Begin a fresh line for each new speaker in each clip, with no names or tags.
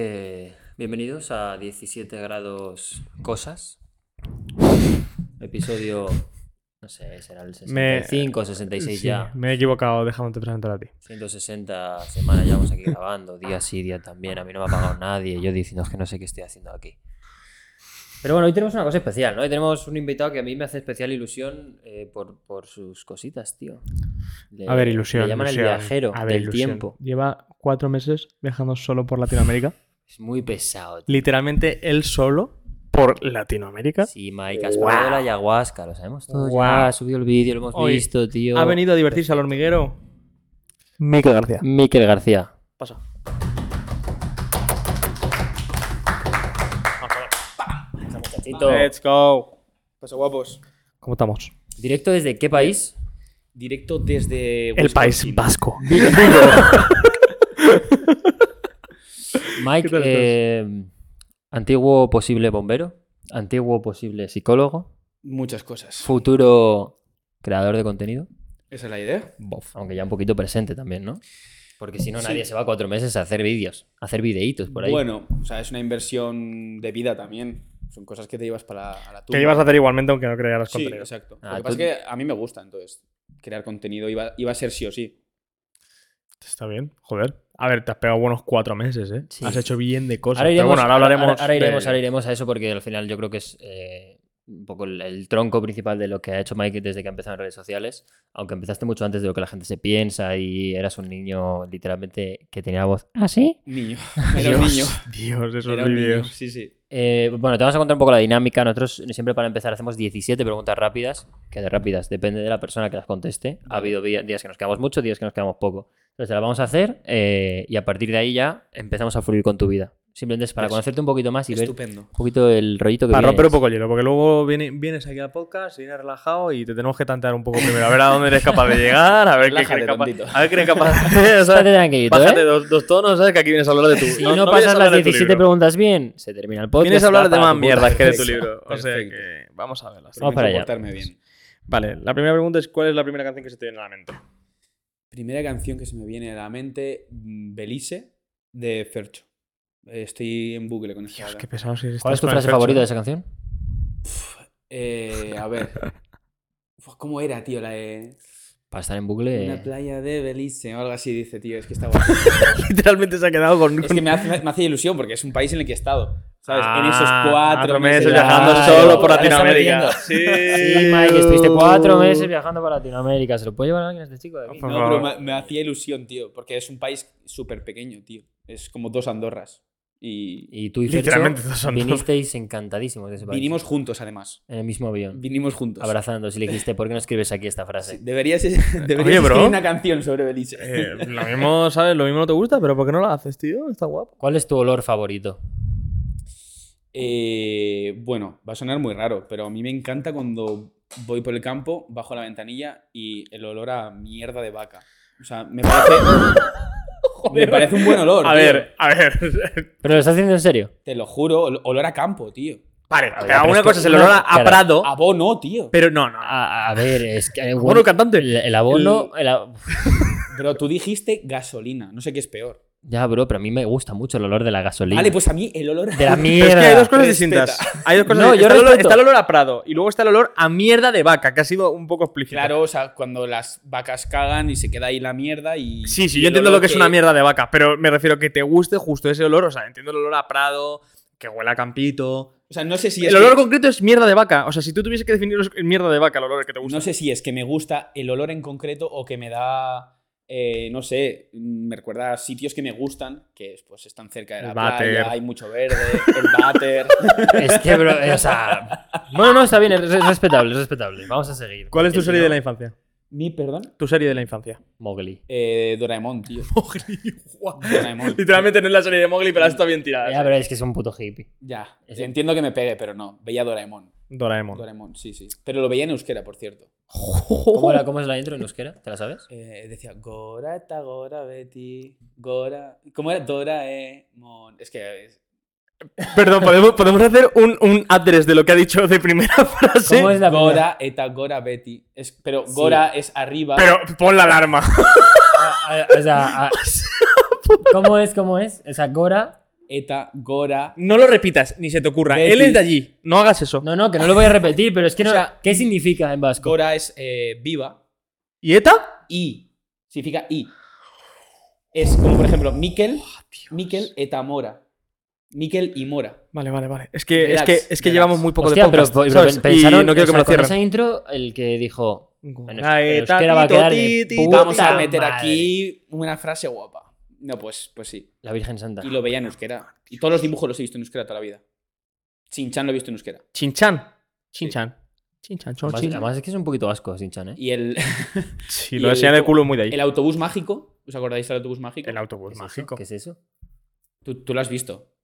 Eh, Bienvenidos a 17 grados cosas. Episodio, no sé, será el 65, 66
Sí,
ya.
Me he equivocado, déjame te presentar a ti.
160 semanas llevamos aquí grabando, día sí, día también. A mí no me ha pagado nadie, yo diciendo "Es que no sé qué estoy haciendo aquí. Pero bueno, hoy tenemos una cosa especial, ¿no? Hoy tenemos un invitado que a mí me hace especial ilusión eh, por, por sus cositas, tío. Le-
A ver, ilusión.
Eh, Le llaman el
ilusión.
viajero
A ver,
del
ilusión.
tiempo.
Lleva cuatro meses viajando solo por Latinoamérica.
Es muy pesado, tío.
Literalmente él solo por Latinoamérica.
Sí, Mike, has probado la ayahuasca, lo sabemos todos. Ya,
Guau.
ha subido el vídeo, lo hemos
Hoy
visto, tío.
Ha venido a divertirse al hormiguero. Mica García.
Miquel García.
Pasa.
Muchachito.
go.
Pues
Pasa guapos. ¿Cómo estamos?
Directo desde qué país?
Directo desde pues,
El País
Wisconsin.
Vasco.
Mike,
¿Qué tal estás?
eh, antiguo posible bombero, antiguo posible psicólogo,
Muchas cosas.
futuro creador de contenido,
Esa es la idea.
aunque ya un poquito presente también, ¿no? Porque si no,
Sí.
nadie se va cuatro meses a hacer vídeos, a hacer videitos por ahí.
Bueno, o sea, es una inversión de vida también. Son cosas que te llevas para a la tumba.
Que llevas a hacer igualmente aunque no crearas
Sí,
contenido.
exacto.
Ah,
Lo que
tú-
pasa es que a mí me gusta, entonces, crear contenido iba, iba a ser sí o sí.
Está bien, joder. A ver, te has pegado buenos cuatro meses, ¿eh?
Sí.
Has hecho bien de cosas.
Ahora iremos,
Pero bueno, ahora
ahora-
hablaremos.
ahora- ahora iremos,
de-
ahora iremos a eso porque al final yo creo que es eh, un poco el, el tronco principal de lo que ha hecho Mike desde que ha empezado en redes sociales. Aunque empezaste mucho antes de lo que la gente se piensa y eras un niño literalmente que tenía voz así.
Niño. Era un niño.
Dios, esos
Era un niño.
vídeos.
Sí, sí.
Eh, bueno, te vamos a contar un poco la dinámica. Nosotros siempre para empezar hacemos 17 preguntas rápidas, que de rápidas depende de la persona que las conteste. Ha habido día- días que nos quedamos mucho, días que nos quedamos poco. Entonces te las vamos a hacer eh, y a partir de ahí ya empezamos a fluir con tu vida. Simplemente es para
Pues
Eso.
conocerte un poquito más y ver
Estupendo.
un poquito el rollito que
Para romper
vienes.
un poco el hielo, porque luego viene- vienes aquí al podcast, vienes relajado y te tenemos que tantear un poco primero. A ver a dónde eres capaz de llegar, a ver qué
Relájate,
eres capaz,
tontito.
a ver qué eres capaz de hacer. o sea,
Estate tranquillito,
bájate
¿eh?
dos, dos tonos, ¿sabes? Que aquí vienes a hablar de tu
Si no, pasas las 17 preguntas bien, se termina el podcast.
Vienes a hablar
va
de
para
más
tu
mierdas
puta
que de tu
casa.
libro. O sea
Perfecto.
que vamos a verlas.
Vamos para allá.
Portarme bien.
Vale, la primera pregunta es: ¿cuál es la primera canción que se te viene a la mente?
Primera canción que se me viene a la mente, mm, Belice, de Fercho. Eh, Estoy en bucle con esta.
Dios,
ahora.
qué pesado si eres
¿Cuál es tu frase favorita de esa canción?
Eh, a ver. Uf, ¿Cómo era, tío? La de...
Para estar en bucle.
Una
eh,
playa de Belice o algo así dice, tío. Es que está guay.
Literalmente se ha quedado con.
es que me hace, me hace ilusión porque es un país en el que he estado. ¿Sabes? en
Ah,
esos cuatro, meses.
viajando
Claro,
solo por
ahora está
Latinoamérica.
Sí, Mike, estuviste cuatro meses viajando por Latinoamérica. ¿Se lo puede llevar alguien a este chico de aquí?
Por
No, pero
favor.
me, me hacía ilusión, tío. Porque es un país súper pequeño, tío. Es como dos Andorras. Y,
Y tú y
Literalmente
Fercho
todos son
vinisteis encantadísimos de ese país. ¿eh?
vinimos juntos, además.
en el mismo
Mm.
avión,
Vinimos juntos.
abrazándoos y le dijiste, ¿por qué no escribes aquí esta
Sí,
frase?
deberías deberías
Oye, bro.
escribir una canción sobre Belice.
Eh, lo mismo, ¿sabes? Lo mismo no te gusta, pero ¿por qué no la haces, tío? Está guapo.
¿Cuál es tu olor favorito?
Eh, bueno, va a sonar muy raro, pero a mí me encanta cuando voy por el campo, bajo la ventanilla y el olor a mierda de vaca. O sea, me parece, me parece un buen olor.
A
tío.
ver, a ver.
¿Pero lo estás haciendo en serio?
Te lo juro, ol- olor a campo, tío.
Vale,
ver,
pero
pero es
una
que
cosa es el
una
olor a, a
cara-
Prado,
Abono, tío.
pero no, no.
A, a ver, es que...
Bueno, cantante.
el, el abono... el a-
Pero tú dijiste gasolina, no sé qué es peor.
Ya, bro, pero a mí me gusta mucho el olor de la gasolina.
Vale, pues a mí el olor a...
De la
Pero es que hay
mierda.
dos cosas
Respeta.
distintas. Hay dos cosas
No, yo
distintas. Está el, olor,
respeto.
está el olor a Prado y luego está el olor a mierda de vaca, que ha sido un poco explícito.
Claro, o sea, cuando las vacas cagan y se queda ahí la mierda y...
Sí, sí,
y
yo
el
entiendo
olor
lo que es una mierda de vaca, pero me refiero a que te guste justo ese olor. O sea, entiendo el olor a Prado, que huele a campito.
O sea, no sé si es
el olor
que-
concreto es mierda de vaca. O sea, si tú tuvieses que definir los- mierda de vaca, el olor que te gusta.
No sé si es que me gusta el olor en concreto o que me da, eh, no sé, me recuerda a sitios que me gustan, que pues están cerca de
El
la
váter.
playa, hay mucho verde, el váter.
Es que, bro, eh, o sea... Bueno, no, está bien, es, es respetable, es respetable. Vamos a seguir.
¿Cuál es tu
Porque
serie
si
de
no-
la infancia?
Mi, perdón.
Tu serie de la infancia.
Mowgli.
Eh, Doraemon, tío. Doraemon.
Literalmente no es la serie de Mowgli, pero está bien
Ya,
tirada.
pero es que es un puto hippie.
Ya,
Es-
entiendo que me pegue, pero no. Veía Doraemon.
Doraemon.
Doraemon, sí, sí. Pero lo veía en euskera, por cierto.
¿Cómo, era- cómo es la intro en euskera? ¿Te la sabes?
Eh, decía, Gora eta Gora Betty, Gora... ¿Cómo era? Doraemon. Es que... es-
Perdón, ¿podemos, podemos hacer un, un address de lo que ha dicho de primera frase.
¿Cómo es la primera?
Gora eta Gora Betty. Es, pero Gora es arriba.
Pero pon la alarma.
Ah, A- a- o sea, a- ¿cómo es? ¿Cómo es? O sea, Gora
ETA, Gora.
No lo repitas, ni se te ocurra.
Betis.
Él es de allí. No hagas eso.
No, no, que no lo voy a repetir, pero es que no.
O sea,
¿Qué significa en vasco?
Gora es eh, viva.
¿Y ETA?
I significa I. Es como, por ejemplo, Miquel,
Ah,
Miquel, ETA, Mora. Miquel y Mora.
Vale, vale, vale. Es que, es
Relax,
que, es que
relax.
llevamos muy poco
Hostia,
de
pero,
podcast.
pero
¿sabes?
pen- pensaron
y no quiero que me lo
o sea, con
cierren.
esa intro, el que dijo. en
Ah,
eus- en
ETA,
euskera va a
tito,
quedar de
ti, ti,
puta
ta,
Vamos a
madre.
meter aquí una frase guapa. No, pues, pues sí.
La Virgen Santa.
Y lo veía en
Ah,
euskera. Y todos los dibujos los he visto en euskera toda la vida. Chinchan lo he visto en euskera.
Chinchan. Chinchan. Chinchan, chon,
Además,
chin.
además es que es un poquito vasco, Sinchan, ¿eh?
Y el,
Sí,
y
lo
el-
enseñan el culo muy de ahí.
el autobús mágico. ¿Os acordáis del autobús mágico?
El autobús
¿Qué es eso?
mágico.
¿Qué es eso?
Tú, tú lo has visto.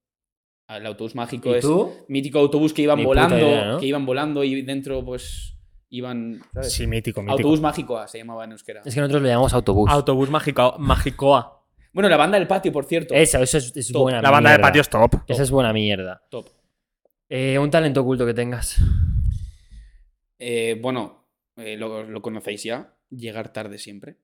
El autobús mágico
¿Y
es
tú?
mítico autobús que iban
Ni puta
volando,
idea, ¿no?
que iban volando y dentro pues iban, ¿sabes?
Sí, mítico, mítico.
autobús mágico A se llamaba en euskera.
Es que nosotros le llamamos autobús.
Autobús mágico, mágicoa.
Bueno, la banda del patio, por cierto.
Esa, eso es, es
Top.
buena
La banda de
mierda.
patios top.
Esa es buena mierda.
Top.
Eh, un talento oculto que tengas.
Eh, bueno, eh, lo, lo conocéis ya. Llegar tarde siempre.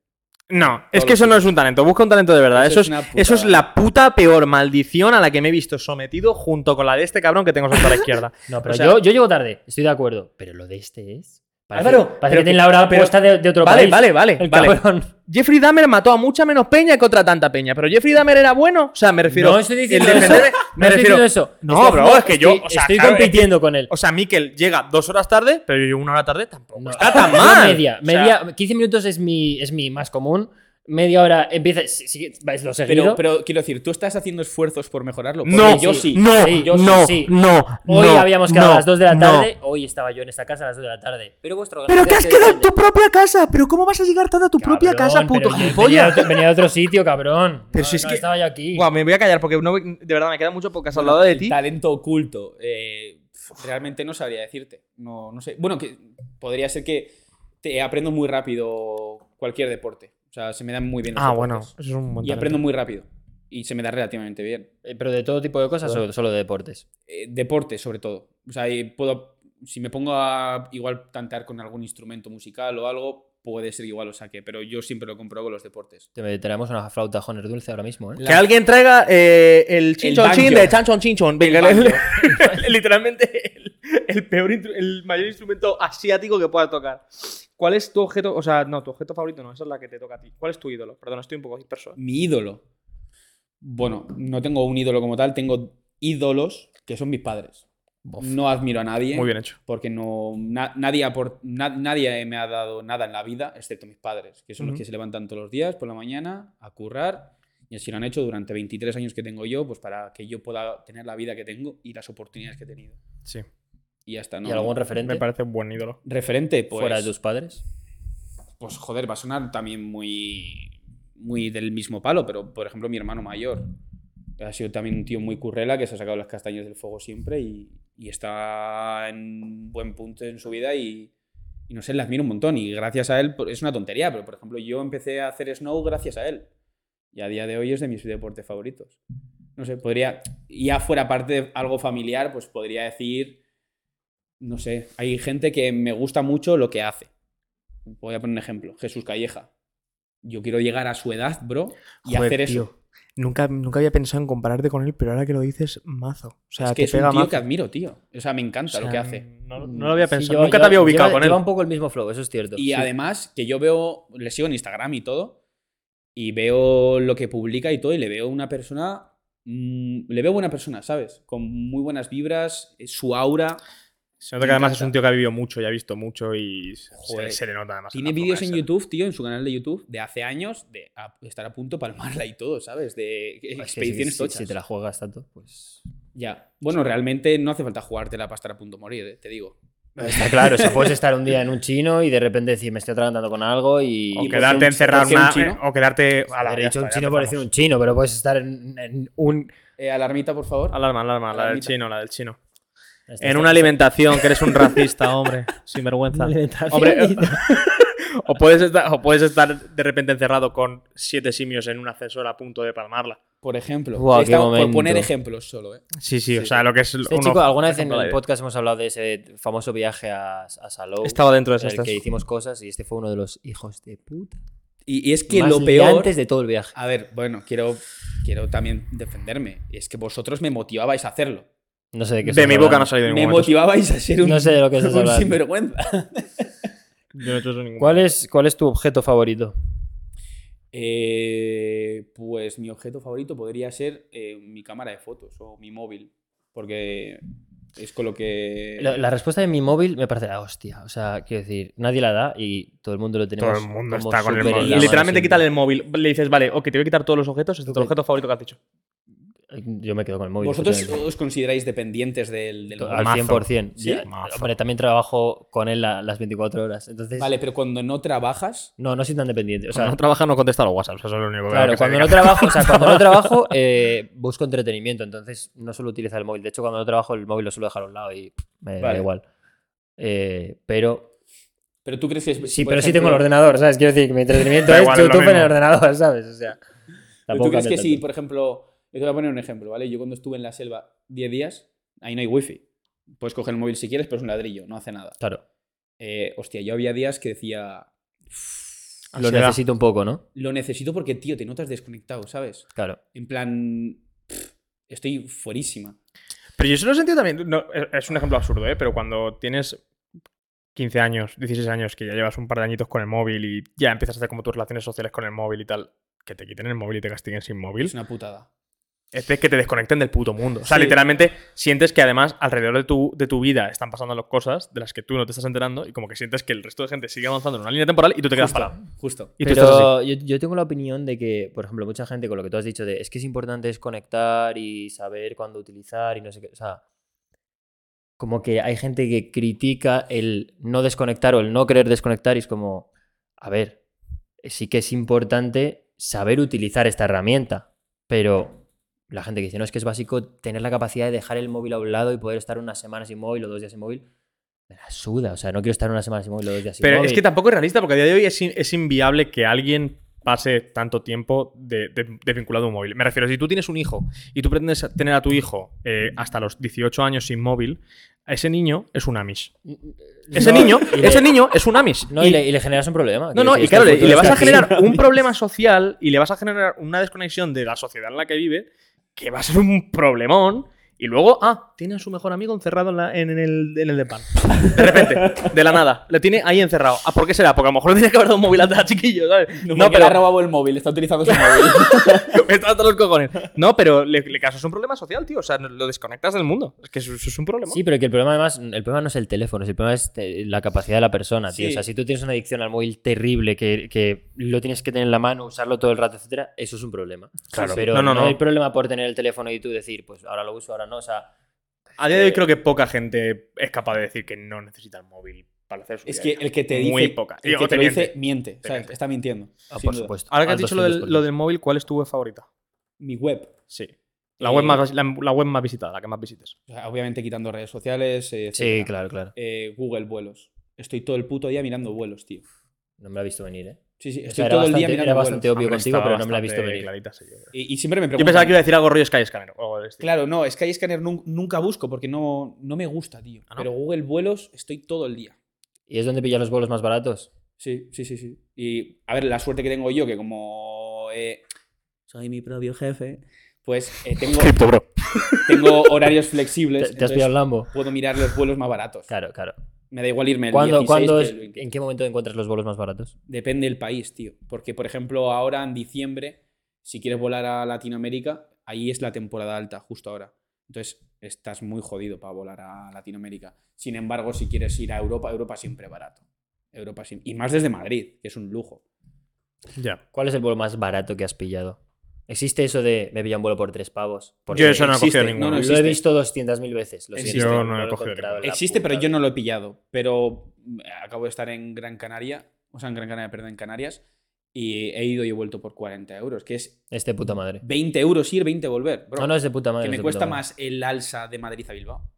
No, es
Todos
que eso
los-
no es un talento. Busca un talento de verdad. Eso, es,
una
eso es
putada.
la puta peor maldición a la que me he visto sometido junto con la de este cabrón que tengo sentado a la izquierda.
No, pero
O sea-
yo, yo llego tarde, estoy de acuerdo. Pero lo de este es. Parece,
Álvaro,
parece
pero
que tiene
que-
la hora
pero-
puesta de, de otro
Vale,
país.
vale, vale,
El
vale.
cabrón.
Jeffrey Dahmer mató a mucha menos peña que otra tanta peña, pero Jeffrey Dahmer era bueno. O sea, me refiero.
No estoy diciendo
el
eso.
defender-
No
Me
estoy
refiero.
diciendo eso.
No,
Estoy
bro,
haciendo-
es que yo,
estoy-
o sea,
estoy
claro,
compitiendo con él.
O sea, Mikel llega dos horas tarde, pero yo llego una hora tarde tampoco.
No,
está tan
yo
mal.
Media,
O sea-
media, 15 minutos es mi, es mi más común. Media hora empieza. si- si- vais lo seguido.
Pero, pero quiero decir, tú estás haciendo esfuerzos por mejorarlo. Porque
No,
yo sí.
no,
sí, yo sí,
no,
sí.
no.
Hoy
no,
habíamos quedado
no,
a las 2 de la
no.
tarde. Hoy estaba yo en esta casa a las 2 de la tarde. Pero vuestro
Pero que
organizador
has
se
quedado en tu
defiende.
propia casa. Pero ¿cómo vas a llegar tarde a tu propia
Cabrón,
casa, puto
pero yo Venía, de
gilipollas?
otro- venía de otro sitio, cabrón.
Pero
No,
si es
no,
que-
Estaba yo aquí.
Buah, me voy a callar porque no voy- de verdad me queda mucho podcast al lado de ti.
Talento oculto. eh, realmente no sabría decirte. No, no sé. Bueno, que podría ser que te aprendo muy rápido cualquier deporte. O sea, se me dan muy bien los
Ah, bueno,
deportes.
eso es un buen
Y aprendo muy rápido. Y se me da relativamente bien.
Eh, Pero de todo tipo de cosas, o solo de deportes.
eh, deporte sobre todo. O sea, y puedo, si me pongo a igual tantear con algún instrumento musical o algo, puede ser que igual lo saque, pero yo siempre lo compruebo con los deportes.
Te meteremos una flauta Joner dulce ahora mismo, ¿eh?
Que alguien traiga eh, el chinchon
banjo.
chin de chanchon chinchon. Venga,
El
el- literalmente el, el peor, intru- el mayor instrumento asiático que puedas tocar. ¿Cuál es tu objeto? O sea, no, tu objeto favorito no, esa es la que te toca a ti. ¿Cuál es tu ídolo? Perdona, estoy un poco disperso. ¿eh?
Mi ídolo. Bueno, no tengo un ídolo como tal, tengo ídolos que son mis padres. No admiro a nadie.
hecho.
Porque no, na- nadie, apor- na- nadie me ha dado nada en la vida, excepto mis padres, que son los
Ujú.
que se levantan todos los días por la mañana a currar. Y así lo han hecho durante 23 años que tengo yo, pues para que yo pueda tener la vida que tengo y las oportunidades que he tenido.
Sí.
Y ya está, ¿no?
¿Y algún referente
parece un buen ídolo.
Referente, pues.
fuera de tus padres?
Pues joder, va a sonar también muy. Muy del mismo palo, pero por ejemplo, mi hermano mayor ha sido también un tío muy currela que se ha sacado las castañas del fuego siempre y, y está en buen punto en su vida y, y no sé, le admiro un montón. Y gracias a él, por- es una tontería, pero por ejemplo, yo empecé a hacer snow gracias a él. Y a día de hoy es de mis deportes favoritos. No sé, podría, ya fuera parte de algo familiar, pues podría decir, no sé, hay gente que me gusta mucho lo que hace. Voy a poner un ejemplo, Jesús Calleja. Yo quiero llegar a su edad, bro, y hacer eso.
Nunca, nunca había pensado en compararte con él, pero ahora que lo dices, mazo. O sea,
es que es un tío que admiro, tío. O sea, me encanta lo que hace.
No,
no
lo había
Sí,
pensado.
lleva-
nunca
lleva-
te había ubicado
lleva-
con
Lleva
él.
un poco el mismo flow, eso es cierto.
Y
Sí.
además, que yo veo, le sigo en Instagram y todo, y veo lo que publica y todo, y le veo una persona, mm, le veo buena persona, ¿sabes? Con muy buenas vibras, eh, su aura.
Se
nota que además es un
tío que ha vivido mucho y ha visto mucho y
Joder. se
le nota además.
Tiene vídeos en YouTube, tío, en su canal de YouTube, de hace años, de a- estar a punto de palmarla y todo, ¿sabes? De eh,
Pues que
expediciones
si, si-
tochas.
si te la juegas tanto, pues.
Ya. Bueno, realmente no hace falta jugártela para estar a punto de morir, eh, te digo.
Está claro, o sea, puedes estar un día en un chino y de repente decir, me estoy atragantando con algo y.
O
y
quedarte porque un- encerrado porque en un una- chino-
o quedarte.
haber dicho un chino por decir un chino, pero puedes estar en, en un.
Eh, alarmita, por favor.
Alarma, alarma, la del
Alarmita.
chino, la del chino.
Está-
En
está-
una alimentación, que eres un racista, hombre. Sin vergüenza.
alimentación,
Hombre, eh,
dice.
o, puedes estar, o puedes estar de repente encerrado con siete simios en un ascensor a punto de palmarla.
Por ejemplo.
Buah, qué
Esta- por
momento.
poner ejemplos solo, ¿eh?
Sí, sí,
Sí.
o sea, lo que es.
Este
uno-
chico, alguna vez en
ejemplo, la
el
idea.
podcast hemos hablado de ese famoso viaje a, a Salou.
Estaba dentro de
en
esas.
el que hicimos cosas y este fue uno de los hijos de puta
Y, y es que
Más
lo peor.
liantes de todo el viaje.
A ver, bueno, quiero, quiero también defenderme. Es que vosotros me motivabais a hacerlo.
No sé de qué
De
estás
mi boca no ha
hablando.
salido
Me
ningún momento.
motivabais a ser un,
No sé de lo que estás
un
hablando.
sinvergüenza.
Yo no he hecho eso ningún
¿Cuál es, ¿Cuál es tu objeto favorito?
Eh, pues mi objeto favorito podría ser eh, mi cámara de fotos o mi móvil. Porque es con lo que.
Eh,
La, la respuesta de mi móvil me parece la hostia. O sea, quiero decir, nadie la da y todo el mundo lo tenemos.
Todo el mundo
como
está con el
súper en la
móvil. Y
mano
literalmente
siempre.
quítale el móvil. Le dices, vale, ok, te voy a quitar todos los objetos, excepto el
Ok.
objeto favorito que has dicho.
Yo me quedo con el móvil.
¿Vosotros
efectivamente.
os consideráis dependientes del, del móvil?
Al
Mazo.
100%.
¿Sí?
Ya,
Mazo.
hombre, también trabajo con él la- las 24 horas. Entonces,
Vale, pero cuando no trabajas.
no, no soy tan dependiente. O sea,
trabaja, no contesta los WhatsApp. Eso es lo único
Claro, cuando no trabajo, o sea, cuando no trabajo, eh, busco entretenimiento, entonces no suelo utilizar el móvil. De hecho, cuando no trabajo, el móvil lo suelo dejar a un lado y pff, me
Vale.
da igual. Eh, pero
Pero tú crees que. es-
sí,
pues, por
pero sí
ejemplo,
tengo el ordenador, ¿sabes? Quiero decir que mi entretenimiento
Da
es
igual, es lo
YouTube en el
mismo.
ordenador, ¿sabes? O sea,
Pero tú
tampoco
crees que
cambia
si,
tanto.
por ejemplo, yo te voy a poner un ejemplo, ¿vale? Yo cuando estuve en la selva 10 días, ahí no hay wifi. Puedes coger el móvil si quieres, pero es un ladrillo, no hace nada.
Claro,
Eh, hostia, yo había días que decía, Ah,
lo necesito un poco, ¿no?
lo necesito porque, tío, te notas desconectado, ¿sabes?
Claro.
En plan, pff, estoy fuerísima.
Pero yo eso lo he sentido también. no, es- es un ejemplo absurdo, ¿eh? Pero cuando tienes 15 años, 16 años, que ya llevas un par de añitos con el móvil y ya empiezas a hacer como tus relaciones sociales con el móvil y tal, que te quiten el móvil y te castiguen sin móvil,
Es una putada.
es de que te desconecten del puto mundo. O sea,
Sí.
literalmente sientes que además alrededor de tu, de tu vida están pasando las cosas de las que tú no te estás enterando y como que sientes que el resto de gente sigue avanzando en una línea temporal y tú te quedas
Justo,
parado.
Justo.
Y tú estás así.
Pero yo, yo tengo la opinión de que, por ejemplo, mucha gente con lo que tú has dicho de es que es importante desconectar y saber cuándo utilizar y no sé qué. O sea, como que hay gente que critica el no desconectar o el no querer desconectar y es como, a ver, sí que es importante saber utilizar esta herramienta, pero la gente que dice, no, es que es básico tener la capacidad de dejar el móvil a un lado y poder estar una semana sin móvil o dos días sin móvil. Me la suda, o sea, no quiero estar una semana sin móvil o dos días sin
Pero
móvil.
es que tampoco es realista porque a día de hoy es, in- es inviable que alguien pase tanto tiempo de, de- de vinculado a un móvil. Me refiero, si tú tienes un hijo y tú pretendes tener a tu hijo eh, hasta los 18 años sin móvil, ese niño es un Amish. Ese,
Mm, No,
niño,
y
ese
le-
niño es un Amish.
No, y, le, y le generas un problema.
No,
Quiero
no,
decir,
y
es que el
claro, le, y
futuro
le vas
está
a
aquí.
generar un problema social y le vas a generar una desconexión de la sociedad en la que vive que va a ser un problemón. Y luego, ah, tiene a su mejor amigo encerrado en, la- en- en el, en el depan. De repente, de la nada. Le tiene ahí encerrado. ¿Ah, ¿Por qué será? Porque a lo mejor le tiene que haber dado un móvil antes al chiquillo, ¿sabes?
No,
No,
porque le ha
pero.
robado el móvil, está utilizando su móvil.
Está hasta los cojones. No, pero le, le causas un problema social, tío. O sea, lo desconectas del mundo. Es que eso, eso es un problema.
Sí, pero que el problema además, el problema no es el teléfono, el problema es eh, la capacidad de la persona, tío.
Sí.
O sea, si tú tienes una adicción al móvil terrible que, que lo tienes que tener en la mano, usarlo todo el rato, etcétera, eso es un problema.
Claro.
Pero
No,
no,
no, no.
hay problema por tener el teléfono y tú decir, pues ahora lo uso, ahora no. O sea,
Ah, A día de hoy creo que poca gente es capaz de decir que no necesita el móvil para hacer su
es
vida.
que el que te dice.
Muy poca.
El
Y-
que
o te
te lo dice,
miente.
miente.
Te
¿sabes?
miente.
Está mintiendo.
ah,
sin
por
duda.
supuesto.
Ahora que has
al
dicho lo del,
200%.
lo del móvil, ¿cuál es tu web favorita?
Mi web.
Sí. La,
Eh,
web más, la, la web más visitada, la que más visites.
o sea, obviamente quitando redes sociales. eh,
Sí,
etcétera.
claro, claro.
Eh, Google vuelos. Estoy todo el puto día mirando vuelos, tío.
No me lo he visto venir, ¿eh?
Sí, sí,
O sea,
estoy
era
todo el día
bastante-
mirando
era bastante
vuelos.
obvio
Hombre,
contigo,
estaba
pero no me la he
bastante
visto venir.
clarita, sí, yo creo.
Y, y siempre me
Yo
preguntan.
pensaba que iba a decir algo rollo Skyscanner. o algo de este.
Claro, no, Skyscanner nun- nunca busco porque no, no me gusta, tío.
¿Ah, no?
Pero Google Vuelos estoy todo el día.
¿Y es donde pillas los vuelos más baratos?
Sí, sí, sí, sí. Y a ver, la suerte que tengo yo, que como eh, soy mi propio jefe, pues eh, tengo, tengo horarios
¿Te,
flexibles.
te has
entonces
pillado el Lambo?
puedo mirar los vuelos más baratos.
Claro, claro.
Me da igual irme el
¿Cuándo,
16
cuándo
que
es-
el 20.
¿En qué momento encuentras los vuelos más baratos?
Depende del país, tío. Porque, por ejemplo, ahora en diciembre, si quieres volar a Latinoamérica, ahí es la temporada alta, justo ahora. Entonces, estás muy jodido para volar a Latinoamérica. Sin embargo, si quieres ir a Europa, Europa siempre barato. Europa siem- Y más desde Madrid, que es un lujo.
Ya.
¿Cuál es el vuelo más barato que has pillado? ¿Existe eso de me pillan un vuelo por tres pavos? Porque
Yo eso no he
Existe,
cogido
no,
ninguno.
no,
lo he
existe.
visto 200.000 veces. Lo siento,
Existe.
Yo no he
he
cogido
encontrado
ninguno.
la
Existe,
puta
pero yo
vida.
no lo he pillado. Pero mm, acabo de estar en Gran Canaria, o sea, en Gran Canaria, perdón, en Canarias, y he ido y he vuelto por 40 euros, que es
Es de puta madre.
20 euros ir, 20 volver. bro.
No, no, es de puta madre.
que
es
me
de puta
cuesta
madre.
más el alza de Madrid a Bilbao.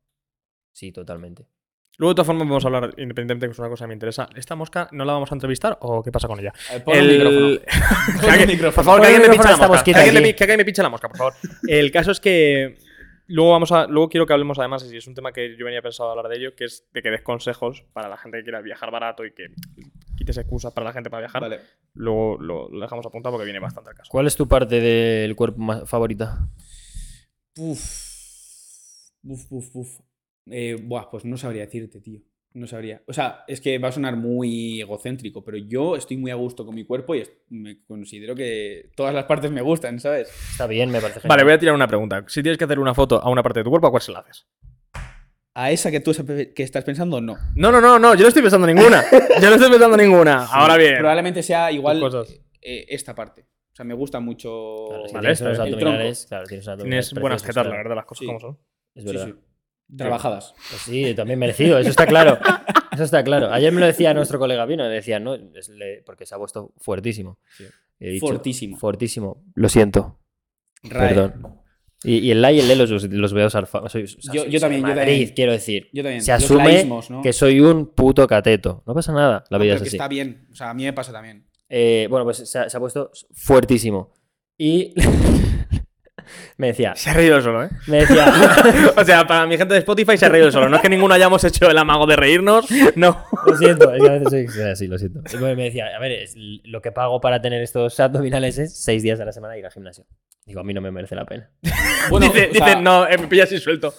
Sí, totalmente.
Luego, de todas formas, vamos a hablar, independientemente, que es una cosa que me interesa. ¿Esta mosca no la vamos a entrevistar o qué pasa con ella?
Eh, pon el micrófono.
Que alguien- Por favor,
Pon
que
el
alguien me
micrófono
pinche
a esta
la mosca. Que
mosquita
alguien,
allí.
me, que alguien me pinche la mosca, por favor. El caso es que luego vamos a luego quiero que hablemos además y es un tema que yo venía pensado hablar de ello, que es de que des consejos para la gente que quiera viajar barato y que quites excusas para la gente para viajar.
Vale.
Luego lo, lo dejamos apuntado porque viene bastante al caso.
¿Cuál es tu parte del cuerpo más favorita?
Uf. Uf, uf, uf. Eh, buah, pues no sabría decirte, tío. No sabría. O sea, es que va a sonar muy egocéntrico, pero yo estoy muy a gusto con mi cuerpo y es- me considero que todas las partes me gustan, ¿sabes?
Está bien, me parece.
Vale, voy a tirar una pregunta. Si tienes que hacer una foto a una parte de tu cuerpo, ¿a cuál se la haces?
A esa que tú que estás pensando, no.
No, no, no, no, yo no estoy pensando ninguna. Yo no estoy pensando ninguna. Ahora bien.
Probablemente sea igual
Tus cosas.
eh, esta parte. O sea, me gusta mucho.
Claro, si
Vale,
tienes
está
unos
bien. El
abdominales, claro, tienes unos abdominales
Tienes buenas
preciosos,
tetas, la
claro.
verdad, las cosas
Sí.
como son.
Es
Sí,
verdad.
sí. Trabajadas.
Pues sí, también merecido, eso está claro. Eso está claro. Ayer me lo decía nuestro colega Vino, decía, no, es le- porque se ha puesto fuertísimo.
Sí.
He dicho,
Fortísimo.
Fortísimo. Lo siento.
Rae.
Perdón. Y, y el la y el le los, los veo zarfados. Soy- o sea,
Yo-
soy- soy
yo también,
de
yo
Madrid,
también.
quiero decir.
Yo también.
Se
Los
asume
laísmos, ¿no?
Que soy un puto cateto. No pasa nada, la
No,
vida
pero
es
que
así.
está bien. O sea, a mí me pasa también.
Eh, bueno, pues se ha, se ha puesto fuertísimo. Y me decía,
Se ha reído solo, ¿eh?
me decía,
o sea, para mi gente de Spotify se ha reído solo. No es que ninguno hayamos hecho el amago de reírnos. No.
lo siento, es que a veces soy- soy así, lo siento. Y bueno, me decía, a ver, es- lo que pago para tener estos abdominales es seis días a la semana ir al gimnasio. Digo, a mí no me merece la pena.
Bueno,
Dice,
o sea,
dice, no, eh, me pillas y suelto.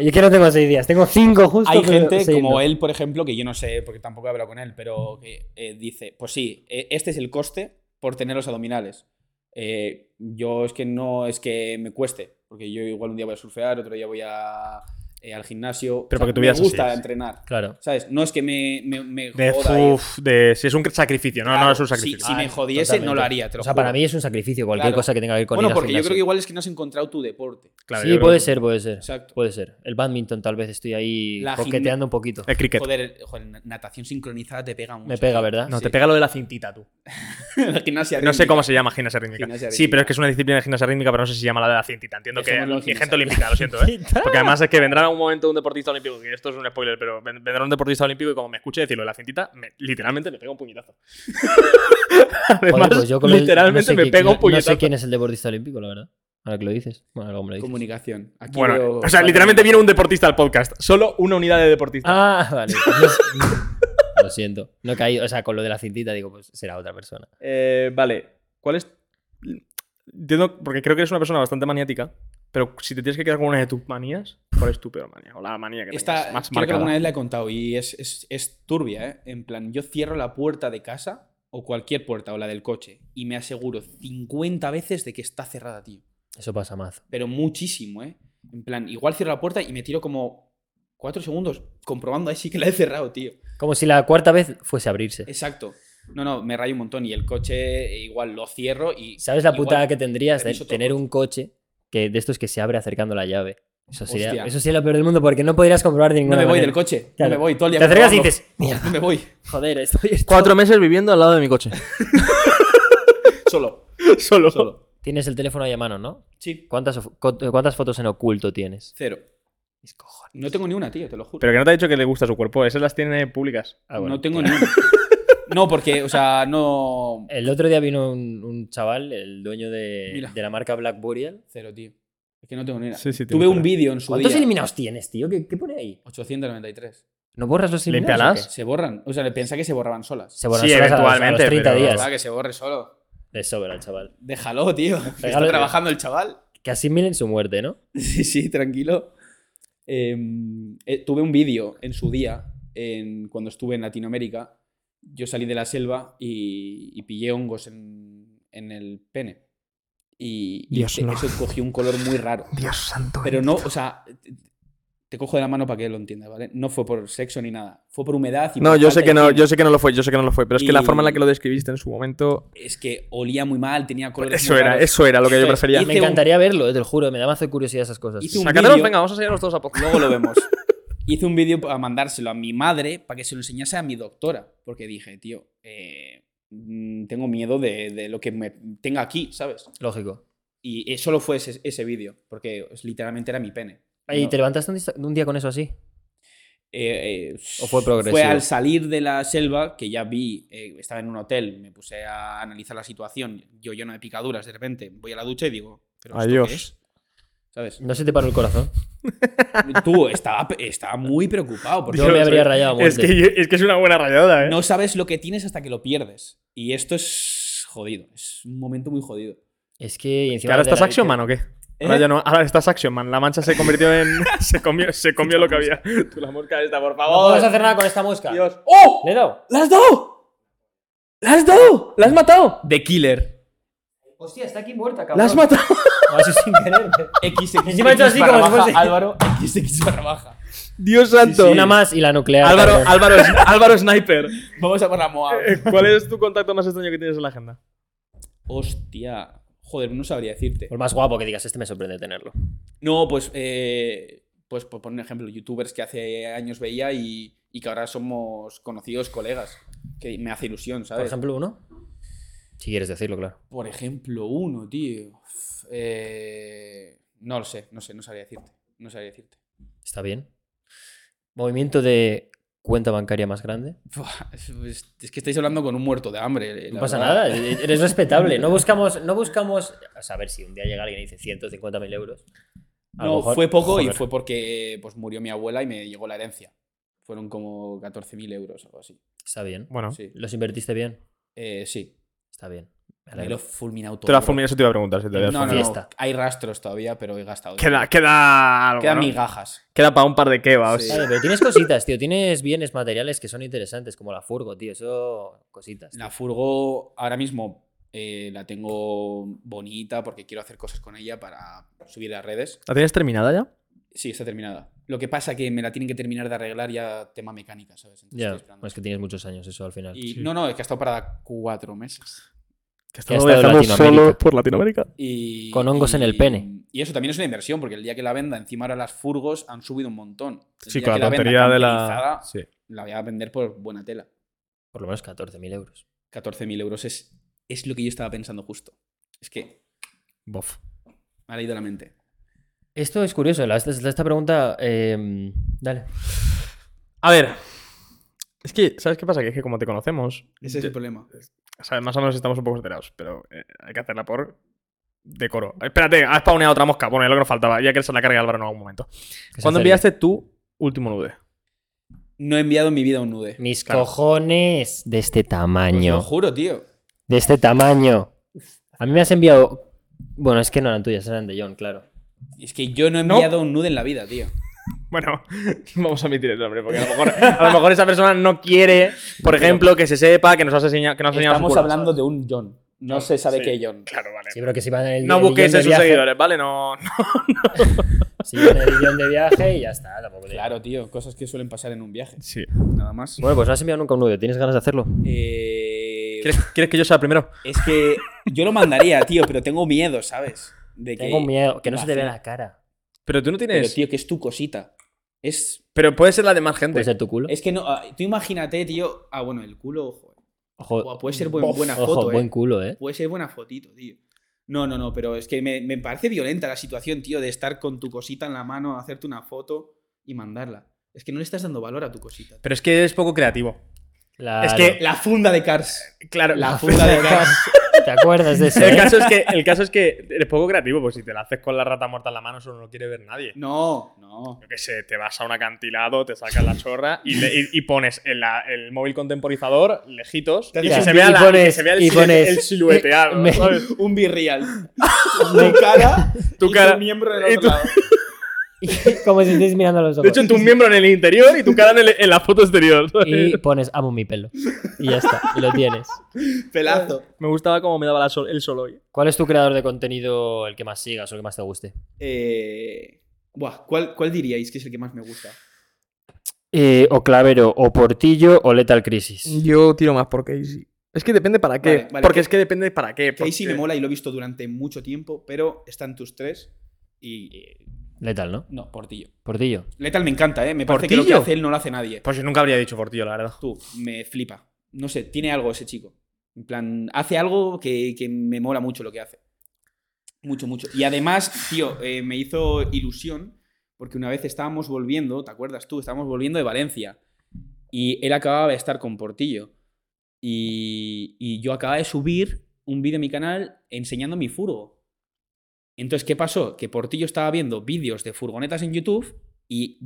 Yo que no tengo seis días, tengo cinco justo.
Hay
pero
gente
seis
como
no.
él, por ejemplo, que yo no sé, porque tampoco he hablado con él, pero que eh, dice, pues sí, eh, este es el coste por tener los abdominales. Eh, yo es que no es que me cueste, porque yo igual un día voy a surfear, otro día voy a, eh, al gimnasio.
Pero porque tú
me
veas así,
gusta
sí.
entrenar,
Claro.
¿sabes? No es que me, me, me
De,
joda ir.
uf, de, si es un sacrificio, no, no
Claro,
es un
si-
sacrificio.
si me
Ah,
jodiese, no lo
totalmente.
haría, te lo
O sea,
juro.
para mí es un sacrificio cualquier
Claro.
cosa que tenga que ver con
Bueno,
ir al
porque yo creo que
gimnasio.
igual es que no has encontrado tu deporte.
Ah, Claro, yo
Sí,
creo
puede
que-
ser, puede ser.
Exacto.
Puede ser. El badminton tal vez estoy ahí
La gimna-
coqueteando un poquito.
El cricket.
Joder, joder, natación sincronizada te pega mucho.
Me pega,
tío.
¿verdad?
No,
sí.
te pega lo de la cintita, tú.
La gimnasia
No sé
rítmica.
cómo se llama gimnasia rítmica.
Gimnasia
Sí, pero es
rítmica.
que es una disciplina de gimnasia rítmica, pero no sé si se llama la de la cintita. Entiendo que
Dejémoslo en
mi gente
gimnasia.
olímpica, lo siento, ¿eh? Porque además es que vendrá un momento un deportista olímpico, que esto es un spoiler, pero ven- vendrá un deportista olímpico y como me escuche decirlo de la cintita, me- literalmente me pega un puñetazo.
Joder,
además,
pues yo con el-
literalmente
no sé
me
qui-
pega un
no-
puñetazo.
No sé quién es el deportista olímpico, la verdad. Ahora que lo dices. Bueno, luego me lo dices.
Comunicación. Aquí
Bueno,
veo-
o sea, literalmente viene un deportista al podcast. Solo una unidad de deportista.
Ah, vale. mm, lo siento. No he caído. O sea, con lo de la cintita digo, pues será otra persona.
Eh, vale. ¿Cuál es? Entiendo, porque creo que eres una persona bastante maniática, pero si te tienes que quedar con una de tus manías, ¿cuál es tu peor manía? O la manía que
Esta,
tengas más
creo que
marcada.
alguna vez la he contado y es, es- es turbia, ¿eh? En plan, yo cierro la puerta de casa o cualquier puerta o la del coche y me aseguro 50 veces de que está cerrada, tío.
Eso pasa mazo.
Pero muchísimo, ¿eh? En plan, igual cierro la puerta y me tiro como 4 segundos comprobando ahí sí que la he cerrado, tío.
Como si la cuarta vez fuese a abrirse.
Exacto. No, no, me rayo un montón y el coche eh, igual lo cierro y...
¿Sabes la
igual-
putada que tendrías de
tenéis otro
tener un coche que de estos que se abre acercando la llave? Eso sería,
Hostia.
eso sería lo peor del mundo porque no podrías comprobar de
No
ninguna
me voy
manera.
del coche,
Claro.
no me voy todo el día.
Te acercas y
comprobando.
dices, mierda,
No me voy,
joder, estoy... estoy-
Cuatro meses viviendo al lado de mi coche.
solo,
Solo.
solo.
Tienes el teléfono ahí a mano, ¿no?
Sí,
¿Cuántas, of- co- cuántas fotos en oculto tienes?
cero.
Mis cojones.
No tengo ni una, tío, te lo juro.
Pero que no te ha dicho que le gusta su cuerpo, esas las tiene públicas.
Ah, bueno.
No tengo ni una. No, porque, o sea, no.
El otro día vino un, un chaval, el dueño de,
Mira.
de la marca Black Burial.
Cero, tío. Es que no tengo ni una.
Sí, sí,
Tuve
tío,
un
pero-
vídeo en su
¿Cuántos
día.
eliminados tienes, tío? ¿Qué, qué pone ahí?
893.
¿No borras los eliminados? o
¿Límpialas?
qué?
Se borran. O sea, pensé que se borraban solas.
Se borran
Sí,
solas a los-
eventualmente,
a los 30
pero-
días.
Ah, que se borre solo.
De sobra, el chaval.
Déjalo, tío. Está
Regálale.
trabajando el chaval.
Que asimilen su muerte, ¿no?
Sí, sí, tranquilo. Eh, eh, tuve un vídeo en su día, en, cuando estuve en Latinoamérica. Yo salí de la selva y, y pillé hongos en, en el pene. Y, y
Dios,
te-
no.
eso cogió un color muy raro.
Dios santo. eh.
Pero no, o sea, te, te cojo de la mano para que lo entiendas, ¿vale? No fue por sexo ni nada. Fue por humedad y
No,
por
yo sé
falta
que
de
no,
higiene.
yo sé que no lo fue, yo sé que no lo fue, pero es que la
Y-
forma en la que lo describiste en su momento.
Es que olía muy mal, tenía colores.
Eso
muy
era,
raros.
eso era lo que yo
Eso es.
prefería.
Hice
Me
un-
encantaría verlo, eh, te lo juro. Me da más de curiosidad esas cosas.
Hice un
Sácatelo,
vídeo-
venga, vamos a enseñarlos todos a poco.
Luego lo vemos. Hice un vídeo para mandárselo a mi madre para que se lo enseñase a mi doctora. Porque dije, tío, eh, mm, tengo miedo de, de lo que me tenga aquí, ¿sabes?
Lógico.
Y eh, solo fue ese, ese vídeo, porque es- literalmente era mi pene.
¿Y
No.
te levantaste un, dista- un día con eso así?
Eh, eh,
¿O fue progresivo?
Fue al salir de la selva, que ya vi, eh, estaba en un hotel, me puse a analizar la situación, yo lleno de picaduras, de repente voy a la ducha y digo, ¿pero esto qué
Adiós.
es? ¿Sabes?
No se te paró el corazón.
Tú estaba, estaba muy preocupado. Porque
Yo me habría rayado. a
Es
muerte.
que, yo- es que es una buena rayada, ¿eh?
no sabes lo que tienes hasta que lo pierdes. Y esto es jodido. Es un momento muy jodido.
Es que y encima
¿Ahora
de
estás
la-
Action Man o qué? Ahora,
¿Eh?
ya no, ahora estás Action Man. La mancha se convirtió en. se comió, se comió lo que había. Tú la mosca esta, por
No
favor.
podemos hacer nada con esta mosca.
Dios.
¡Oh!
¿Le he dado?
¡La has dado! ¡La has dado! ¡La has matado! The Killer.
Hostia, está aquí muerta, cabrón.
¡La has matado!
No, eso sin querer.
XX.
Encima he hecho así
barra
como si
baja,
fuese-
Álvaro, XX barra baja.
Dios santo.
Una más y la nuclear.
Álvaro,
cabrón.
Álvaro, Álvaro Sniper.
Vamos a por la Moab.
Eh, ¿Cuál es tu contacto más extraño que tienes en la agenda?
Hostia. Joder, no sabría decirte.
Por más guapo que digas, este me sorprende tenerlo.
No, pues, eh, pues por poner un ejemplo, youtubers que hace años veía y, y que ahora somos conocidos colegas. Que me hace ilusión,
Por
¿sabes?
ejemplo, uno. Si quieres decirlo, claro.
Por ejemplo, uno, tío. Uf, eh, no lo sé, no sé, no sabría decirte. No sabría decirte.
Está bien. Movimiento de cuenta bancaria más grande.
Buah, es- es, es que estáis hablando con un muerto de hambre. eh,
No
la
pasa
verdad.
nada, e- eres respetable. No buscamos, no buscamos. O sea, a ver si un día llega alguien y dice 150.000 euros. A lo
No,
mejor-
fue poco y
joder.
fue porque pues, murió mi abuela y me llegó la herencia. Fueron como 14.000 euros o algo así.
Está bien.
Bueno,
Sí.
¿Los invertiste bien?
Eh, sí.
Está bien. Me
Me
alegro.
lo he fulminado todo.
te la fulminé, eso te iba a preguntar si te habías
No, no, no,
Fiesta.
Hay rastros todavía, pero he gastado.
Queda, queda algo.
Quedan
¿no?
migajas.
Queda para un par de kebabs.
Sí.
Vale, pero tienes cositas, tío. Tienes bienes materiales que son interesantes, como la furgo, tío. Eso, cositas. tío.
La furgo ahora mismo eh, la tengo bonita porque quiero hacer cosas con ella para subir a redes.
¿La tienes terminada ya?
Sí, está terminada. Lo que pasa que me la tienen que terminar de arreglar ya tema mecánica, ¿sabes? Entonces
Ya,
estoy esperando.
es que tienes muchos años, eso al final.
Y
Sí.
no, no, es que ha estado parada cuatro meses.
Que
estado viajando solo
por Latinoamérica.
Y-
Con hongos en el pene.
Y eso también es una inversión, porque el día que la venda, encima ahora las furgos han subido un montón. El
Sí,
día
con
que
la
venda
tontería de la.
camperizada,
Sí.
La voy a vender por buena tela.
Por lo menos 14.000 euros.
14.000 euros es, es lo que yo estaba pensando justo. Es que
Bof.
me ha leído la mente.
Esto es curioso. la- esta, esta pregunta. eh, dale.
A ver. Es que, ¿sabes qué pasa? Que es que como te conocemos.
Ese es
ya-
el problema.
o sea, más o menos estamos un poco enterados, pero eh, hay que hacerla por decoro. Espérate, ha spawneado otra mosca. Bueno, es lo que nos faltaba, ya que se la carga Álvaro en algún momento.
Que se acerque.
¿Cuándo enviaste tu último nude?
No he enviado en mi vida un nude.
Mis
Claro.
cojones de este
Os
tamaño.
lo juro, tío.
De este tamaño. A mí me has enviado. Bueno, es que no eran tuyas, eran de John, claro.
Es que yo no he
¿No?
enviado un nude en la vida, tío.
Bueno, vamos a omitir el nombre, porque a lo mejor, a lo mejor esa persona no quiere, por ejemplo, que se sepa que nos has enseñado, que nos has enseñado su
Estamos
culo.
hablando de un John. No se sabe
sí.
qué John.
Claro, vale.
Sí, pero que si van en el
No
el
busquéis
guión
a
de
sus
viaje-
seguidores, ¿vale? No, no.
Si van en el guión de viaje y ya está. Tampoco te-
Claro, tío. Cosas que suelen pasar en un viaje.
Sí.
Nada más.
Bueno, pues no has enviado nunca un nude. ¿Tienes ganas de hacerlo?
Eh,
¿Quieres, quieres que yo sea primero?
Es que yo lo mandaría, tío, pero tengo miedo, ¿sabes? De que,
Tengo miedo. Que no se te vea
Imagina-
la cara.
Pero tú no
Pero,
tienes. Pero,
tío, que es tu cosita. Es,
puede ser la de más gente.
Puede ser tu culo.
es que no. ah, Tú imagínate, tío. Ah, bueno, el culo, ojo.
Ojo,
Buah, puede ser buen- buena
ojo,
foto, eh.
buen culo, ¿eh?
Puede ser buena fotito, tío. No, no, no, pero es que me, me parece violenta la situación, tío, de estar con tu cosita en la mano, hacerte una foto y mandarla. Es que no le estás dando valor a tu cosita.
Pero es que es poco creativo.
Claro.
que-
La funda de Cars.
Claro,
Eh, La funda de Cars.
¿Te acuerdas de eso?
El
eh?
caso, es que, el caso es que eres poco creativo, pues si te la haces con la rata muerta en la mano, eso no lo quiere ver nadie.
No, no.
Yo qué sé, te vas a un acantilado, te sacas la chorra y, le- y- y pones el, la- el móvil contemporizador lejitos y
Ya.
que se vea,
Y
la-
pones-
que se vea el,
y
silue-
pones-
el silueteado.
me-
¿sabes?
Un birreal. Tu cara.
Tu
y
cara.
miembro del
Y
otro
tu-
lado.
Como si estés mirando a los ojos.
De hecho, tu miembro en el interior y tu cara en, el- en la foto exterior. ¿sabes?
Y pones, amo mi pelo. Y ya está, y lo tienes.
Pelazo.
Me gustaba cómo me daba la sol- el sol hoy.
¿Cuál es tu creador de contenido el que más sigas o el que más te guste?
Eh, buah, ¿cuál, ¿Cuál diríais que es el que más me gusta?
Eh, o Clavero, o Portillo, o Lethal Crisis.
Yo tiro más por Casey. Es que depende para
qué, Vale, vale, porque que- es
que depende para qué.
Casey me mola y lo he visto durante mucho tiempo, pero están tus tres y. eh,
Letal, ¿no?
no, Portillo.
Portillo.
Letal me encanta, ¿eh? Me parece que lo
¿Portillo?
que hace él no lo hace nadie.
Pues yo nunca habría dicho por tío, la verdad.
Tú, me flipa. No sé, tiene algo ese chico. En plan, hace algo que, que me mola mucho lo que hace. Mucho, mucho. Y además, tío, eh, me hizo ilusión porque una vez estábamos volviendo, ¿te acuerdas tú? Estábamos volviendo de Valencia y él acababa de estar con Portillo. Y, y yo acababa de subir un vídeo a mi canal enseñando mi furgo. Entonces, ¿qué pasó? Que Portillo estaba viendo vídeos de furgonetas en YouTube y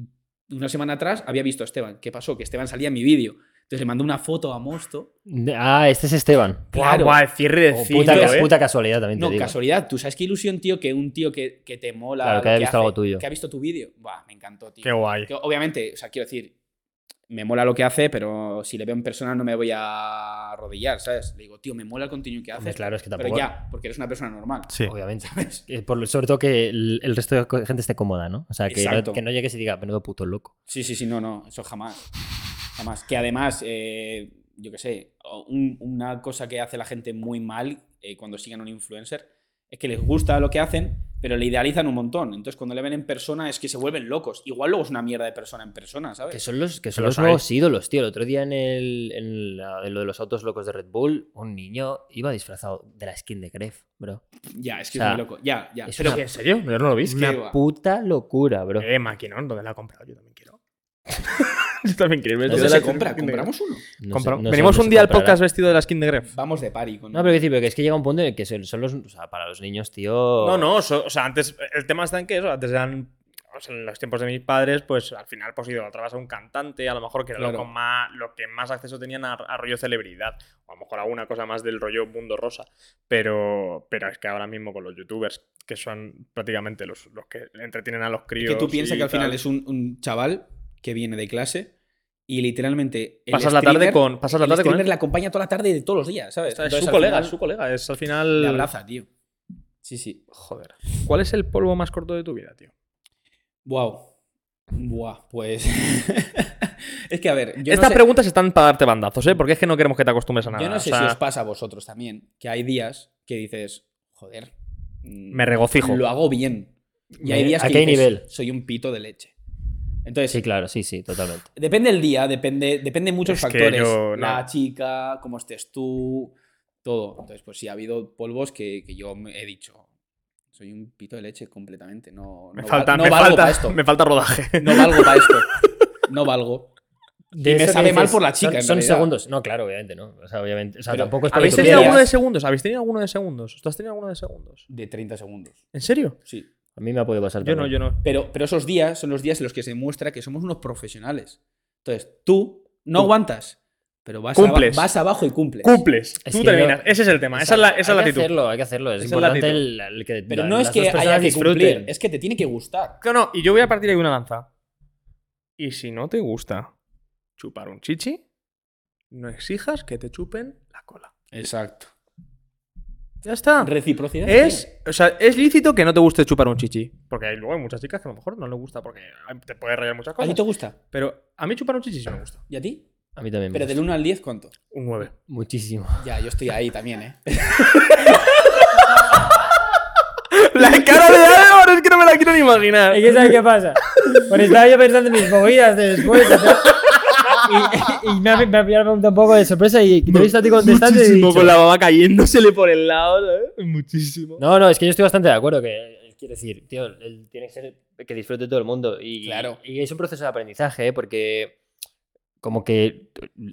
una semana atrás había visto a Esteban. ¿Qué pasó? Que Esteban salía en mi vídeo. Entonces le mandó una foto a Mosto.
Ah, este es Esteban.
Guau, guau, el cierre de
Oh,
ciclo,
puta,
¿eh?
puta casualidad también te
No,
digo.
casualidad. Tú sabes qué ilusión, tío, que un tío que, que te mola.
Claro, que haya visto
hace,
algo tuyo.
Que ha visto tu vídeo. Buah, me encantó, tío.
Qué guay.
Que obviamente, o sea, quiero decir, me mola lo que hace, pero si le veo en persona no me voy a arrodillar, ¿sabes? Le digo, tío, me mola el contenido que
Hombre,
haces.
claro, es que
pero
tampoco.
ya, porque eres una persona normal.
Sí.
Obviamente. Que por- sobre todo que el, el resto de co- gente esté cómoda, ¿no? O sea, que no,
Exacto.
que no llegues y diga, menudo puto loco.
Sí, sí, sí, no, no, eso jamás. Jamás. Que además, eh, yo qué sé, o- un- una cosa que hace la gente muy mal eh, cuando siguen a un influencer es que les gusta lo que hacen, pero le idealizan un montón. Entonces, cuando le ven en persona es que se vuelven locos. Igual luego es una mierda de persona en persona,
Que
¿sabes?
son los, que son
Pero
los
hay.
nuevos ídolos, tío. El otro día en, el, en, la- en lo de los autos locos de Red Bull, un niño iba disfrazado de la skin de Gref, bro.
Ya, es que
O sea,
es muy loco. Ya, ya.
es
Pero
una-
¿En serio? Yo no lo vi.
que-
Una puta locura, bro.
Eh, maquinón, ¿dónde la he comprado? Yo también quiero. Yo también quiero. irme.
¿Dónde
Yo la-
se compra? ¿Compramos uno?
No
Compra-
sé- no sé
Venimos
dónde
un
se
día al
comprará.
podcast vestido de la skin de Gref.
Vamos de pari con.
No, pero, quiero decir, pero que es que llega un punto en el que son son los. O sea, para los niños, tío.
No, no, so- o sea, antes el tema está en que eso, antes eran o sea, en los tiempos de mis padres, pues al final pues idolatrabas a un cantante, a lo mejor que era lo,
Claro.
con más, lo que más acceso tenían a, a rollo celebridad, o a lo mejor alguna cosa más del rollo mundo rosa, pero, pero es que ahora mismo con los youtubers, que son prácticamente los, los que entretienen a los
Es
críos.
que tú piensas
y
que al final
tal.
es un, un chaval que viene de clase y literalmente. el
Pasas la tarde
streamer-
con... Pasas la
el
tarde con
streamer
él.
le acompaña toda la tarde de todos los días, ¿sabes?
O sea, es
Entonces,
su
al
colega,
final,
es su colega, es al
Le
final...
abraza, tío. Sí, sí.
Joder. ¿Cuál es el polvo más corto de tu vida, tío?
Wow. Buah, pues. es que a ver, yo
Estas
no sé,
preguntas están para darte bandazos, ¿eh? Porque es que no queremos que te acostumbres a nada.
yo no sé
o sea,
si os pasa a vosotros también, que hay días que dices, joder, mm,
Me regocijo.
lo hago bien. Y
Me-
hay días
¿a
que
qué
dices,
nivel?
soy un pito de leche. Entonces,
Sí, claro, sí, sí, totalmente.
Depende del día, depende, depende de muchos
Es que
factores.
yo, no.
La chica, cómo estés tú, todo. Entonces, pues sí, ha habido polvos que, que yo me he dicho. Soy un pito de leche completamente. No,
Me
no val-
falta,
no
me,
valgo
falta,
para esto.
me falta rodaje.
No valgo para esto. No valgo.
De
me
eso que
sabe mal por la
son-
chica, en
Son,
realidad.
segundos. No, claro, obviamente, ¿no? O sea, obviamente. O sea,
Pero,
tampoco es
¿Habéis
porque tú
tenido
quieras.
alguno de segundos? ¿Habéis tenido alguno de segundos? ¿Tú has tenido alguno de segundos?
De 30 segundos.
¿En serio?
Sí.
A mí me ha podido pasar.
Yo no,
también.
yo no.
Pero, pero esos días son los días en los que se muestra que somos unos profesionales. Entonces, tú no
Cum-
aguantas, pero vas,
Cumples.
aba- vas abajo y cumples.
Cumples.
Es
Tú
que
terminas.
no-
Ese es el tema. Esa es la, esa es la
hay que
actitud.
hacerlo, hay que hacerlo. Es
Esa es la
importante
actitud.
el, el que.
Pero
la-
no es
las
que
dos personas
haya que cumplir,
disfruten.
es que te tiene que gustar.
No, no. Y yo voy a partir de una lanza. Y si no te gusta chupar un chichi, no exijas que te chupen la cola.
Exacto.
Ya está.
Reciprocidad. tío.
Es, o sea, es lícito que no te guste chupar un chichi. Porque hay, luego hay muchas chicas que a lo mejor no les gusta porque te puede rayar muchas
¿A ti
cosas.
te gusta?
Pero a mí chupar un chichi sí me gusta.
¿Y a ti?
A mí también. me
Pero del
gusta.
1 al 10, ¿cuánto?
Un 9.
Muchísimo.
Ya, yo estoy ahí también, ¿eh?
La cara de Álvaro es que no me la quiero ni imaginar.
Es que sabes qué pasa. Porque estaba yo pensando en mis movidas de después. de hacer- Y, y me, ha, me ha pillado un poco de sorpresa y te he visto a ti contestando y he
Muchísimo,
dicho,
con la baba cayéndosele por el lado. ¿sabes? Muchísimo.
No, no, es que yo estoy bastante de acuerdo que eh, quiero decir, tío, el- tiene que ser que disfrute todo el mundo y
Claro.
y es un proceso de aprendizaje, ¿eh? porque como que eh,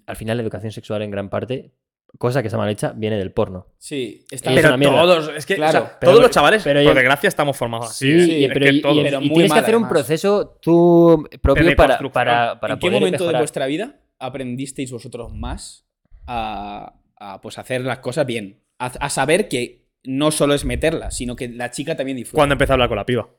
al final la educación sexual en gran parte, cosa que está mal hecha, viene del porno.
Sí, está
es
Pero
una mierda.
todos, es que
Claro,
o sea,
pero-
todos los chavales,
pero
por
ya-
desgracia, estamos formados así.
Ah, Sí,
¿eh?
y-
Es
pero,
que
y- y-
todos.
y
Pero muy
tienes que
mal,
hacer un
además.
proceso tú propio
De
para,
deconstrucción.
para, para
¿En qué
poder
momento de
mejorar.
vuestra vida aprendisteis vosotros más a, a, pues, hacer las cosas bien? A, a saber que no solo es meterla, sino que la chica también disfruta.
Cuando empecé a hablar con la piba.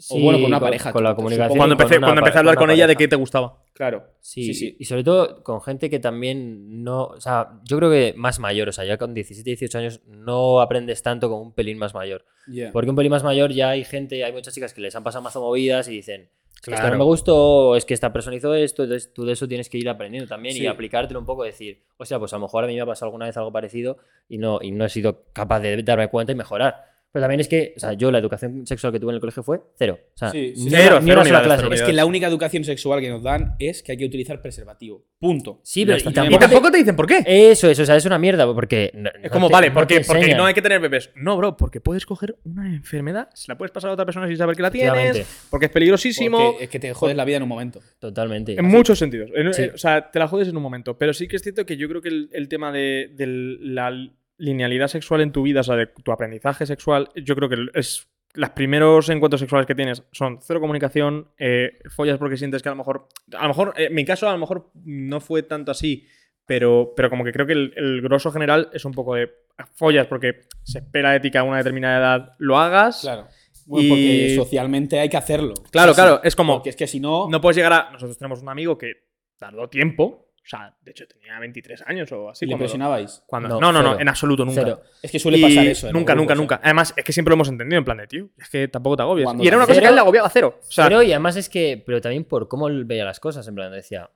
Sí,
bueno, con una pareja,
Con la
tú,
comunicación.
supongo.
y
Cuando
con
empecé,
una
cuando
pare-
empecé a hablar con ella de
pareja.
qué te gustaba.
Claro.
Sí,
Sí, sí.
Y sobre todo con gente que también no. O sea, yo creo que más mayor, o sea, ya con 17, 18 años no aprendes tanto con un pelín más mayor.
Ya.
Porque un pelín más mayor ya hay gente, hay muchas chicas que les han pasado mazo movidas y dicen. "Es que Esto
Claro.
no me gustó, es que esta persona hizo esto, entonces tú de eso tienes que ir aprendiendo también y
Sí.
aplicártelo un poco, decir, o sea, pues a lo mejor a mí me ha pasado alguna vez algo parecido y no, y no he sido capaz de darme cuenta y mejorar. Pero también es que, o sea, yo la educación sexual que tuve en el colegio fue cero. O sea,
Sí, sí.
ni
Cero,
una- ni una
cero
sola clase.
unidades, cero
Es que
Olvidaos.
la única educación sexual que nos dan es que hay que utilizar preservativo. Punto.
Sí, pero-
Ya está.
y tampoco
Y
Aparte-
tampoco te dicen por qué.
Eso es, o sea, es una mierda, porque... no-
Es
no
como,
te-
vale,
no
¿por
te
qué? Porque
enseñan.
no hay que tener bebés. No, bro, porque puedes coger una enfermedad, se la puedes pasar a otra persona sin saber que la
Efectivamente.
tienes, porque es peligrosísimo.
Porque es que te jodes la vida en un momento.
Totalmente.
En muchos sentidos. En-
Sí.
eh, O sea, te la jodes en un momento. Pero sí que es cierto que yo creo que el, el tema de, de la linealidad sexual en tu vida, o sea, de tu aprendizaje sexual, yo creo que es los primeros encuentros sexuales que tienes son cero comunicación, eh, follas porque sientes que a lo mejor, a lo mejor, eh, en mi caso a lo mejor no fue tanto así, pero, pero como que creo que el, el grosso general es un poco de follas porque se espera de ti que a una determinada edad lo hagas.
Claro. Bueno, porque
Y-
socialmente hay que hacerlo.
Claro, claro,
Es
es como,
Porque es que si no.
no puedes llegar a... Nosotros tenemos un amigo que tardó tiempo, o sea, de hecho tenía 23 años o así.
¿Le
cuando-
presionabais?
cuando-
No,
no, no, no,
cero.
en absoluto, nunca.
Cero.
Es que suele
Y
pasar eso. en los
Nunca, nunca,
grupos,
nunca. Además, es que siempre lo hemos entendido en plan de, tío, es que tampoco te agobias.
Cuando
y era una cosa que
cero-
a él le agobiaba cero. O sea,
pero y además es que, pero también por cómo él veía las cosas, en plan decía,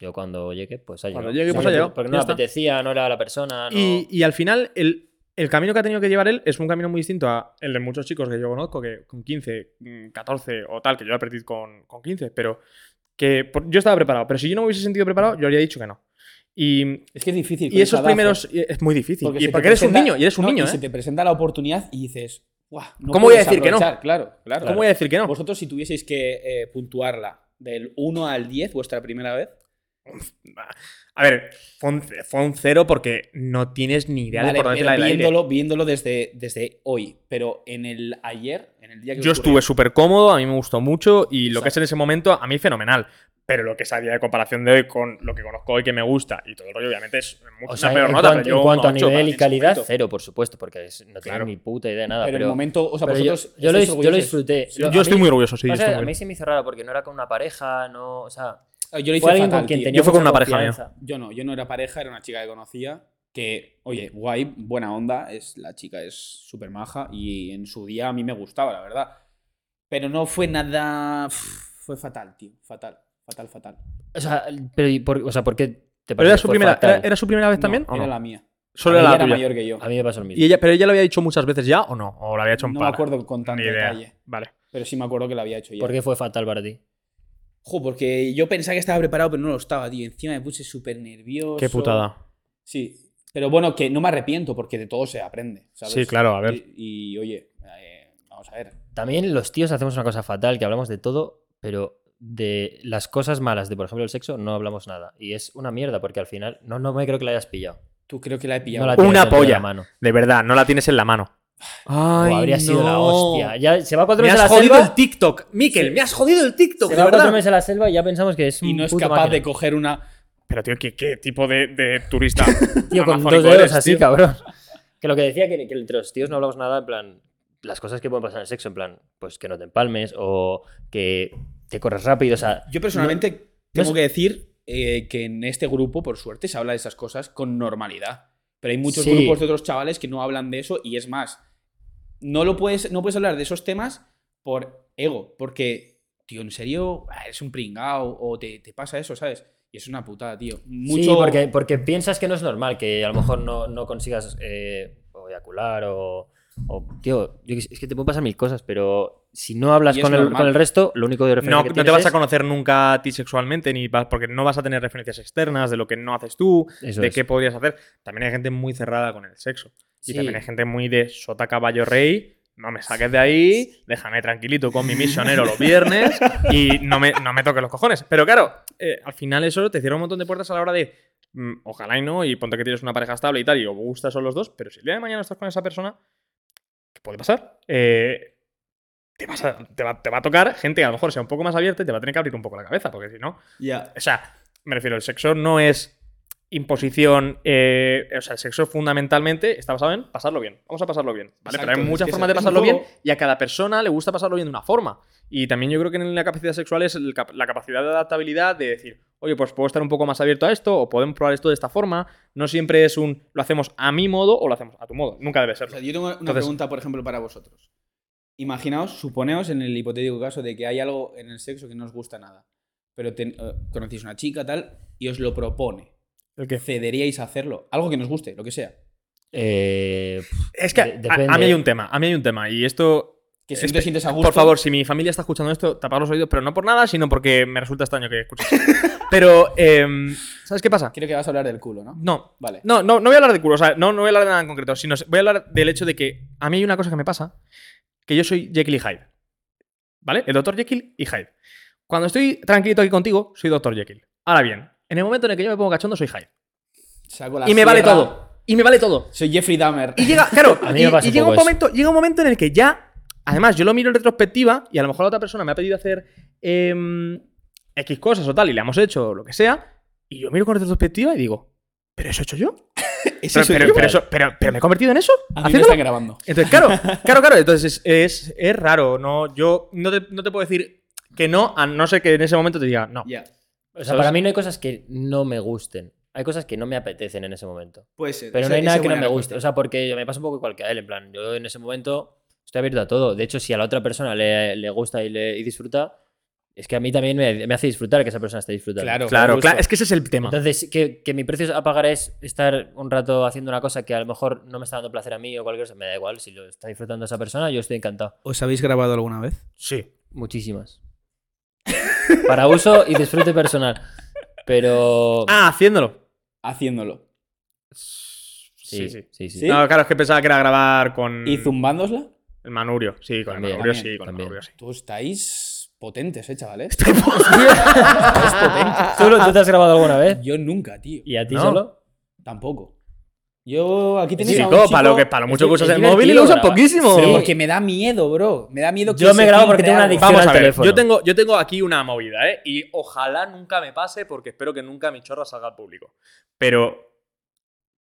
yo cuando llegue, pues ha
Cuando
llegado.
llegue,
Sí,
pues ha
porque-
llegado.
Porque no
Ya
le
está.
apetecía, no era la persona. No...
y, y al final, el, el camino que ha tenido que llevar él es un camino muy distinto a el de muchos chicos que yo conozco, que con 15, mm, 14 o tal, que yo aprendí con, con 15, pero que por- yo estaba preparado. Pero si yo no me hubiese sentido preparado, yo habría dicho que no. Y,
o sea. Es que es difícil. con
y esos
esa edad,
primeros... y Es muy difícil. y
se te
porque eres
presenta-
un niño, y eres un
no,
niño,
y
¿eh?
se te presenta la oportunidad y dices, "Buah, no
¿Cómo voy a
puedes
decir que no?
aprovechar". Claro, claro.
¿Cómo voy a decir que no?
Vosotros, si tuvieseis que eh, puntuarla del 1 al 10, vuestra primera vez,
A ver, fue un, fue un cero porque no tienes ni idea
vale,
de por dónde te
pero
la da el aire.
viéndolo, viéndolo desde, desde hoy, pero en el ayer, en el día que
Yo
os ocurrió,
estuve súper cómodo, a mí me gustó mucho y lo que es
Exacto.
en ese momento, a mí fenomenal. Pero lo que sabía de comparación de hoy con lo que conozco hoy que me gusta y todo el rollo, obviamente es mucho
O sea,
una
en,
peor nota.
cuanto,
pero yo
en cuanto a
un
nivel
ocho
y
para mí en ese
calidad,
momento.
cero, por supuesto, porque es- no tenía
Claro.
ni puta idea de nada.
pero,
Pero,
en el momento, o sea,
pero yo-
vosotros.
yo lo
estáis
dis- yo lo
orgullosos.
disfruté.
Yo-
a
Yo estoy
mí-
muy orgulloso, sí.
no
yo
sé,
estoy muy
a mí
orgulloso.
se me hizo raro porque no era con una pareja, no. O sea,
yo lo hice
fue alguien
fatal,
con quien
tío.
tenía
Yo fui con
mucha
una pareja
confianza.
Yo no, yo no era pareja, era una chica que conocía, que, oye, guay, buena onda, es, la chica es súper maja y en su día a mí me gustaba, la verdad. Pero no fue nada... Fue fatal, tío, fatal, fatal, fatal.
O sea, pero ¿y por, o sea, ¿por qué te
eh. ¿Pero era
parece
su,
que fue
primera,
fatal?
era, era su primera vez también?
No,
¿o
era
no?
la mía.
Solo
Ella
era la
era
tuya.
mayor que yo.
A mí me pasó lo mismo.
Y ella, pero ella lo había dicho muchas veces ya o no? ¿O la había hecho en
No me
par?
acuerdo con tanto
Ni idea.
detalle,
Vale.
pero sí me acuerdo que la había hecho ya.
¿Por qué fue fatal para ti?
Jo, porque yo pensaba que estaba preparado, pero no lo estaba, tío. Encima me puse súper nervioso.
Qué putada.
Sí, pero bueno, que no me arrepiento porque de todo se aprende, ¿sabes?
Sí, claro, a ver.
Y, y, oye, eh, vamos a ver.
También los tíos hacemos una cosa fatal, que hablamos de todo, pero de las cosas malas, de por ejemplo el sexo, no hablamos nada. Y es una mierda, porque al final no, no me creo que la hayas pillado.
Tú creo que la he pillado.
No la
Una
tienes dentro de
polla.
la mano.
De verdad, no la tienes en la mano.
O
Ay,
habría sido la
no.
hostia. Ya, se va cuatro
Me
meses a
has
la
jodido
selva.
el TikTok. Miquel,
Sí.
me has jodido el TikTok,
Se
de
va cuatro
verdad.
meses a la selva y ya pensamos que es un
y no es
puto
capaz de
máquina.
coger una.
Pero, tío, ¿qué, qué tipo de, de turista?
Tío, con
amazónico
dos dedos
eres,
así,
tío?
cabrón. Que lo que decía que, que entre los tíos no hablamos nada, en plan, las cosas que pueden pasar en el sexo, en plan, pues que no te empalmes o que te corres rápido, o sea,
Yo personalmente
no
tengo
es-
que decir eh, que en este grupo, por suerte, se habla de esas cosas con normalidad. Pero hay muchos
Sí.
grupos de otros chavales que no hablan de eso y es más, no, lo puedes, no puedes hablar de esos temas por ego, porque, tío, en serio, Ah, eres un pringao o te, te pasa eso, ¿sabes? Y es una putada, tío. Mucho...
Sí, porque, porque piensas que no es normal, que a lo mejor no, no consigas eh, o eyacular o, o- Tío, yo, qué sé, es que te pueden pasar mil cosas, pero si no hablas
Y es
con el,
normal.
con el resto, lo único de referencia
No,
que
no te
tienes
vas a
es-
conocer nunca a ti sexualmente, ni vas- porque no vas a tener referencias externas de lo que no haces tú,
Eso
de
es.
qué podrías hacer. También hay gente muy cerrada con el sexo. Y
Sí.
también hay gente muy de sota caballo rey. No me saques de ahí, déjame tranquilito con mi misionero los viernes y no me, no me toques los cojones. Pero claro, eh, al final eso te cierra un montón de puertas a la hora de mm, ojalá y no, y ponte que tienes una pareja estable y tal, y os gusta son los dos, pero si el día de mañana estás con esa persona, ¿qué puede pasar? Eh, te, vas a- te va, te va a tocar gente que a lo mejor sea un poco más abierta y te va a tener que abrir un poco la cabeza, porque si no.
Ya.
O sea, me refiero, el sexo no es imposición. eh, o sea, el sexo fundamentalmente está basado en pasarlo bien. Vamos a pasarlo bien. ¿vale?
Exacto,
Pero hay
es
muchas
que
formas
es-
de
es un
pasarlo bien
poco-
y a cada persona le gusta pasarlo bien de una forma. Y también yo creo que en la capacidad sexual es el cap- la capacidad de adaptabilidad de decir. Oye, pues puedo estar un poco más abierto a esto, o podemos probar esto de esta forma. No siempre es un lo hacemos a mi modo o lo hacemos a tu modo. Nunca debe
O
serlo.
sea, yo tengo una
Entonces-
pregunta, por ejemplo, para vosotros. Imaginaos, suponeos en el hipotético caso de que hay algo en el sexo que no os gusta nada, pero ten- eh, conocéis una chica tal y os lo propone.
¿El qué?
¿Cederíais a hacerlo? Algo que nos guste, lo que sea.
Eh,
Es que
De-
a- a,
depende.
mí hay un tema, a mí hay un tema. Y esto,
Que si no
Eh, Espe-
te sientes a gusto.
por favor, si mi familia está escuchando esto, tapad los oídos, pero no por nada, sino porque me resulta extraño que escuches. pero, em, ¿sabes qué pasa?
Creo que vas a hablar del culo, ¿no?
No,
Vale.
no, no, no voy a hablar de culo, o sea, no, no voy a hablar de nada en concreto, sino voy a hablar del hecho de que a mí hay una cosa que me pasa, que yo soy Jekyll y Hyde. ¿Vale? El doctor Jekyll y Hyde. Cuando estoy tranquilito aquí contigo, soy doctor Jekyll. Ahora bien, en el momento en el que yo me pongo cachondo, soy Hyde.
Saco la
Y me vale
sierra.
todo. Y me vale todo.
Soy Jeffrey Dahmer.
Y llega, claro,
A mí
y,
me pasa
y
un
llega,
poco
un
eso.
momento, llega un momento en el que ya Además, yo lo miro en retrospectiva y a lo mejor la otra persona me ha pedido hacer em, X cosas o tal y le hemos hecho lo que sea. Y yo miro con retrospectiva y digo, ¿pero eso he hecho yo?
Ese
Pero,
soy
pero-
yo.
pero eso- pero- pero me he convertido en eso.
A mí me
haciéndolo.
están grabando.
Entonces, claro, claro, claro. Entonces es, es, es raro. No, yo no te, no te puedo decir que no, a no ser que en ese momento te diga no.
Ya.
O sea,
¿Sabes?
para mí no hay cosas que no me gusten. Hay cosas que no me apetecen en ese momento.
Puede ser.
Pero
Ese-
no hay nada
ese
que no
buena
me guste. O
respuesta.
sea, porque me pasa un poco igual que a él. En plan, yo en ese momento estoy abierto a todo. De hecho, si a la otra persona le, le gusta y, le, y disfruta, es que a mí también me, me hace disfrutar que esa persona esté disfrutando.
Claro,
Claro,
justo.
claro. Es que ese es el tema.
Entonces, que, que mi precio a pagar es estar un rato haciendo una cosa que a lo mejor no me está dando placer a mí o cualquier cosa. Me da igual. Si lo está disfrutando esa persona, yo estoy encantado.
¿Os habéis grabado alguna vez?
Sí.
Muchísimas. Para uso y disfrute personal. Pero.
Ah, haciéndolo.
Haciéndolo.
sí, sí, sí.
¿Sí?
No, claro, es que pensaba que era grabar con
¿Y zumbándosla?
el Manurio. Sí, con
También,
el Manurio
también,
sí, con
también.
el Manurio sí.
Tú estáis potentes, eh, chavales.
¿Tú, lo- tú te has grabado alguna vez?
Yo nunca, tío.
¿Y a ti
No.
solo?
Tampoco. Yo aquí tenéis a un
Chico,
chico-
para lo, que, para lo mucho
es
que usas
di- es
el móvil y lo
divertido
usan
grabar.
poquísimo.
Pero porque me da miedo, bro. Me da miedo que
Yo
se
me grabo porque
filtre
tengo una
algo.
adicción.
Vamos
al
a ver,
teléfono.
yo tengo, yo tengo aquí una movida, ¿eh? Y ojalá nunca me pase porque espero que nunca mi chorra salga al público. Pero,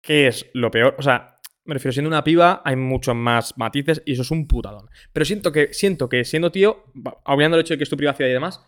¿qué es lo peor? O sea, me refiero, siendo una piba hay muchos más matices y eso es un putadón. Pero siento que, siento que siendo tío, va- obviando el hecho de que es tu privacidad y demás,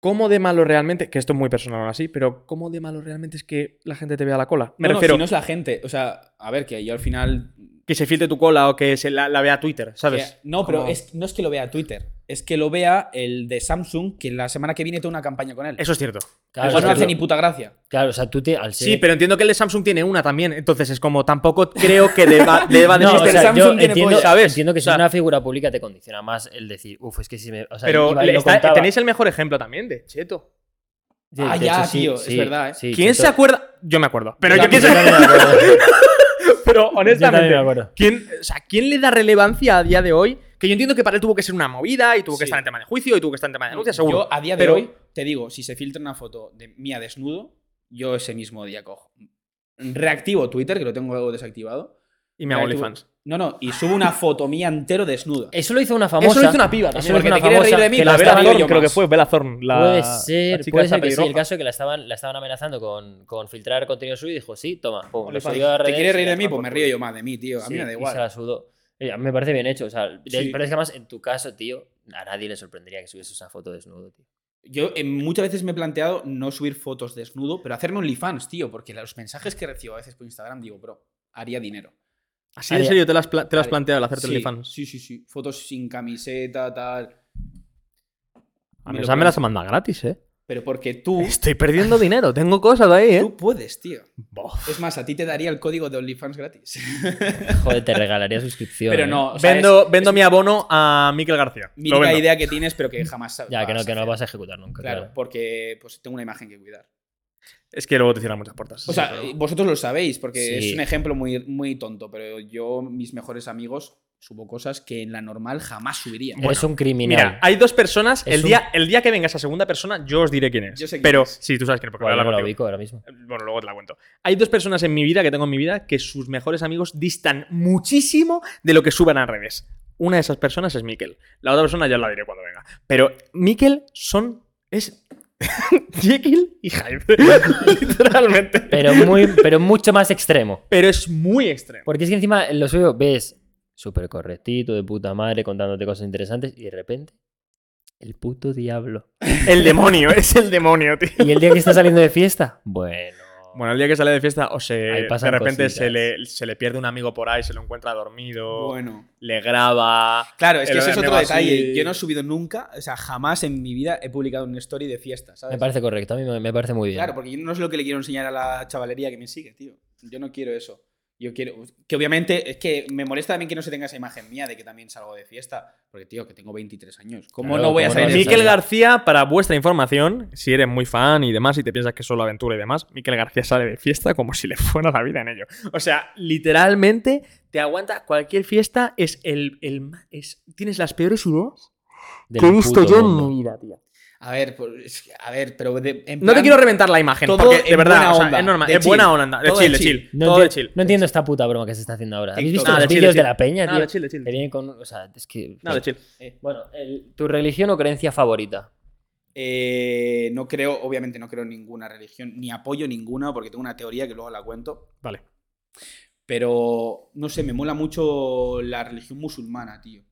¿cómo de malo realmente, que esto es muy personal aún así, pero ¿cómo de malo realmente es que la gente te vea la cola? Me
No, no,
refiero,
si no es la gente. O sea, a ver, que yo al final.
que se filtre tu cola o que se la, la vea Twitter, ¿sabes?
que- no, pero
Como-
es, no es que lo vea Twitter. Es que lo vea el de Samsung, que la semana que viene tiene una campaña con él.
Eso es cierto.
Claro,
Igual no
claro.
hace ni puta gracia.
Claro, o sea, tú te, al ser-
Sí, pero entiendo que el de Samsung tiene una también. Entonces es como tampoco creo que deba, deba de
No, o
Mr.
sea,
Samsung
yo
tiene
entiendo,
polla, ¿sabes?
entiendo que si
O sea,
una figura pública te condiciona más el decir, uff, es que si me. O sea,
Pero
iba y lo
está-
contaba.
tenéis el mejor ejemplo también de Cheto.
Sí,
Ah,
de
ya,
sí,
tío, es
sí,
verdad, ¿eh?
sí,
¿Quién
sí, to-
se acuerda? Yo me acuerdo. Pero
Yo
yo,
Yo
¿quién se-
también me acuerdo.
Pero
Yo también me
honestamente,
acuerdo.
¿quién, o sea, ¿quién le da relevancia a día de hoy? Que yo entiendo que para él tuvo que ser una movida y tuvo que
Sí.
estar en tema de juicio y tuvo que estar en tema de denuncia, seguro.
Yo a día de
Pero-
hoy, te digo, si se filtra una foto de mía desnudo, yo ese mismo día cojo. Reactivo Twitter, que lo tengo algo desactivado.
y me hago OnlyFans.
No, no, y subo una foto mía entero desnuda.
Eso lo hizo una famosa.
Eso lo hizo una piba también,
Eso lo hizo
porque
una
te quieres
famosa.
reír de mí,
que
la
la
Bella
estaban-
Thorne, yo
creo que
más.
fue Bella Thorne. La,
puede
la
ser,
chica
puede
esta
ser que sí. El
pelirroja.
caso es que la estaban, la estaban amenazando con, con filtrar contenido suyo y dijo, sí, toma, pum, lo
Te
subió a redes
quieres
y
reír
la
de mí,
toman
pues me
por
río
culo.
yo más de mí, tío. A
Sí,
mí me da
Y se
igual.
la sudó. Eh, a mí Me parece bien hecho. O sea, de-
Sí.
Pero es que además, en tu caso, tío, a nadie le sorprendería que subiese esa foto desnudo, tío.
Yo eh, muchas veces me he planteado no subir fotos desnudo, pero hacerme OnlyFans, tío, porque los mensajes que recibo a veces por Instagram digo, bro, haría dinero.
Así de serio te lo has, pla- te lo has
Vale.
planteado el hacerte
sí,
OnlyFans.
Sí, sí, sí. Fotos sin camiseta, tal.
A
Me
mí
lo
esa me las ¿Este? ha
planteo.
mandado gratis, ¿eh?
Pero porque tú,
Estoy perdiendo dinero, tengo cosas ahí, ¿eh?
tú puedes, tío.
Bof.
Es más, a ti te daría el código de OnlyFans gratis.
Joder, te regalaría suscripción.
pero
¿eh?
no, o sea,
Vendo,
es-
vendo
es
mi abono a Miquel García.
mi
Lo
única
vendo.
idea que tienes, pero que jamás sabes.
Ya, que no, que no lo vas a ejecutar nunca.
Claro,
Claro.
porque pues tengo una imagen que cuidar.
Es que luego te cierran muchas puertas.
O sea, eh, vosotros lo sabéis, porque
Sí.
es un ejemplo muy, muy tonto, pero yo, mis mejores amigos, subo cosas que en la normal jamás subiría.
Eres un criminal.
Mira, hay dos personas.
Es
El,
un-
día, el día que venga esa segunda persona, yo os diré quién es.
Yo sé quién
Pero
es.
sí, tú sabes quién es, porque voy a
Bueno,
hablar
no lo
contigo.
ubico ahora mismo.
Bueno, luego te la cuento. Hay dos personas en mi vida que tengo en mi vida que sus mejores amigos distan muchísimo de lo que suban a redes. Una de esas personas es Miquel. La otra persona ya os la diré cuando venga. Pero Miquel son. es. Jekyll y Hyde. Literalmente.
Pero, muy, pero mucho más extremo.
Pero es muy extremo.
Porque es que encima lo suyo ves súper correctito, de puta madre, contándote cosas interesantes y de repente el puto diablo.
El demonio, es el demonio, tío.
Y el día que está saliendo de fiesta, bueno.
Bueno, el día que sale de fiesta o se,
Ahí
de
pasan
repente
cositas.
se le, se le pierde un amigo por ahí, se lo encuentra dormido,
Bueno.
le graba.
Claro, es que
El
ese es otro
amigo
detalle.
así-
Yo no he subido nunca, o sea, jamás en mi vida he publicado una story de fiesta, ¿sabes?
me parece correcto, a mí me, me parece muy bien.
Claro, porque yo no es lo que le quiero enseñar a la chavalería que me sigue, tío. Yo no quiero eso. Yo quiero. Que obviamente es que me molesta también que no se tenga esa imagen mía de que también salgo de fiesta. Porque, tío, que tengo 23 años. ¿Cómo
Claro,
no voy a
¿cómo
salir
no
de
vas a
Miquel
salir?
García, para vuestra información, si eres muy fan y demás, y te piensas que es solo aventura y demás, Miquel García sale de fiesta como si le fuera la vida en ello. O sea, literalmente te aguanta cualquier fiesta, es el, el ma- es, tienes las peores ideas
Del
que he visto
puto
yo en
mundo.
mi vida, tío.
A ver, pues, es que- a ver, pero de- en
No te
plan-
quiero reventar la imagen,
todo
porque de
en
verdad,
buena
o sea,
onda,
es normal.
de
Es buena
chill.
onda, de
Todo
chill,
de
de chill.
No,
todo de
enti-
chill.
no entiendo esta puta broma que se está haciendo ahora. ¿Habéis
TikTok.
visto
Ah,
los
de Chile,
vídeos de
Chile.
la peña,
Ah,
tío?
de Chile, Chile.
Que vienen con. O sea, es que.
No, de chill.
Bueno, el- tu religión o creencia favorita.
Eh, no creo, obviamente no creo en ninguna religión, ni apoyo ninguna, porque tengo una teoría que luego la cuento.
Vale.
Pero, no sé, me mola mucho la religión musulmana, tío.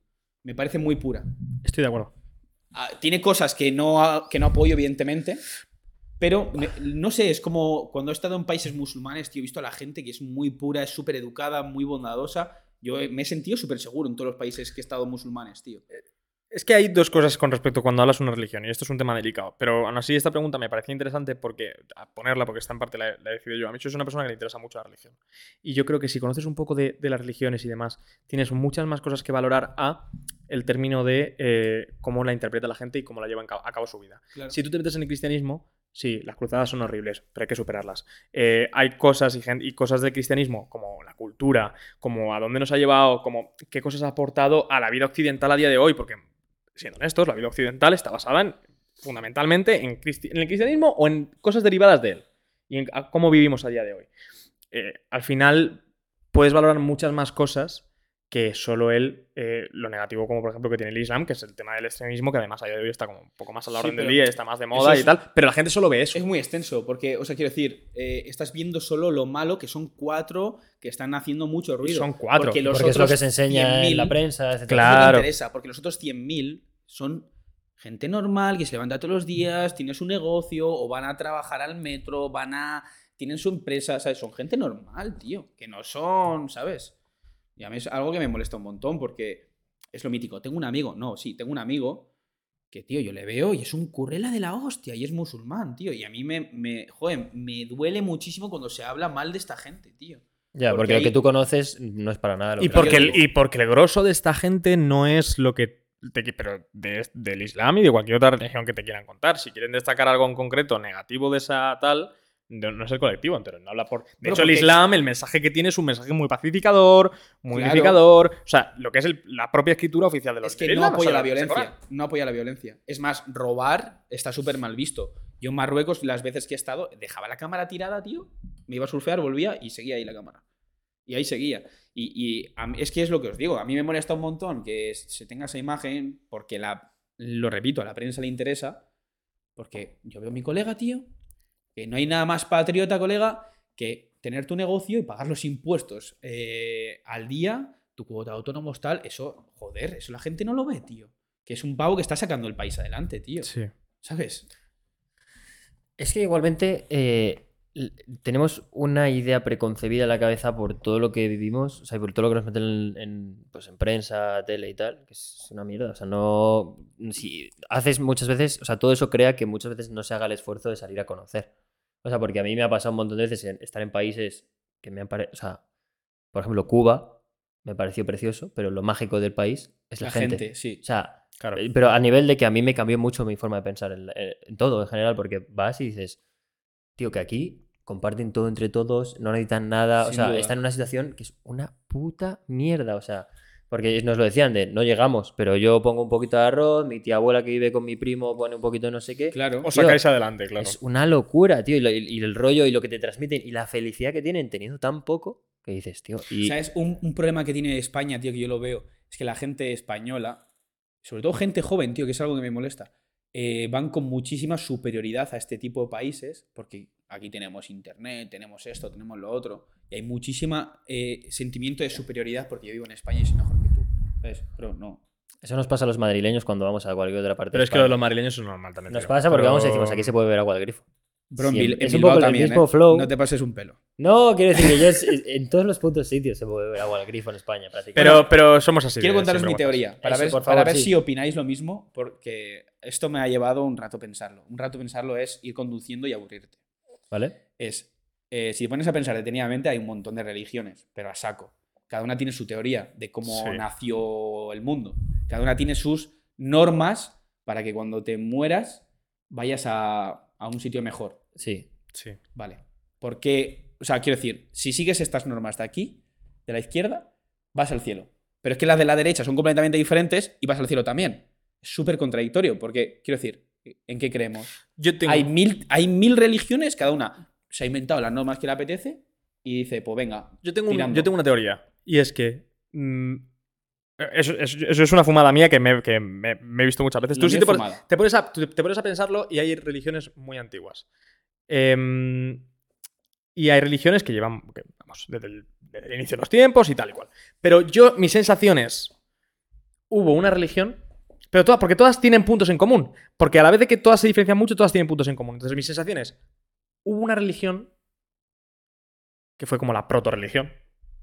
Me parece muy pura.
Estoy de acuerdo.
Ah, Tiene cosas que no, que no apoyo, evidentemente. Pero me- no sé, es como cuando he estado en países musulmanes, tío, he visto a la gente que es muy pura, es súper educada, muy bondadosa. Yo he- me he sentido súper seguro en todos los países que he estado musulmanes, tío.
Es que hay dos cosas con respecto cuando hablas de una religión, y esto es un tema delicado. Pero aún así, esta pregunta me parecía interesante porque, a ponerla, porque esta en parte la, he- la he decidido yo. A mí soy una persona que le interesa mucho la religión. Y yo creo que si conoces un poco de, de las religiones y demás, tienes muchas más cosas que valorar a el término de eh, cómo la interpreta la gente y cómo la lleva en cabo- a cabo su vida.
Claro.
Si tú te metes en el cristianismo, sí, las cruzadas son horribles, pero hay que superarlas. Eh, hay cosas y, gen- y cosas del cristianismo, como la cultura, como a dónde nos ha llevado, como qué cosas ha aportado a la vida occidental a día de hoy, porque, siendo honestos, la vida occidental está basada en- fundamentalmente en, cristi- en el cristianismo o en cosas derivadas de él y en a cómo vivimos a día de hoy. Eh, al final, puedes valorar muchas más cosas que solo él, eh, lo negativo como por ejemplo que tiene el Islam, que es el tema del extremismo, que además a día de hoy está como un poco más a la
Sí,
orden del
pero
día, está más de moda
es-
y tal, pero la gente solo ve eso.
Es muy extenso, porque, o sea, quiero decir, eh, estás viendo solo lo malo, que son cuatro que están haciendo mucho ruido.
Son cuatro,
Porque, los
Porque es lo
otros
que se enseña en
100.000
la prensa, etc.
es lo que
Claro.
interesa, porque los otros 100.000 son gente normal que se levanta todos los días, tiene su negocio, o van a trabajar al metro, van a. tienen su empresa, ¿sabes? Son gente normal, tío, que no son, ¿sabes? Y a mí es algo que me molesta un montón, porque es lo mítico. Tengo un amigo, no, sí, tengo un amigo que, tío, yo le veo y es un currela de la hostia y es musulmán, tío. Y a mí me, me, joder, me duele muchísimo cuando se habla mal de esta gente, tío.
Ya, porque,
Porque
lo
ahí-
que tú conoces no es para nada lo
Y
que-
porque, el,
digo.
y porque el grosso de esta gente no es lo que. te qui- pero de- del Islam y de cualquier otra religión que te quieran contar. Si quieren destacar algo en concreto negativo de esa tal. No no es el colectivo entero, no habla por. De
Bueno,
hecho, el
porque-
Islam, el mensaje que tiene es un mensaje muy pacificador, muy
Claro.
unificador. O sea, lo que es el- la propia escritura oficial de los
Es que
del
no
Islam, o
apoya
sea,
la
del- del
violencia.
Corán.
No apoya la violencia. Es más, robar está súper mal visto. Yo en Marruecos, las veces que he estado, dejaba la cámara tirada, tío. Me iba a surfear, volvía y seguía ahí la cámara. Y ahí seguía. Y, y a mí- es que es lo que os digo. A mí me molesta un montón que es- se tenga esa imagen porque, la, lo repito, a la prensa le interesa. Porque yo veo a mi colega, tío, que no hay nada más patriota, colega, que tener tu negocio y pagar los impuestos eh, al día, tu cuota de autónomos tal, eso, joder, eso la gente no lo ve, tío. Que es un pavo que está sacando el país adelante, tío. ¿Sabes?
Es que igualmente eh, l- tenemos una idea preconcebida en la cabeza por todo lo que vivimos, o sea, y por todo lo que nos meten en, en, pues, en prensa, tele y tal, que es una mierda. O sea, no. Si haces muchas veces, o sea, todo eso crea que muchas veces no se haga el esfuerzo de salir a conocer. O sea, porque a mí me ha pasado un montón de veces en- estar en países que me han parecido. O sea, por ejemplo, Cuba me pareció precioso, pero lo mágico del país es la,
La
gente.
gente, sí.
O sea,
Claro.
eh, Pero a nivel de que a mí me cambió mucho mi forma de pensar en, la- eh, en todo en general, porque vas y dices, tío, que aquí comparten todo entre todos, no necesitan nada, o
Sin
sea,
duda.
están en una situación que es una puta mierda, o sea, porque nos lo decían de, no llegamos, pero yo pongo un poquito de arroz, mi tía abuela que vive con mi primo pone un poquito de no sé qué.
Claro.
O
sea,
sacáis adelante, claro.
Es una locura, tío, y, lo- y- y el rollo y lo que te transmiten y la felicidad que tienen teniendo tan poco, que dices, tío, y
¿Sabes? Un, un problema que tiene España, tío, que yo lo veo, es que la gente española, sobre todo gente joven, tío, que es algo que me molesta, eh, van con muchísima superioridad a este tipo de países, porque aquí tenemos internet, tenemos esto, tenemos lo otro, y hay muchísima eh, sentimiento de superioridad porque yo vivo en España y soy mejor que tú. ¿Sabes? Pero no.
eso nos pasa a los madrileños cuando vamos a cualquier otra parte.
Pero
de
es que lo de
España.
los madrileños es normal también.
Nos
tío.
pasa porque vamos y
Pero-
decimos, aquí se puede beber agua del grifo.
Bro, en
Siempre.
Bil- en
Es un
Bilbao
poco el
también,
mismo
¿eh?
flow.
No te pases un pelo.
No, quiero decir que yo es- es- en todos los putos sitios se puede beber agua al grifo en España, prácticamente.
Pero, pero somos así. eh,
Quiero
de
contaros mi
sinvergüenzas.
teoría, para
Eso,
ver,
por
para
favor,
ver
sí.
si opináis lo mismo, porque esto me ha llevado un rato pensarlo. Un rato pensarlo es ir conduciendo y aburrirte.
¿Vale?
Es, eh, si te pones a pensar detenidamente, hay un montón de religiones, pero a saco. Cada una tiene su teoría de cómo
Sí.
nació el mundo. Cada una tiene sus normas para que cuando te mueras vayas a, a un sitio mejor.
Sí.
Sí.
Vale. Porque, o sea, quiero decir, si sigues estas normas de aquí, de la izquierda, vas al cielo. Pero es que las de la derecha son completamente diferentes y vas al cielo también. Es súper contradictorio, porque, quiero decir, ¿En qué creemos?
Yo tengo.
Hay mil, hay mil religiones, cada una se ha inventado las normas que le apetece y dice, pues venga,
Yo tengo, un-
Tirando.
yo tengo una teoría. Y es que. mm, eso, eso- eso es una fumada mía que me, que me- me he visto muchas veces.
No,
Tú
no
sí
es
te, pones-
fumada.
te pones a, tú te pones a pensarlo y hay religiones muy antiguas. Em, y hay religiones que llevan, que, vamos, desde el, desde el inicio de los tiempos y tal y cual. Pero yo, mis sensaciones. Hubo una religión. Pero todas, porque todas tienen puntos en común. Porque a la vez de que todas se diferencian mucho, todas tienen puntos en común. Entonces, mis sensaciones. Hubo una religión que fue como la proto-religión.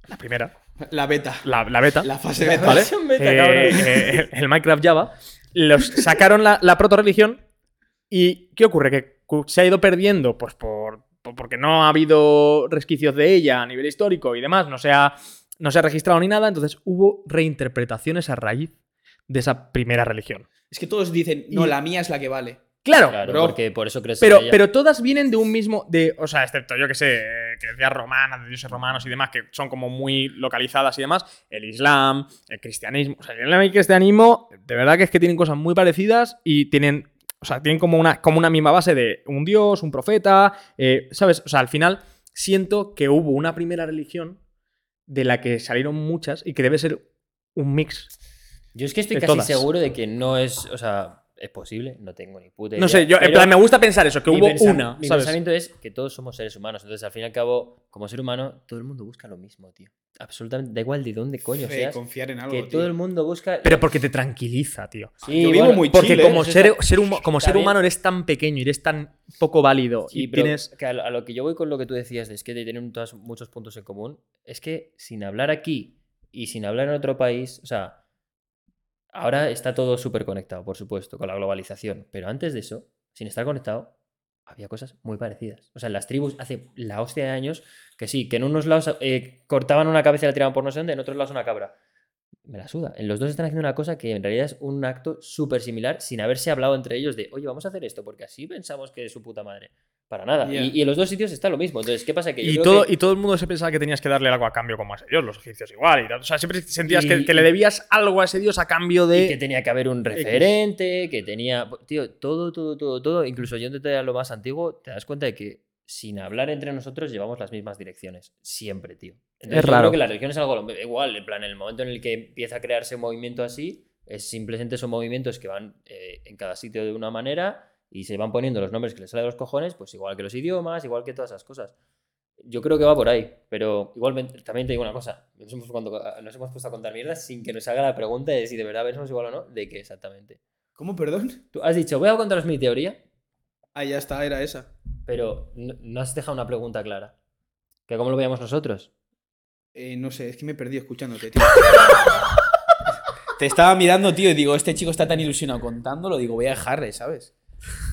La primera.
la beta,
La, la beta.
la fase beta.
¿Vale?
Son beta,
Eh,
cabrón.
eh, el Minecraft Java. Los sacaron la, la proto-religión. ¿Y qué ocurre? Que cu- se ha ido perdiendo, pues por, por- porque no ha habido resquicios de ella a nivel histórico y demás. No se ha, no se ha registrado ni nada. Entonces hubo reinterpretaciones a raíz de esa primera religión.
Es que todos dicen, no,
Y-
la mía es la que vale.
Claro,
Claro,
Bro.
porque por eso crees
pero,
en ella.
pero todas vienen de un mismo. De, o sea, excepto yo que sé, eh, que decías romanas, de dioses romanos y demás, que son como muy localizadas y demás. El Islam, el cristianismo. O sea, el Islam y el cristianismo, de verdad que es que tienen cosas muy parecidas y tienen. O sea, tienen como una, como una misma base de un dios, un profeta. eh, ¿Sabes? O sea, al final siento que hubo una primera religión de la que salieron muchas y que debe ser un mix.
Yo es que estoy
de
casi
todas.
seguro de que no es. O sea, es posible, no tengo ni puta idea.
No sé, yo, en
pero
plan, me gusta pensar eso, que
mi
hubo
pensa-
una.
Mi
¿sabes?
pensamiento es que todos somos seres humanos. Entonces, al fin y al cabo, como ser humano, todo el mundo busca lo mismo, tío. Absolutamente, da igual de dónde coño
Fe,
seas.
confiar en algo.
Que
tío.
todo el mundo busca.
Pero porque te tranquiliza, tío.
Sí,
Yo vivo
bueno,
muy
porque
Porque
Chile,
como
eso
ser,
está-
ser humo- como
está
ser
bien.
humano eres tan pequeño y eres tan poco válido
Sí,
y
pero
tienes...
que a, lo, a lo que yo voy con lo que tú decías, de es que tienen todas- muchos puntos en común, es que sin hablar aquí y sin hablar en otro país, o sea, ahora está todo súper conectado, por supuesto, con la globalización, pero antes de eso, sin estar conectado, había cosas muy parecidas. O sea, en las tribus hace la hostia de años que sí, que en unos lados eh, cortaban una cabeza y la tiraban por no sé dónde, en otros lados una cabra. Me la suda. En los dos están haciendo una cosa que en realidad es un acto súper similar sin haberse hablado entre ellos de, oye, vamos a hacer esto porque así pensamos que es su puta madre. Para nada.
Ya.
Y, y en los dos sitios está lo mismo. Entonces, ¿qué pasa? Que yo
Y
creo
todo,
que-
y todo el mundo se pensaba que tenías que darle algo a cambio como a ese dios, los egipcios igual. Y tal. O sea, siempre sentías que,
Y-
que le debías algo a ese dios a cambio
y
de...
que tenía que haber un referente, que tenía... Tío, todo, todo, todo, todo. Incluso yéndote a lo más antiguo, te das cuenta de que sin hablar entre nosotros llevamos las mismas direcciones. Siempre, tío.
Es
yo
raro.
Creo que la religión es algo lo- igual. En plan, en el momento en el que empieza a crearse un movimiento así, es simplemente son movimientos que van eh, en cada sitio de una manera y se van poniendo los nombres que les salen de los cojones, pues igual que los idiomas, igual que todas esas cosas. Yo creo que va por ahí, pero igualmente también te digo una cosa, nos hemos, cuando- nos hemos puesto a contar mierdas sin que nos haga la pregunta de si de verdad pensamos igual o no, de qué exactamente.
¿Cómo, perdón?
Tú has dicho, voy a contaros mi teoría,
Ah, ya está, era esa.
pero no, no has dejado una pregunta clara. Que cómo lo veíamos nosotros.
Eh, no sé, es que me he perdido escuchándote, tío. Te estaba mirando, tío, y digo, este chico está tan ilusionado contándolo, digo, voy a dejarle, ¿sabes?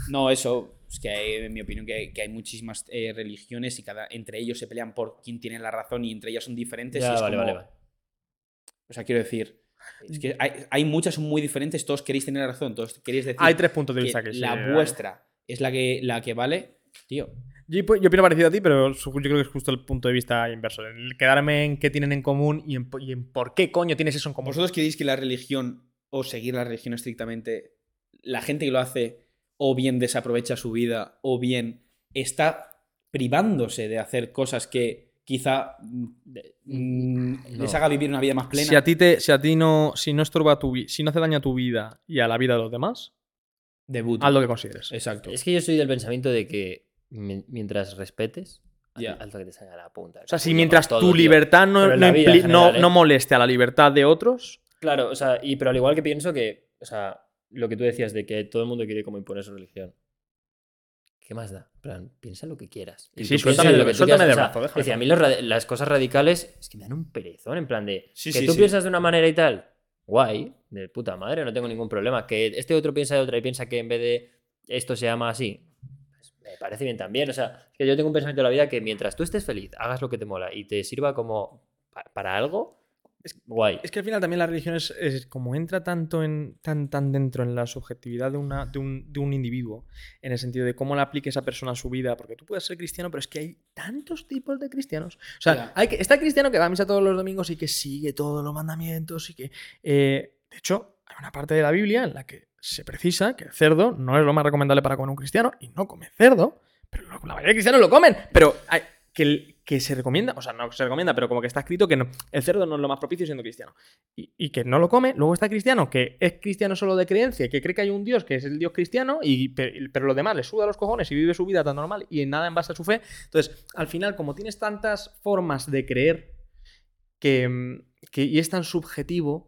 No, eso, es que hay, en mi opinión que hay, que hay muchísimas eh, religiones y cada, entre ellos se pelean por quién tiene la razón y entre ellas son diferentes. y
Ya,
es
vale,
como-
vale, vale.
O sea, quiero decir, es que hay, hay muchas son muy diferentes, todos queréis tener razón, todos queréis decir
Hay tres puntos de
que
vista que, sí,
la
hay.
vuestra es la que, la que vale, tío.
Yo, yo opino parecido a ti, pero su- yo creo que es justo el punto de vista inverso. El quedarme en qué tienen en común y en, po- y en por qué coño tienes eso en común.
¿Vosotros queréis que la religión o seguir la religión estrictamente, la gente que lo hace o bien desaprovecha su vida o bien está privándose de hacer cosas que quizá mm,
No.
les haga vivir una vida más plena?
Si a ti, te, si a ti no, si no estorba tu vi- si no hace daño a tu vida y a la vida de los demás,
Debut.
haz lo que consideres.
Exacto.
Es que yo soy del pensamiento de que mi- mientras respetes, haz-
Ya.
haz lo que te salga de la punta.
O sea, si
Coño,
mientras
con todo,
tu
tío.
libertad no,
Pero en la
no
vida en
impli- no-
general, ¿eh?
no moleste a la libertad de otros,
Claro, o sea, y, pero al igual que pienso que, o sea, lo que tú decías de que todo el mundo quiere como imponer su religión. ¿Qué más da? En plan, piensa lo que quieras.
Sí,
tú
sí,
piensas
suéltame
en
de-
lo que tú
suéltame
quieras,
de
o sea,
brazo, déjame
es decir, a mí los radi- las cosas radicales es que me dan un perezón, en plan de
Sí,
que
sí,
tú
sí.
piensas de una manera y tal, guay, de puta madre, no tengo ningún problema. Que este otro piensa de otra y piensa que en vez de esto se llama así, pues, me parece bien también. O sea, es que yo tengo un pensamiento de la vida que mientras tú estés feliz, hagas lo que te mola y te sirva como pa- para algo, guay.
Es que al final también la religión es, es como entra tanto en, tan, tan dentro en la subjetividad de, una, de, un, de un individuo, en el sentido de cómo la aplique esa persona a su vida, porque tú puedes ser cristiano, pero es que hay tantos tipos de cristianos. O sea,
Ya.
hay que, está el cristiano que va a misa todos los domingos y que sigue todos los mandamientos y que... eh, de hecho, hay una parte de la Biblia en la que se precisa que el cerdo no es lo más recomendable para comer un cristiano y no come cerdo, pero lo- la mayoría de cristianos lo comen. Pero hay- que, el- que se recomienda, o sea, no se recomienda, pero como que está escrito que no- el cerdo no es lo más propicio siendo cristiano. Y, y que no lo come, luego está cristiano, que es cristiano solo de creencia, que cree que hay un Dios que es el Dios cristiano, y, pe- pero, los demás le suda los cojones y vive su vida tan normal y en nada en base a su fe. Entonces, al final, como tienes tantas formas de creer que, mm, que- y es tan subjetivo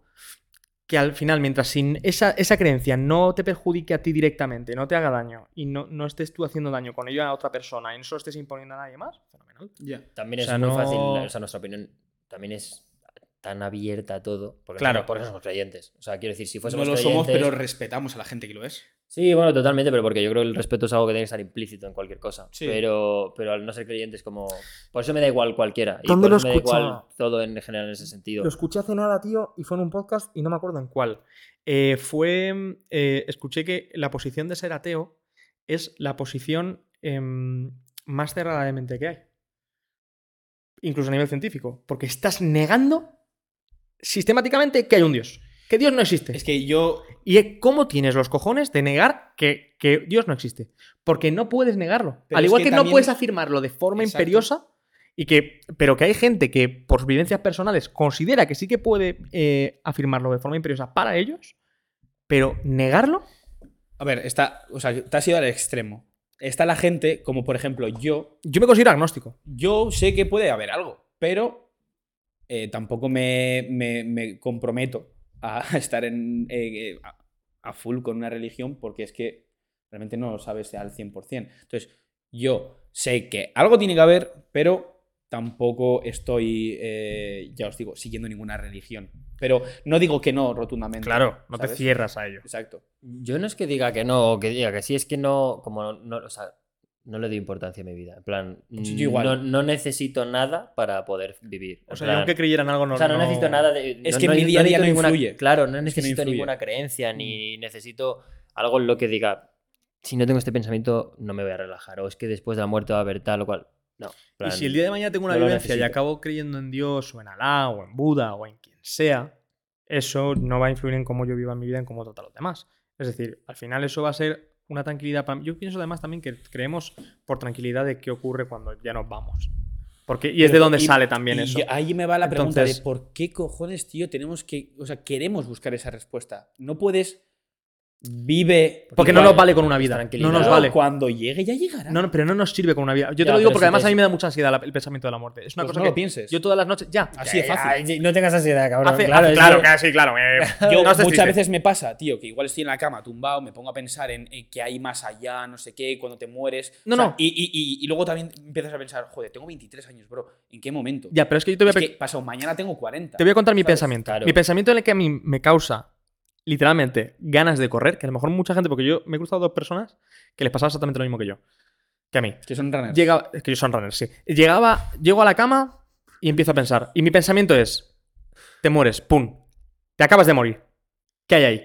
que al final, mientras sin esa, esa creencia no te perjudique a ti directamente, no te haga daño y no, no estés tú haciendo daño con ello a otra persona y no se lo estés imponiendo a nadie más, fenomenal.
También
O
es
sea,
muy
no-
fácil, o sea, nuestra opinión también es tan abierta a todo. Porque
Claro.
no- porque no somos creyentes. O sea, quiero decir, si
no
fuésemos
lo
creyentes...
somos, pero respetamos a la gente que lo es.
Sí, bueno, totalmente, pero porque yo creo que el respeto es algo que tiene que estar implícito en cualquier cosa.
Sí.
Pero, pero al no ser creyentes como... Por eso me da igual cualquiera. Y
¿Dónde
por
lo
eso me da igual
escuchaba?
todo en general en ese sentido.
Lo escuché hace nada, tío, y fue en un podcast y no me acuerdo en cuál. Eh, fue. eh, escuché que la posición de ser ateo es la posición em, más cerrada de mente que hay. Incluso a nivel científico. Porque estás negando sistemáticamente que hay un Dios. Que Dios no existe.
Es que yo.
¿Y eh, cómo tienes los cojones de negar que, que Dios no existe? Porque no puedes negarlo.
Pero
Al
es
igual
que
que, no
también-
puedes afirmarlo de forma
Exacto.
imperiosa, y que, pero que hay gente que por vivencias personales considera que sí que puede eh, afirmarlo de forma imperiosa para ellos, pero negarlo,
A ver, está. O sea, te has ido al extremo. Está la gente, como por ejemplo yo.
yo me considero agnóstico.
Yo sé que puede haber algo, pero eh, tampoco me, me- me comprometo a estar en, eh, eh, a, a full con una religión porque es que realmente no lo sabes al 100%. Entonces, yo sé que algo tiene que haber, pero tampoco estoy, eh, ya os digo, siguiendo ninguna religión. Pero no digo que no rotundamente. ¿sabes?
cierras a ello.
Exacto.
Yo no es que diga que no o que diga que sí, es que no, como no, no- o sea, no le doy importancia a mi vida. En plan,
Sí, yo igual.
No, no necesito nada para poder vivir.
O
En
sea,
plan,
yo aunque creyera en algo, no.
o sea, no, necesito nada de.
Es
no-
que
no-
en mi día a día
necesito
no
ninguna-
influye.
Claro, no
Es que no
necesito
influye.
ninguna creencia ni necesito algo en lo que diga. Si no tengo este pensamiento, no me voy a relajar. O es que después de la muerte va a haber tal o cual. No. en
Y
plan,
si el día de mañana tengo una
no lo
vivencia y
necesito.
acabo creyendo en Dios o en Alá o en Buda o en quien sea, eso no va a influir en cómo yo viva mi vida, en cómo trata a los demás. Es decir, al final eso va a ser una tranquilidad para mí. Yo pienso además también que creemos por tranquilidad de qué ocurre cuando ya nos vamos. Porque, y es de
Pero-
donde
y-
sale también
y
eso.
yo- ahí me va la pregunta
Entonces-
de por qué cojones, tío, tenemos que. O sea, queremos buscar esa respuesta. No puedes. Vive.
Porque no
Igual-
nos vale con una vida. No
tranquilidad.
nos
Claro,
Pues, vale.
Cuando llegue, ya llegará.
No, no, pero no nos sirve con una vida. Yo te
Ya,
lo digo
pero
porque
si
además
te-
a mí me da mucha ansiedad la- el pensamiento de la muerte. Es una
Pues
cosa
no
que
lo pienses.
Yo todas las noches. Ya.
Así de
Ya, ya,
fácil.
ya, no tengas ansiedad, cabrón.
Hace-
claro,
hace- claro,
es que-
claro, sí, claro. eh,
Yo
no estés triste.
muchas veces me pasa, tío, que igual estoy en la cama tumbado, me pongo a pensar en, eh, que hay más allá, no sé qué, cuando te mueres.
No,
O sea,
no.
Y, y- y- y luego también empiezas a pensar, joder, tengo 23 años, bro. ¿En qué momento?
Ya, pero es que yo te voy a
Es que pasado mañana tengo 40.
Te voy a contar mi
¿sabes?
pensamiento.
Claro.
Mi pensamiento en el que a mí me causa, literalmente, ganas de correr, que a lo mejor mucha gente, porque yo me he cruzado dos personas que les pasaba exactamente lo mismo que yo, que a mí.
Que son runners.
Llegaba, es que yo son runners, sí. Llegaba, llego a la cama y empiezo a pensar. Y mi pensamiento es, te mueres, pum, te acabas de morir. ¿Qué hay ahí?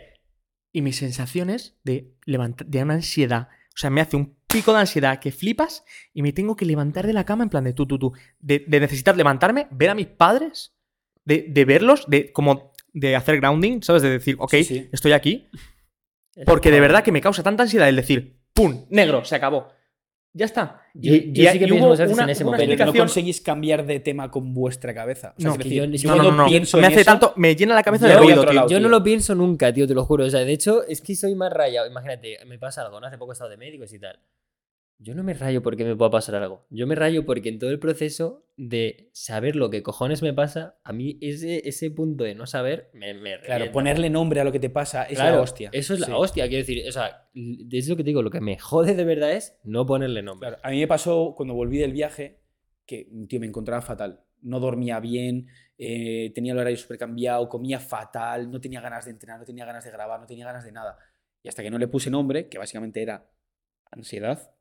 Y mis sensaciones de, levanta- de una ansiedad, o sea, me hace un pico de ansiedad que flipas y me tengo que levantar de la cama en plan de tú, tú, tú, de, de necesitar levantarme, ver a mis padres, de, de verlos, de como de hacer grounding, ¿sabes? De decir, ok,
Sí, sí.
estoy aquí, porque de verdad que me causa tanta ansiedad el decir, ¡pum! Negro, se acabó. Ya está.
Yo- yo sí que pienso
hubo
muchas veces en ese
hubo
momento.
Pero no
explicación-
conseguís cambiar de tema con vuestra cabeza. O sea,
No,
es
que
decir,
yo- es que
yo
No, no,
cuando
no, no.
pienso
Me
en
hace
eso-
tanto, me llena la cabeza
Yo
de
voy a
ruido,
otro
tío.
lado.
Yo no
tío.
lo pienso nunca, tío, te lo juro. O sea, de hecho, es que soy más rayado. Imagínate, me pasa algo, ¿no? Hace poco he estado de médicos y tal. Yo no me rayo porque me pueda pasar algo. Yo me rayo porque en todo el proceso de saber lo que cojones me pasa, a mí ese, ese punto de no saber me, me
Claro,
revienta.
ponerle nombre a lo que te pasa es
Eh, Claro,
la hostia.
Eso es la
Sí.
hostia, quiero decir. O sea, l- es lo que te digo, lo que me jode de verdad es no ponerle nombre.
Claro, a mí me pasó cuando volví del viaje que, tío, me encontraba fatal. No dormía bien, eh, tenía el horario súper cambiado, comía fatal, no tenía ganas de entrenar, no tenía ganas de grabar, no tenía ganas de nada. Y hasta que no le puse nombre, que básicamente era ansiedad,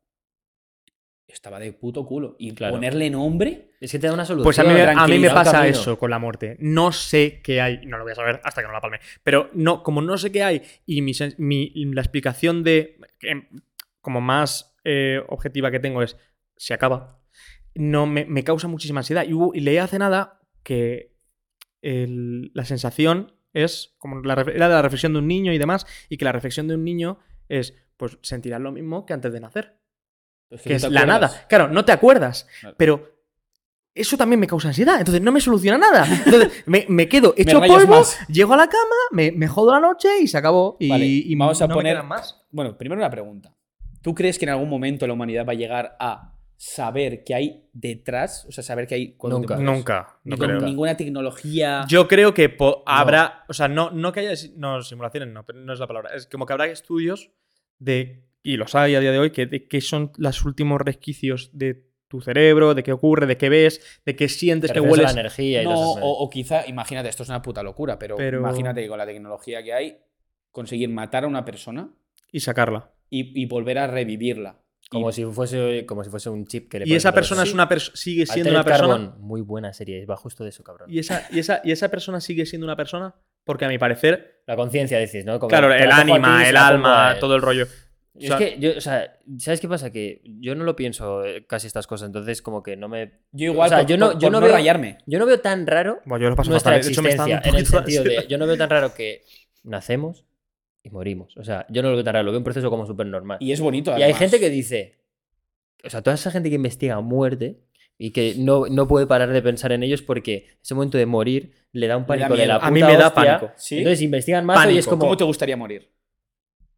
estaba de puto culo. Y
Claro.
ponerle nombre,
Es que te da una solución.
Pues a mí, me- a mí me
tranquilidad,
pasa
camino.
eso con la muerte. No sé qué hay, no lo voy a saber hasta que no la palme. Pero no, como no sé qué hay y mi, sen- mi- la explicación de que, como más eh, objetiva que tengo es se acaba. No me, me causa muchísima ansiedad. Y, hubo- y leí hace nada que el- la sensación es como la, ref- era de la reflexión de un niño y demás, y que la reflexión de un niño es, pues sentirás lo mismo que antes de nacer,
Es
que,
no
es
te
la
acuerdas.
nada. Claro, no te acuerdas,
Claro.
pero eso también me causa ansiedad, entonces no me soluciona nada. Entonces me, me quedo hecho
rayas
polvo,
más.
llego a la cama, me, me jodo la noche y se acabó. Y,
Vale,
y
vamos a
no me
poner-
quedan más.
Bueno, primero una pregunta. ¿Tú crees que en algún momento la humanidad va a llegar a saber que hay detrás? O sea, saber que hay. cuando te
Nunca.
mueres?
Nunca,
Ni con ninguna tecnología.
Yo creo que po- habrá, o sea, no, no que haya si- no, simulaciones, no, pero no es la palabra. Es como que habrá estudios de, y los hay a día de hoy, que de qué son los últimos resquicios de tu cerebro, de qué ocurre, de qué ves, de qué sientes, que
Te refieres a
hueles.
la energía y
no,
todas esas
o, o quizá, imagínate, esto es una puta locura, pero,
Pero-
imagínate que con la tecnología que hay, conseguir matar a una persona
Y sacarla.
y, y volver a revivirla.
Como
Y-
si fuese, como si fuese un chip que le
Y
pones
esa
dentro del
persona es
chip.
una perso- sigue siendo
Altered
una persona.
Carbon, muy buena serie, va justo de eso, cabrón.
Y esa, y, esa, y esa persona sigue siendo una persona, porque a mi parecer,
La conciencia, decís, ¿no? Como,
claro,
te
el
la pongo a ti,
ánima,
se
el
la pongo a
alma,
él.
todo el rollo.
Y
O sea-
es que yo, o sea, ¿sabes qué pasa? Que yo no lo pienso eh, casi estas cosas, entonces como que no me...
Yo igual,
O sea,
por-
yo no-
por-
yo
por
no veo-
rayarme.
Yo no veo tan raro
Bueno, yo lo paso
nuestra
fatal, de hecho me está
existencia,
dando un
en el
poquito de
sentido de...
ansiedad.
Yo no veo tan raro que nacemos y morimos. O sea, yo no lo veo tan raro, lo veo un proceso como súper normal.
Y es bonito.
Y hay
además.
gente que dice, o sea, toda esa gente que investiga muerte y que no, no puede parar de pensar en ellos porque ese momento de morir le da un
Le da
pánico de la
miedo.
puta
A mí me da
hostia.
pánico.
Sí.
Entonces investigan más y es
Pánico.
como
¿Cómo te gustaría morir?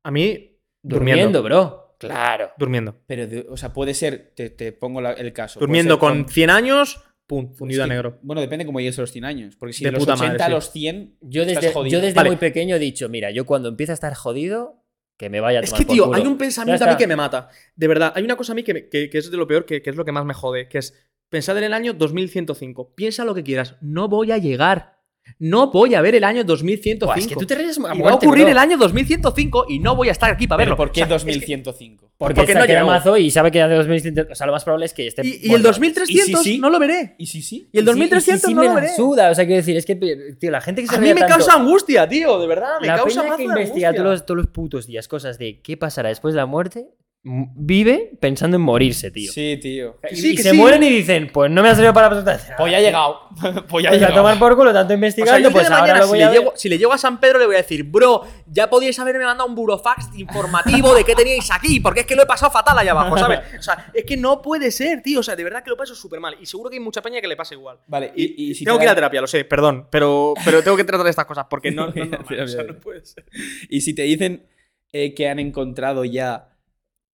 A mí,
durmiendo,
durmiendo.
bro. Claro.
Durmiendo.
Pero, de- o sea, puede ser, te, te pongo la- el caso. puede
Durmiendo
ser
con 100 años, pum, fundido
es
a
que-
negro.
Bueno, depende cómo llegues a los 100 años. Porque si
De
de los
puta
80
madre,
a
sí.
los 100,
Yo
estás
desde,
jodido.
yo desde
Vale.
muy pequeño he dicho, mira, yo cuando empiece a estar jodido, que me vaya a
Es
tomar
que,
por
tío,
culo.
hay un pensamiento a
Ya
mí
está.
que me mata. De verdad, hay una cosa a mí que, me- que- que es de lo peor, que, que es lo que más me jode, que es pensar en el año 2105. Piensa lo que quieras. No voy a llegar. No voy a ver el año 2105.
Buah, es que tú te reyes a
y va a
muerte,
ocurrir
bro.
el año 2105 y no voy a estar aquí para
Pero
verlo.
¿Por qué
O sea,
2105?
Porque,
porque
está
no
que era
llego.
mazo y sabe que hace 2000... O sea, lo más probable es que esté...
y, y el
muerto.
2300
¿Y si sí?
no lo veré.
¿Y si sí?
Y el
sí, sí,
2300
sí
no
me
lo
la
veré.
suda, o sea, quiero decir, es que, tío, la gente que se
A mí
ríe
me
tanto-
causa angustia, tío, de verdad. Me
la
causa
peña que
mazo de
investiga
angustia.
todos los, todos los putos días cosas de qué pasará después de la muerte, m- vive pensando en morirse, tío.
Sí, tío.
Y,
Sí,
y
que
se
sí.
mueren y dicen, pues no me ha servido para presentar.
Pues ya ha llegado. Pues ya
Voy a
ha llegado.
tomar por culo tanto
O sea,
investigando,
yo el día
pues
de
ahora
mañana,
lo
si
voy
le,
a ver.
llego, si le llego a San Pedro, le voy a decir, bro, ya podíais haberme mandado un burofax informativo de qué teníais aquí, porque es que lo he pasado fatal allá abajo, ¿sabes? O sea, es que no puede ser, tío. O sea, de verdad que lo paso súper mal. Y seguro que hay mucha peña que le pasa igual.
Vale, y, y si
tengo
te
que ir
da-
a terapia, lo sé, perdón, pero, pero tengo que tratar estas cosas porque no, no,
Voy a
es normal, o sea,
terapia.
no puede ser.
Y si te dicen eh, que han encontrado ya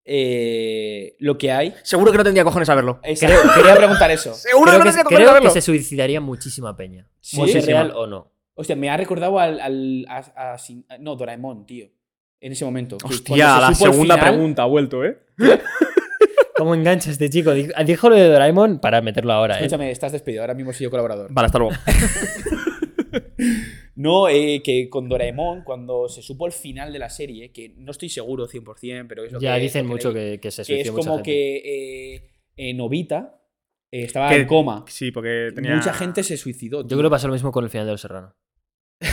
eh, lo que hay.
Seguro que no tendría cojones saberlo.
Esa- quería preguntar eso.
Seguro
creo
que no
que,
tendría cojones
creo que
saberlo.
se suicidaría muchísima peña.
Sí.
Muchísima.
Muchísima.
real o no.
Hostia, me ha recordado al. al- a- a Sin- no, Doraemon, tío. En ese momento. que
Hostia,
cuando se
la
supo el
segunda
final-
pregunta ha vuelto, ¿eh?
¿Cómo engancha este chico? Dijo, dijo lo de Doraemon para meterlo ahora, ¿eh?
Escúchame, estás despedido. Ahora mismo soy yo colaborador.
Vale, hasta luego.
No, eh, que con Doraemon, cuando se supo el final de la serie, que no estoy seguro 100%, pero es lo
Ya
que.
dicen
lo que
mucho
leí,
que, que se
que
suicidó
es
mucha
como
gente.
que eh, eh, Novita eh, estaba
Que-
en coma.
Sí, porque
Mucha gente se suicidó.
Yo creo que pasó lo mismo con el final de Los Serrano.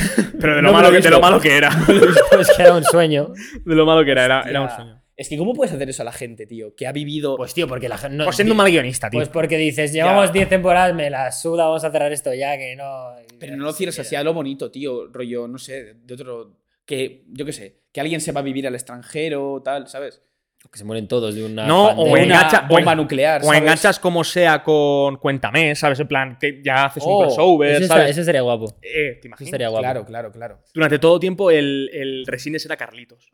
Pero
de lo No me lo malo he que- de lo visto. malo
que era.
es que era un sueño.
De lo malo que era, era,
Hostia. Es que, ¿cómo puedes hacer eso a la gente, tío? Que ha vivido.
Pues tío, porque la gente... no-
Por siendo un mal guionista, tío.
Pues porque dices, llevamos 10 temporadas, me la suda, vamos a cerrar esto ya, que no.
pero no lo cierres
eh.
así a lo bonito, tío. Rollo, no sé, de otro. Que, yo qué sé, que alguien se va a vivir al extranjero, tal, ¿sabes?
Que se mueren todos de una.
No,
pandemia.
o
De
engancha-
una
o
bomba
en-
nuclear.
O
¿sabes?
enganchas como sea con Cuéntame, ¿sabes? En plan, que ya haces
Oh,
un crossover,
Eso, está-
¿sabes?
eso sería guapo.
Eh, ¿te
Eso
imaginas?
estaría guapo.
Claro, claro, claro.
Durante todo tiempo el, el Resines era Carlitos.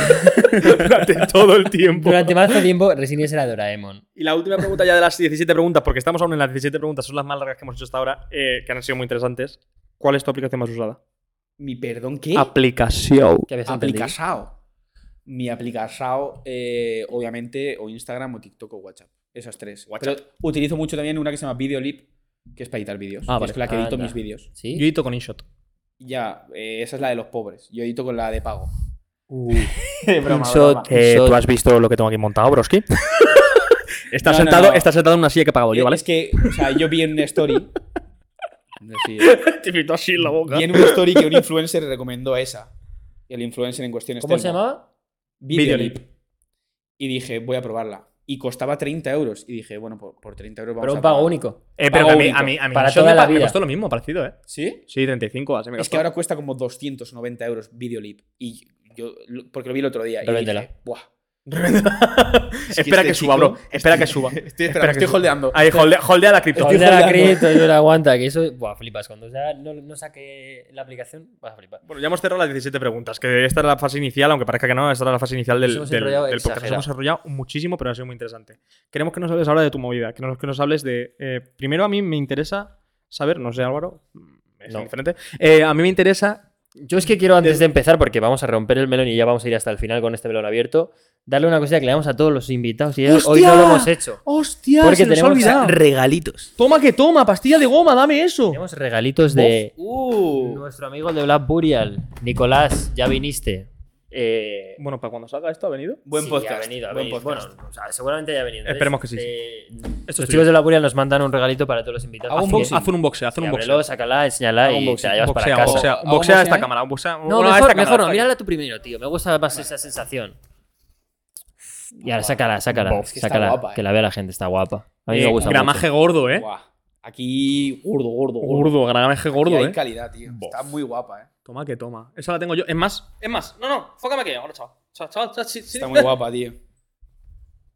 Durante todo el tiempo.
Durante más tiempo, Resines era Doraemon.
Y la última pregunta ya de las 17 preguntas, porque estamos aún en las 17 preguntas, son las más largas que hemos hecho hasta ahora, eh, que han sido muy interesantes. ¿Cuál es tu aplicación más usada?
Mi perdón, ¿qué?
Aplicación.
¿Qué habías entendido?
Aplicasao. Mi aplicasao, eh, obviamente, o Instagram, o TikTok, o WhatsApp. Esas tres.
WhatsApp.
Pero utilizo mucho también una que se llama Videolip, que es para editar
Ah,
vídeos. que
vale.
Es con la que edito
Anda.
mis vídeos.
¿Sí?
Yo edito con InShot.
Ya, eh, esa es la de los pobres. Yo edito con la de pago.
Uh.
InShot, InShot.
Eh, visto lo que tengo aquí montado, Broski? estás,
No, no,
sentado,
no.
estás sentado en una silla que he pagado yo, ¿vale?
Eh, Es que, o sea, yo vi en una story. No sé,
Te pito así en la boca.
vi en una story que un influencer recomendó esa. Y el influencer en cuestión es
¿Cómo se
Telmo.
llamaba?
Videolip. Y dije, voy a probarla. y costaba 30 euros. Y dije, bueno, por, por 30 euros vamos
Pero un
a
pago
pagar.
único.
Eh, pero
Pago
que a mí,
único.
a mí, a mí
Para
Shonen
toda la
pa- me
vida.
costó lo mismo, parecido, ¿eh?
¿Sí?
Sí, 35 así me
Es
costó.
que ahora cuesta como 290 euros Videolip. Y yo, lo- porque lo vi el otro día. Y
Revéndela.
dije, Buah,
Espera
este
que suba,
chico-
bro. Espera que suba.
estoy,
Espera
esperando,
que
estoy
suba.
holdeando.
Ahí, holdea, holdea la cripto.
Joder, la
Holdea.
cripto, yo la aguanta, que eso, buah, flipas. Cuando ya no, no saque la aplicación, vas a flipar.
Bueno, ya hemos cerrado las 17 preguntas, que esta era la fase inicial, aunque parezca que no, esta era la fase inicial del,
Nos hemos
del-
enrollado
del podcast. Nos
exagerado.
hemos enrollado muchísimo, pero ha sido muy interesante. Queremos que nos hables ahora de tu movida, que nos, que nos hables de... eh, primero a mí me interesa saber, no sé Álvaro, mm, es
No.
diferente, eh, a mí me interesa...
Yo es que quiero, antes de empezar, porque vamos a romper el melón y ya vamos a ir hasta el final con este melón abierto, darle una cosita que le damos a todos los invitados y ya- hoy
¡Hostia!
no lo hemos hecho.
¡Hostia!
Porque
se nos ha
tenemos-
olvidado!
Regalitos.
Toma que toma, pastilla de goma, dame eso.
Tenemos regalitos de
Uh.
nuestro amigo el de Black Burial, Nicolás, ya viniste. Eh,
Bueno, para cuando salga esto, ¿ha venido?
Buen
sí,
podcast.
Ha venido, ha
buen
venido.
podcast.
Bueno, o sea, seguramente haya venido. Entonces,
Esperemos que sí, sí.
eh,
Esto
los
es
chicos de la Burial nos mandan un regalito para todos los invitados.
Haz un
Así que-
boxe, haz un boxeo, haz
Sí,
un
ábrelo,
boxeo.
sácala, enséñala
Hago un
y te
boxeo,
la llevas para
Boxea,
casa.
boxea,
Hago un
boxea a esta
boxeo.
cámara. un boxea-
No,
bueno, a
mejor,
esta cámara,
mejor no.
esta cámara.
Mírala tú primero, tío. Me gusta más esa sensación. Y ahora sácala, sácala.
Es que está
sácala
guapa, eh.
que la vea la gente, está guapa. A mí
Eh,
me gusta
Gramaje gordo, ¿eh?
Buah. Aquí, gordo, gordo, gordo.
Gordo, gramaje gordo,
Aquí hay
¿eh?
calidad, tío. Está muy guapa, eh.
Toma que toma. Esa la tengo yo. Es más, es más. No, no, fócame aquí. Ahora, chaval. Chaval, chaval, chaval, sí, sí.
Está muy guapa, tío.
mucho.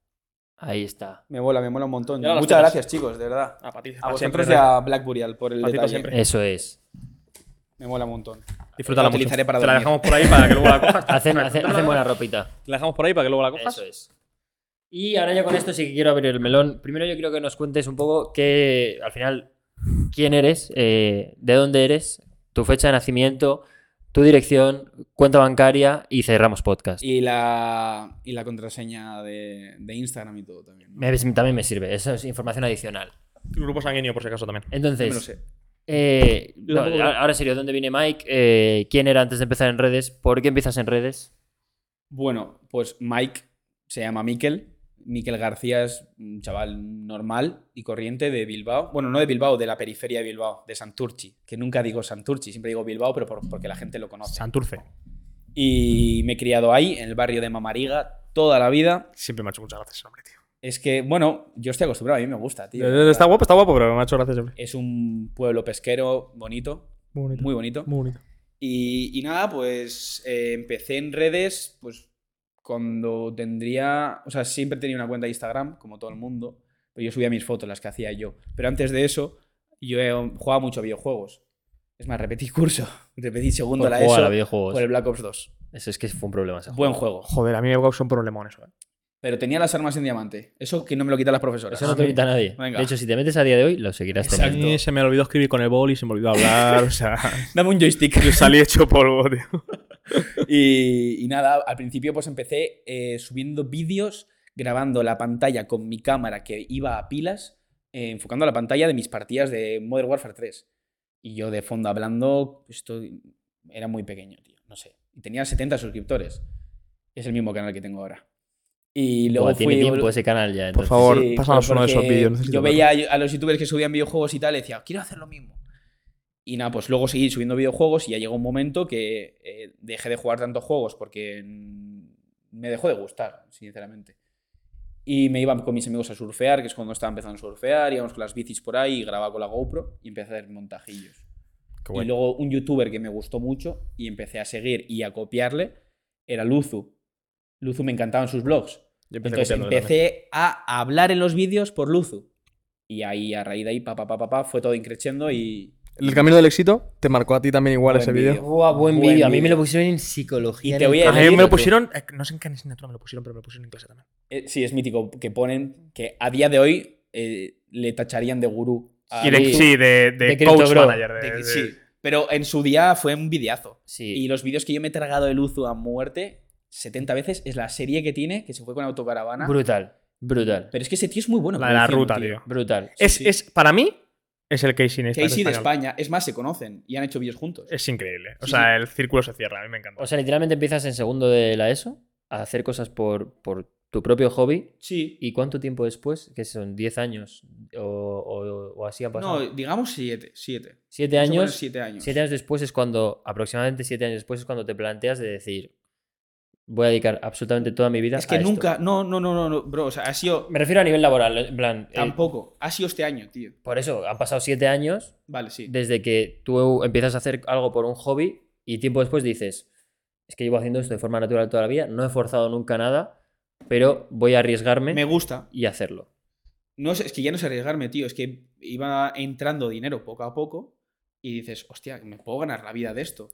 Ahí está.
Me mola, me mola un montón.
Ya las
Muchas
tomas.
gracias, chicos, de verdad.
Ah, para ti,
A
para siempre,
vosotros y a Black Burial por el
Para ti, para
detalle.
siempre.
Eso es.
Me mola un montón.
Disfrútala
La
mucho.
utilizaré para
Te la
dormir.
dejamos por ahí para que luego la cojas.
Hacen,
Para-
hacen,
¿no la
hacen buena
cojas?
ropita.
Te la dejamos por ahí para que luego la cojas.
Eso es. Y ahora ya con esto sí que quiero abrir el melón. Primero yo quiero que nos cuentes un poco qué, al final, quién eres, eh, de dónde eres, tu fecha de nacimiento, tu dirección, cuenta bancaria y cerramos podcast.
Y la, y la contraseña de, de Instagram y todo también. ¿no?
Me- también me sirve, eso es información adicional.
Tu grupo sanguíneo, por si acaso, también.
Entonces,
No me lo sé.
Eh,
Yo
no,
tampoco lo-
ahora en serio, ¿dónde viene Mike? Eh, ¿Quién era antes de empezar en redes? ¿Por qué empiezas en redes?
Bueno, pues Mike se llama Miquel. Miquel García es un chaval normal y corriente de Bilbao. Bueno, no de Bilbao, de la periferia de Bilbao, de Santurchi. Que nunca digo Santurchi, siempre digo Bilbao, pero por- porque la gente lo conoce.
Santurce.
Y me he criado ahí, en el barrio de Mamariga, toda la vida.
Siempre me ha hecho muchas gracias ese nombre, tío. Eh,
Es que, bueno, yo estoy acostumbrado, a mí me gusta, tío.
Está guapo, está guapo, pero me ha hecho gracias siempre.
Es un pueblo pesquero bonito,
Muy bonito.
muy bonito.
Muy bonito.
Y, y nada, pues eh, empecé en redes, pues cuando tendría, o sea, siempre tenía una cuenta de Instagram, como todo el mundo, pero yo subía mis fotos, las que hacía yo. Pero antes de eso, yo eh, jugaba mucho a videojuegos. Es más, repetí curso, repetí segundo la ESO
videojuegos.
por el Black Ops 2.
Eso es que fue un problema. ese
Buen
juego.
juego.
Joder, a mí me causa un problemón eso, eh.
Pero tenía las armas en diamante. Eso que no me lo quitan las profesoras.
Eso no te quita nadie.
Venga.
De hecho, si te metes a día de hoy, lo seguirás
A
teniendo.
mí se me olvidó escribir con el boli, se me olvidó hablar, o sea.
Dame un joystick.
Yo salí hecho polvo, tío.
Y, y nada, al principio pues empecé eh, subiendo vídeos, grabando la pantalla con mi cámara que iba a pilas, eh, enfocando la pantalla de mis partidas de Modern Warfare 3. Y yo de fondo hablando, esto era muy pequeño, tío, no sé. Y tenía 70 suscriptores. Es el mismo canal que tengo ahora. Y luego
Buah, tiene
fui-
tiempo ese canal ya.
Por
entonces.
favor, pásanos
pero
uno de esos
porque
vídeos, necesito
Yo veía a los youtubers que subían videojuegos y tal, y decía, quiero hacer lo mismo. Y nada, pues luego seguí subiendo videojuegos y ya llegó un momento que eh, dejé de jugar tantos juegos porque mm, me dejó de gustar, sinceramente. Y me iba con mis amigos a surfear, que es cuando estaba empezando a surfear, íbamos con las bicis por ahí, y grababa con la GoPro y empecé a hacer montajillos.
Qué
Y luego un youtuber que me gustó mucho y empecé a seguir y a copiarle era Luzu. Luzu me encantaban sus vlogs.
Yo empecé
Entonces
copiándole
empecé a hablar en los vídeos por Luzu. Y ahí, a raíz de ahí, pa, pa, pa, pa, pa, fue todo increciendo y,
El camino del éxito te marcó a ti también igual
Buen
ese vídeo.
vídeo.
Buah, buen
Buen
vídeo. A mí me
vídeo.
lo pusieron en psicología.
Y
en
te
el
voy a
A
colegio.
mí
decir-
me lo pusieron, eh, no sé en qué asignatura me lo pusieron, pero me lo pusieron en clase también.
eh, sí, es mítico que ponen que a día de hoy eh, le tacharían de gurú. a
Y de,
Luzu.
sí, de, de
de Crypto
coach
Bro.
manager. de-
De-
de-
sí. Pero en su día fue un videazo. Y
Sí.
los vídeos que yo me he tragado de Luzu a muerte 70 veces es la serie que tiene, que se fue con autocaravana.
Brutal. Brutal.
Pero es que ese tío es muy bueno.
La de la
produciendo,
ruta, tío.
Brutal.
Es,
Sí.
es, para mí, es el Casey Neistat
Casey de
español.
España. Es más, se conocen y han hecho vídeos juntos.
Es increíble. O
Sí,
sea, el círculo se cierra. A mí me encanta.
O sea, literalmente empiezas en segundo de la ESO a hacer cosas por, por tu propio hobby.
Sí.
¿Y cuánto tiempo después? Que son 10 años o, o- o así ha pasado.
No, digamos siete. Siete.
Siete
Más o menos
años,
Siete años.
siete años después es cuando, aproximadamente siete años después es cuando te planteas de decir, voy a dedicar absolutamente toda mi vida
Es que
a esto.
nunca. No, no, no, no, no, bro. O sea, ha sido.
Me refiero a nivel laboral, en plan. eh,
Tampoco. Ha sido este año, tío.
por eso, han pasado siete años
Vale, sí.
desde que tú empiezas a hacer algo por un hobby y tiempo después dices, es que llevo haciendo esto de forma natural toda la vida, no he forzado nunca nada, pero voy a arriesgarme
Me gusta.
y hacerlo.
No sé, es que ya no sé arriesgarme, tío. Es que iba entrando dinero poco a poco y dices, hostia, me puedo ganar la vida de esto.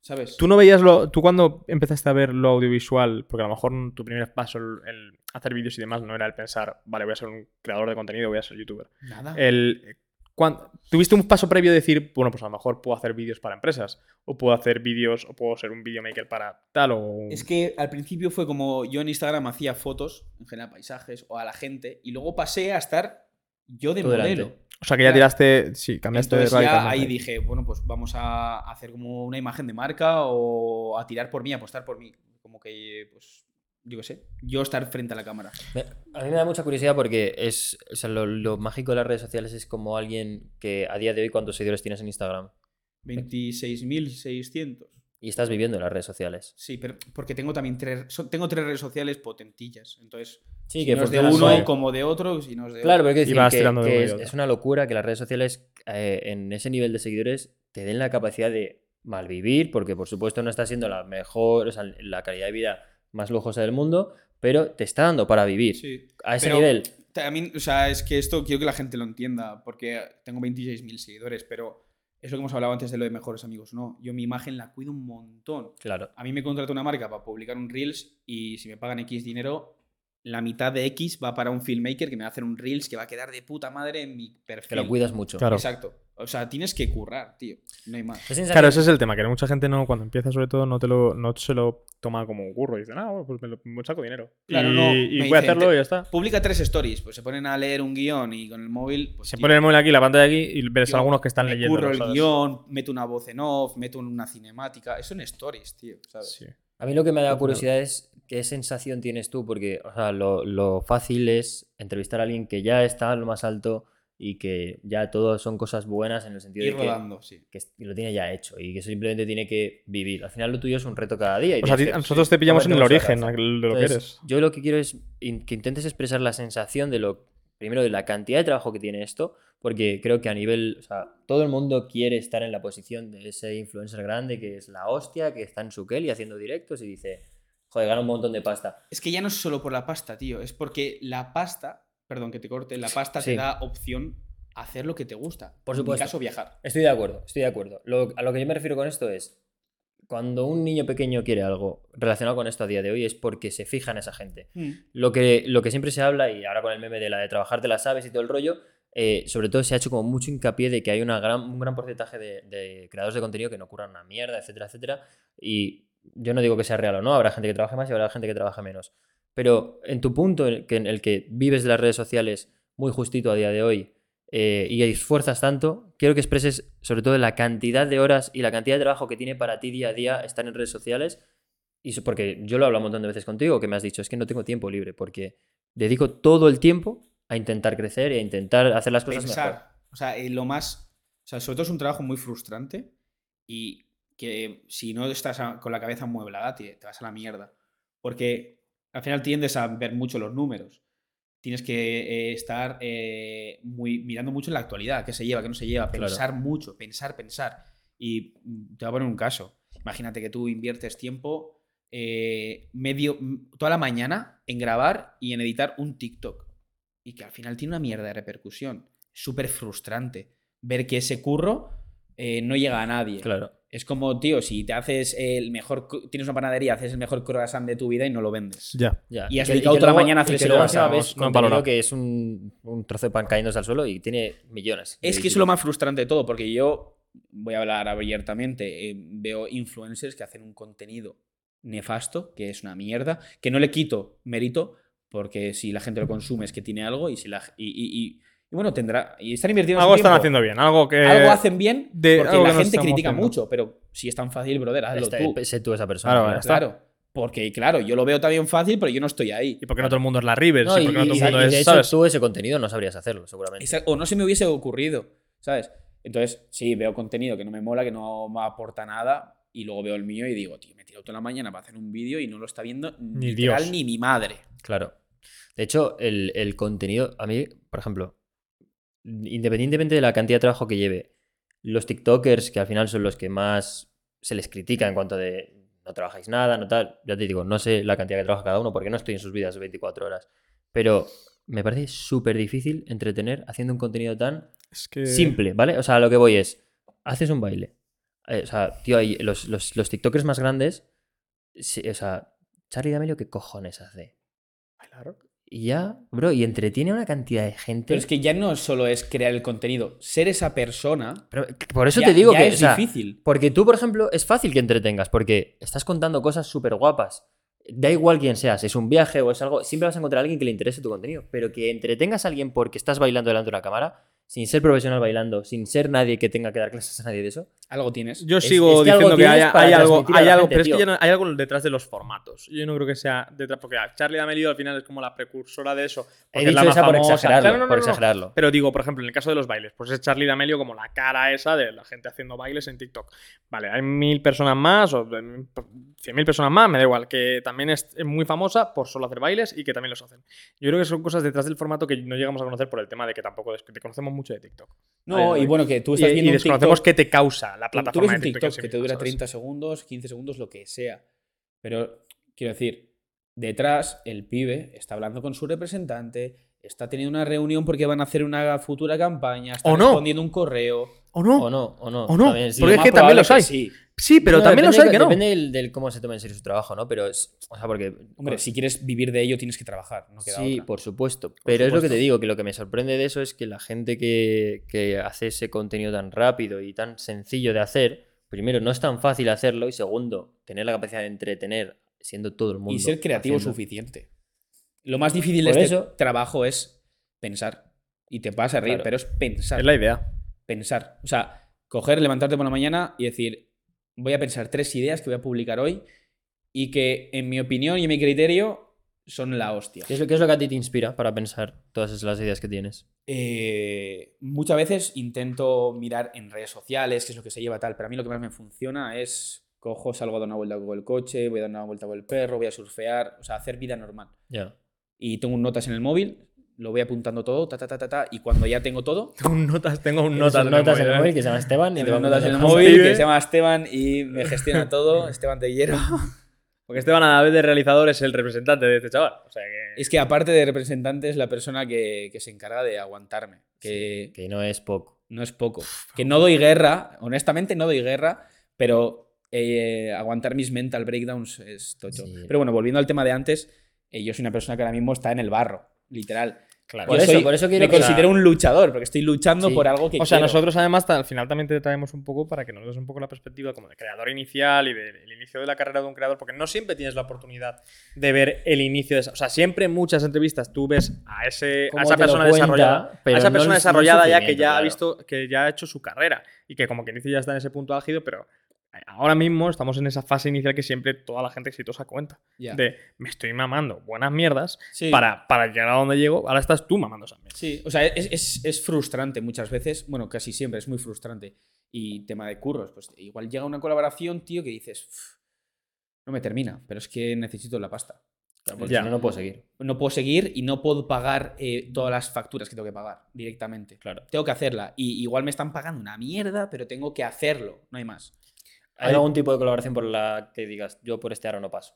¿Sabes?
Tú no veías lo. Tú cuando empezaste a ver lo audiovisual, porque a lo mejor tu primer paso, el, el hacer vídeos y demás, no era el pensar, vale, voy a ser un creador de contenido, voy a ser youtuber.
Nada.
eh,
El, cuan- ¿Tuviste un paso previo de decir, bueno, pues a lo mejor puedo hacer vídeos para empresas? O puedo hacer vídeos, o puedo ser un videomaker para tal, o. un-
Es que al principio fue como yo en Instagram hacía fotos, en general paisajes o a la gente, y luego pasé a estar yo de
Tú delante.
modelo.
O sea que ya
Claro.
tiraste. Sí, cambiaste
Entonces ya
radicalmente.
ahí dije, bueno, pues vamos a hacer como una imagen de marca o a tirar por mí, a apostar por mí. Como que, pues, yo qué sé, yo estar frente a la cámara.
Me- A mí me da mucha curiosidad porque es o sea, lo, lo mágico de las redes sociales es como alguien que a día de hoy cuántos seguidores tienes en Instagram
26.600.
y estás viviendo en las redes sociales.
Sí, pero porque tengo también tres, so- tengo tres redes sociales potentillas. Entonces,
Sí,
si no es de
funcionas
uno
solo.
como de otro, si no es de
Claro,
otro.
pero quiero
Y vas
decir que,
tirando de
que
uno y
es,
otro.
es una locura que las redes sociales eh, en ese nivel de seguidores te den la capacidad de malvivir, porque por supuesto no está siendo la mejor, o sea, la calidad de vida más lujosa del mundo, pero te está dando para vivir
Sí.
a ese
Pero
nivel.
También, o sea, es que esto quiero que la gente lo entienda, porque tengo 26.000 seguidores, pero es lo que hemos hablado antes de lo de mejores amigos, ¿no? Yo mi imagen la cuido un montón.
Claro.
A mí me contrata una marca para publicar un Reels y si me pagan X dinero, la mitad de X va para un filmmaker que me va a hacer un Reels que va a quedar de puta madre en mi perfil.
Que lo cuidas mucho.
Claro.
Exacto. O sea, tienes que currar, tío. No hay más.
Esa sensación-
Claro, ese es el tema, que mucha gente no, cuando empieza sobre todo, no, te lo, no se lo toma como un curro. Dicen, ah, bueno, pues me, lo, me saco dinero.
Claro,
y
no, me
y voy
dicen,
a hacerlo
te-
y ya está.
Publica tres stories, pues se ponen a leer un guión y con el móvil. Pues,
Se
tío,
pone el móvil aquí, la pantalla aquí, y ves
Yo
algunos que están
me
leyendo.
curro el guión, meto una voz en off, meto una cinemática. Eso en stories, tío. ¿sabes?
A mí lo que me da
Pues,
curiosidad es qué sensación tienes tú, porque o sea, lo, lo fácil es entrevistar a alguien que ya está a lo más alto y que ya todo son cosas buenas en el sentido
Ir
de que,
rodando, sí.
que lo tiene ya hecho y que simplemente tiene que vivir. Al final lo tuyo es un reto cada día. y
O sea, a ti-
tienes
a
que-
nosotros te pillamos en el
tomártelo a
origen
la
de
cabeza.
lo que
Entonces,
eres.
Yo lo que quiero es in- que intentes expresar la sensación de lo, primero, de la cantidad de trabajo que tiene esto, porque creo que a nivel, o sea, todo el mundo quiere estar en la posición de ese influencer grande que es la hostia, que está en su Kelly haciendo directos y dice, joder, gana un montón de pasta.
Es que ya no es solo por la pasta, tío. Es porque la pasta, perdón que te corte, la pasta
Sí.
te da opción a hacer lo que te gusta.
Por
En mi
supuesto.
caso, viajar.
Estoy de acuerdo, estoy de acuerdo. Lo- a lo que yo me refiero con esto es, cuando un niño pequeño quiere algo relacionado con esto a día de hoy es porque se fija en esa gente. lo que, lo que siempre se habla, y ahora con el meme de la de trabajar de las aves y todo el rollo, eh, sobre todo se ha hecho como mucho hincapié de que hay una gran, un gran porcentaje de, de creadores de contenido que no curan una mierda, etcétera, etcétera. Y yo no digo que sea real o no, habrá gente que trabaje más y habrá gente que trabaje menos. Pero en tu punto en el que, en el que vives de las redes sociales muy justito a día de hoy eh, y esfuerzas tanto, quiero que expreses sobre todo la cantidad de horas y la cantidad de trabajo que tiene para ti día a día estar en redes sociales y eso porque yo lo he hablado un montón de veces contigo, que me has dicho, es que no tengo tiempo libre, porque dedico todo el tiempo a intentar crecer y a intentar hacer las cosas mejor.
Pensar. O sea, eh, lo más. O sea, sobre todo es un trabajo muy frustrante y que si no estás a- con la cabeza amueblada, te, te vas a la mierda. Porque al final tiendes a ver mucho los números. Tienes que eh, estar eh, muy, mirando mucho en la actualidad, qué se lleva, qué no se lleva,
Claro.
pensar mucho, pensar, pensar. Y mm, te voy a poner un caso. Imagínate que tú inviertes tiempo eh, medio, m- toda la mañana en grabar y en editar un TikTok. Y que al final tiene una mierda de repercusión. Súper frustrante ver que ese curro eh, no llega a nadie.
Claro.
Es como, tío, si te haces el mejor, cru- tienes una panadería, haces el mejor croissant de tu vida y no lo vendes.
Ya.
Ya.
Y has
que-
dedicado
que
toda la
luego-
mañana a
y
hacer
que
ese
luego
trabajo,
encima ves
vamos, no han
contenido
valorado.
que es un, un trozo de pan cayéndose al suelo y tiene millones. de
Es que es
visitas.
lo más frustrante de todo, porque yo voy a hablar abiertamente. eh, veo influencers que hacen un contenido nefasto, que es una mierda, que no le quito mérito, porque si la gente lo consume es que tiene algo y si la y, y- y- y bueno, tendrá. Y están invirtiendo. su
Algo están
tiempo.
haciendo bien, algo que.
Algo hacen bien,
Eh, de
porque
algo
la
que no
gente
estamos
critica
haciendo.
mucho, pero si es tan fácil, brother, hazlo
Este-
tú.
sé tú esa persona.
Claro,
claro.
está.
Claro. Porque, claro, yo lo veo también fácil, pero yo no estoy ahí.
Y porque no todo el mundo es la Rivers,
No,
y
y,
porque no todo
y-
el mundo
y de
es.
hecho
¿Sabes?
tú ese contenido no sabrías hacerlo, seguramente.
Esa- O no se me hubiese ocurrido, ¿sabes? Entonces, sí, veo contenido que no me mola, que no me aporta nada, Y luego veo el mío y digo, tío, me he tirado toda la mañana para hacer un vídeo y no lo está viendo
Ni
ni literal
Dios.
ni mi madre.
Claro. De hecho, el, el contenido, a mí, por ejemplo, independientemente de la cantidad de trabajo que lleve, los TikTokers, que al final son los que más se les critica en cuanto de no trabajáis nada, no tal, ya te digo, no sé la cantidad que trabaja cada uno porque no estoy en sus vidas 24 horas, pero me parece súper difícil entretener haciendo un contenido tan
Es que.
simple, ¿vale? O sea, lo que voy es, haces un baile. Eh, o sea, tío, hay- los, los, los TikTokers más grandes, sí, o sea, Charlie D'Amelio, ¿qué cojones hace? Y ya, bro, y entretiene a una cantidad de gente.
Pero es que ya no solo es crear el contenido, ser esa persona.
Pero por eso
ya-
te digo
ya
que
es
o sea,
difícil.
Porque tú, por ejemplo, es fácil que entretengas, porque estás contando cosas súper guapas. Da igual quién seas, es un viaje o es algo, siempre vas a encontrar a alguien que le interese tu contenido. Pero que entretengas a alguien porque estás bailando delante de una cámara, sin ser profesional bailando, sin ser nadie que tenga que dar clases a nadie de eso.
Algo tienes.
Yo
Es-
sigo
es que algo
diciendo que
tienes
haya-
para
hay algo,
transmitir a
hay
la
algo,
gente,
pero es que
tío.
ya no- hay algo detrás de los formatos. Yo no creo que sea detrás, porque a Charlie D'Amelio al final es como la precursora de eso. porque
He
es la
dicho
más
esa por
famosa.
exagerarlo,
Claro, no, no,
por
no, no.
exagerarlo.
Pero digo, por ejemplo, en el caso de los bailes, pues es Charlie D'Amelio como la cara esa de la gente haciendo bailes en TikTok. Vale, hay mil personas más o de- cien mil personas más, me da igual, que también es muy famosa por solo hacer bailes y que también los hacen. Yo creo que son cosas detrás del formato que no llegamos a conocer por el tema de que tampoco des- te conocemos mucho de TikTok.
No,
Ay,
y
ay.
bueno, que tú
Y,
estás
y
viendo un
desconocemos
TikTok.
qué te causa la
Tú-
plataforma
Tú ves un
de TikTok.
TikTok
en sí
que te
misma,
dura
¿sabes?
30 segundos, 15 segundos, lo que sea. Pero quiero decir, detrás el pibe está hablando con su representante, está teniendo una reunión porque van a hacer una futura campaña, está
O no.
respondiendo un correo.
¿O no?
O no, o no.
O no,
también, sí.
porque
Lo
es
más
Más
que también
probable
los hay.
sí.
Sí, pero
No,
también los
depende
hay que no.
Depende del, del cómo se tome en serio su trabajo, ¿no? Pero es. O sea, porque.
Hombre, si quieres vivir de ello tienes que trabajar, no queda
sí,
otra.
por supuesto. Pero es lo que te digo, que lo que me sorprende de eso es que la gente que, que hace ese contenido tan rápido y tan sencillo de hacer, primero, no es tan fácil hacerlo y segundo, tener la capacidad de entretener siendo todo el mundo.
y ser creativo
haciendo.
suficiente. Lo más difícil de
Por
este
eso-
trabajo es pensar. Y te vas a reír,
Claro.
pero es pensar.
Es la idea.
pensar. O sea, coger, levantarte por la mañana y decir, voy a pensar tres ideas que voy a publicar hoy y que, en mi opinión y en mi criterio, son la hostia.
¿Qué es, lo, qué es lo que a ti te inspira para pensar todas esas las ideas que tienes?
Eh, muchas veces intento mirar en redes sociales qué es lo que se lleva tal, pero a mí lo que más me funciona es cojo, salgo a dar una vuelta con el coche, voy a dar una vuelta con el perro, voy a surfear, o sea, hacer vida normal.
Ya.
Y tengo un notas en el móvil, lo voy apuntando todo, ta, ta, ta, ta, ta, y cuando ya tengo todo,
Tengo un notas, tengo un
Tienes
notas.
un
de
notas en el
memoria,
móvil
¿eh?
que se llama Esteban y te
Tengo
va
notas en el
contando
móvil
Pibe.
que se llama Esteban y me gestiona todo, Esteban Tellero.
Porque Esteban, a la vez de realizador, es el representante de este chaval. O sea que.
Es que aparte de representante es la persona que, que se encarga de aguantarme, que
Que no es poco.
no es poco. Que no doy guerra, honestamente no doy guerra, pero eh, aguantar mis mental breakdowns es tocho.
Sí.
Pero bueno, volviendo al tema de antes, eh, yo soy una persona que ahora mismo está en el barro, literal.
Claro.
Por
Yo
eso-
soy-
por eso quiero
me
que-
considero un luchador, porque estoy luchando
Sí.
por algo que
O sea,
quiero.
nosotros además ta- al final también te traemos un poco para que nos des un poco la perspectiva como de creador inicial y de- del inicio de la carrera de un creador, porque no siempre tienes la oportunidad de ver el inicio de esa. O sea, siempre en muchas entrevistas tú ves a, ese, a
Cómo
esa
te lo
persona
cuenta,
desarrollada, a
pero
esa
no
persona
el- no el
desarrollada ya que
sufrimiento,
ya ha
claro.
visto, que ya ha hecho su carrera y que como quien dice ya está en ese punto álgido, pero ahora mismo estamos en esa fase inicial que siempre toda la gente exitosa cuenta.
Ya.
De me estoy mamando buenas mierdas
Sí.
para, para llegar a donde llego, ahora estás tú mamando esas mierdas.
Sí, o sea, es, es- es frustrante muchas veces, bueno, casi siempre es muy frustrante. Y tema de curros, pues igual llega una colaboración, tío, que dices, "Uf, no me termina, pero es que necesito la pasta.
Claro, porque
Ya.
si no, no puedo seguir.
No puedo seguir y no puedo pagar eh, todas las facturas que tengo que pagar directamente.
Claro.
Tengo que hacerla. Y igual me están pagando una mierda, pero tengo que hacerlo, no hay más.
¿Hay algún tipo de colaboración por la que digas, yo por este aro no paso?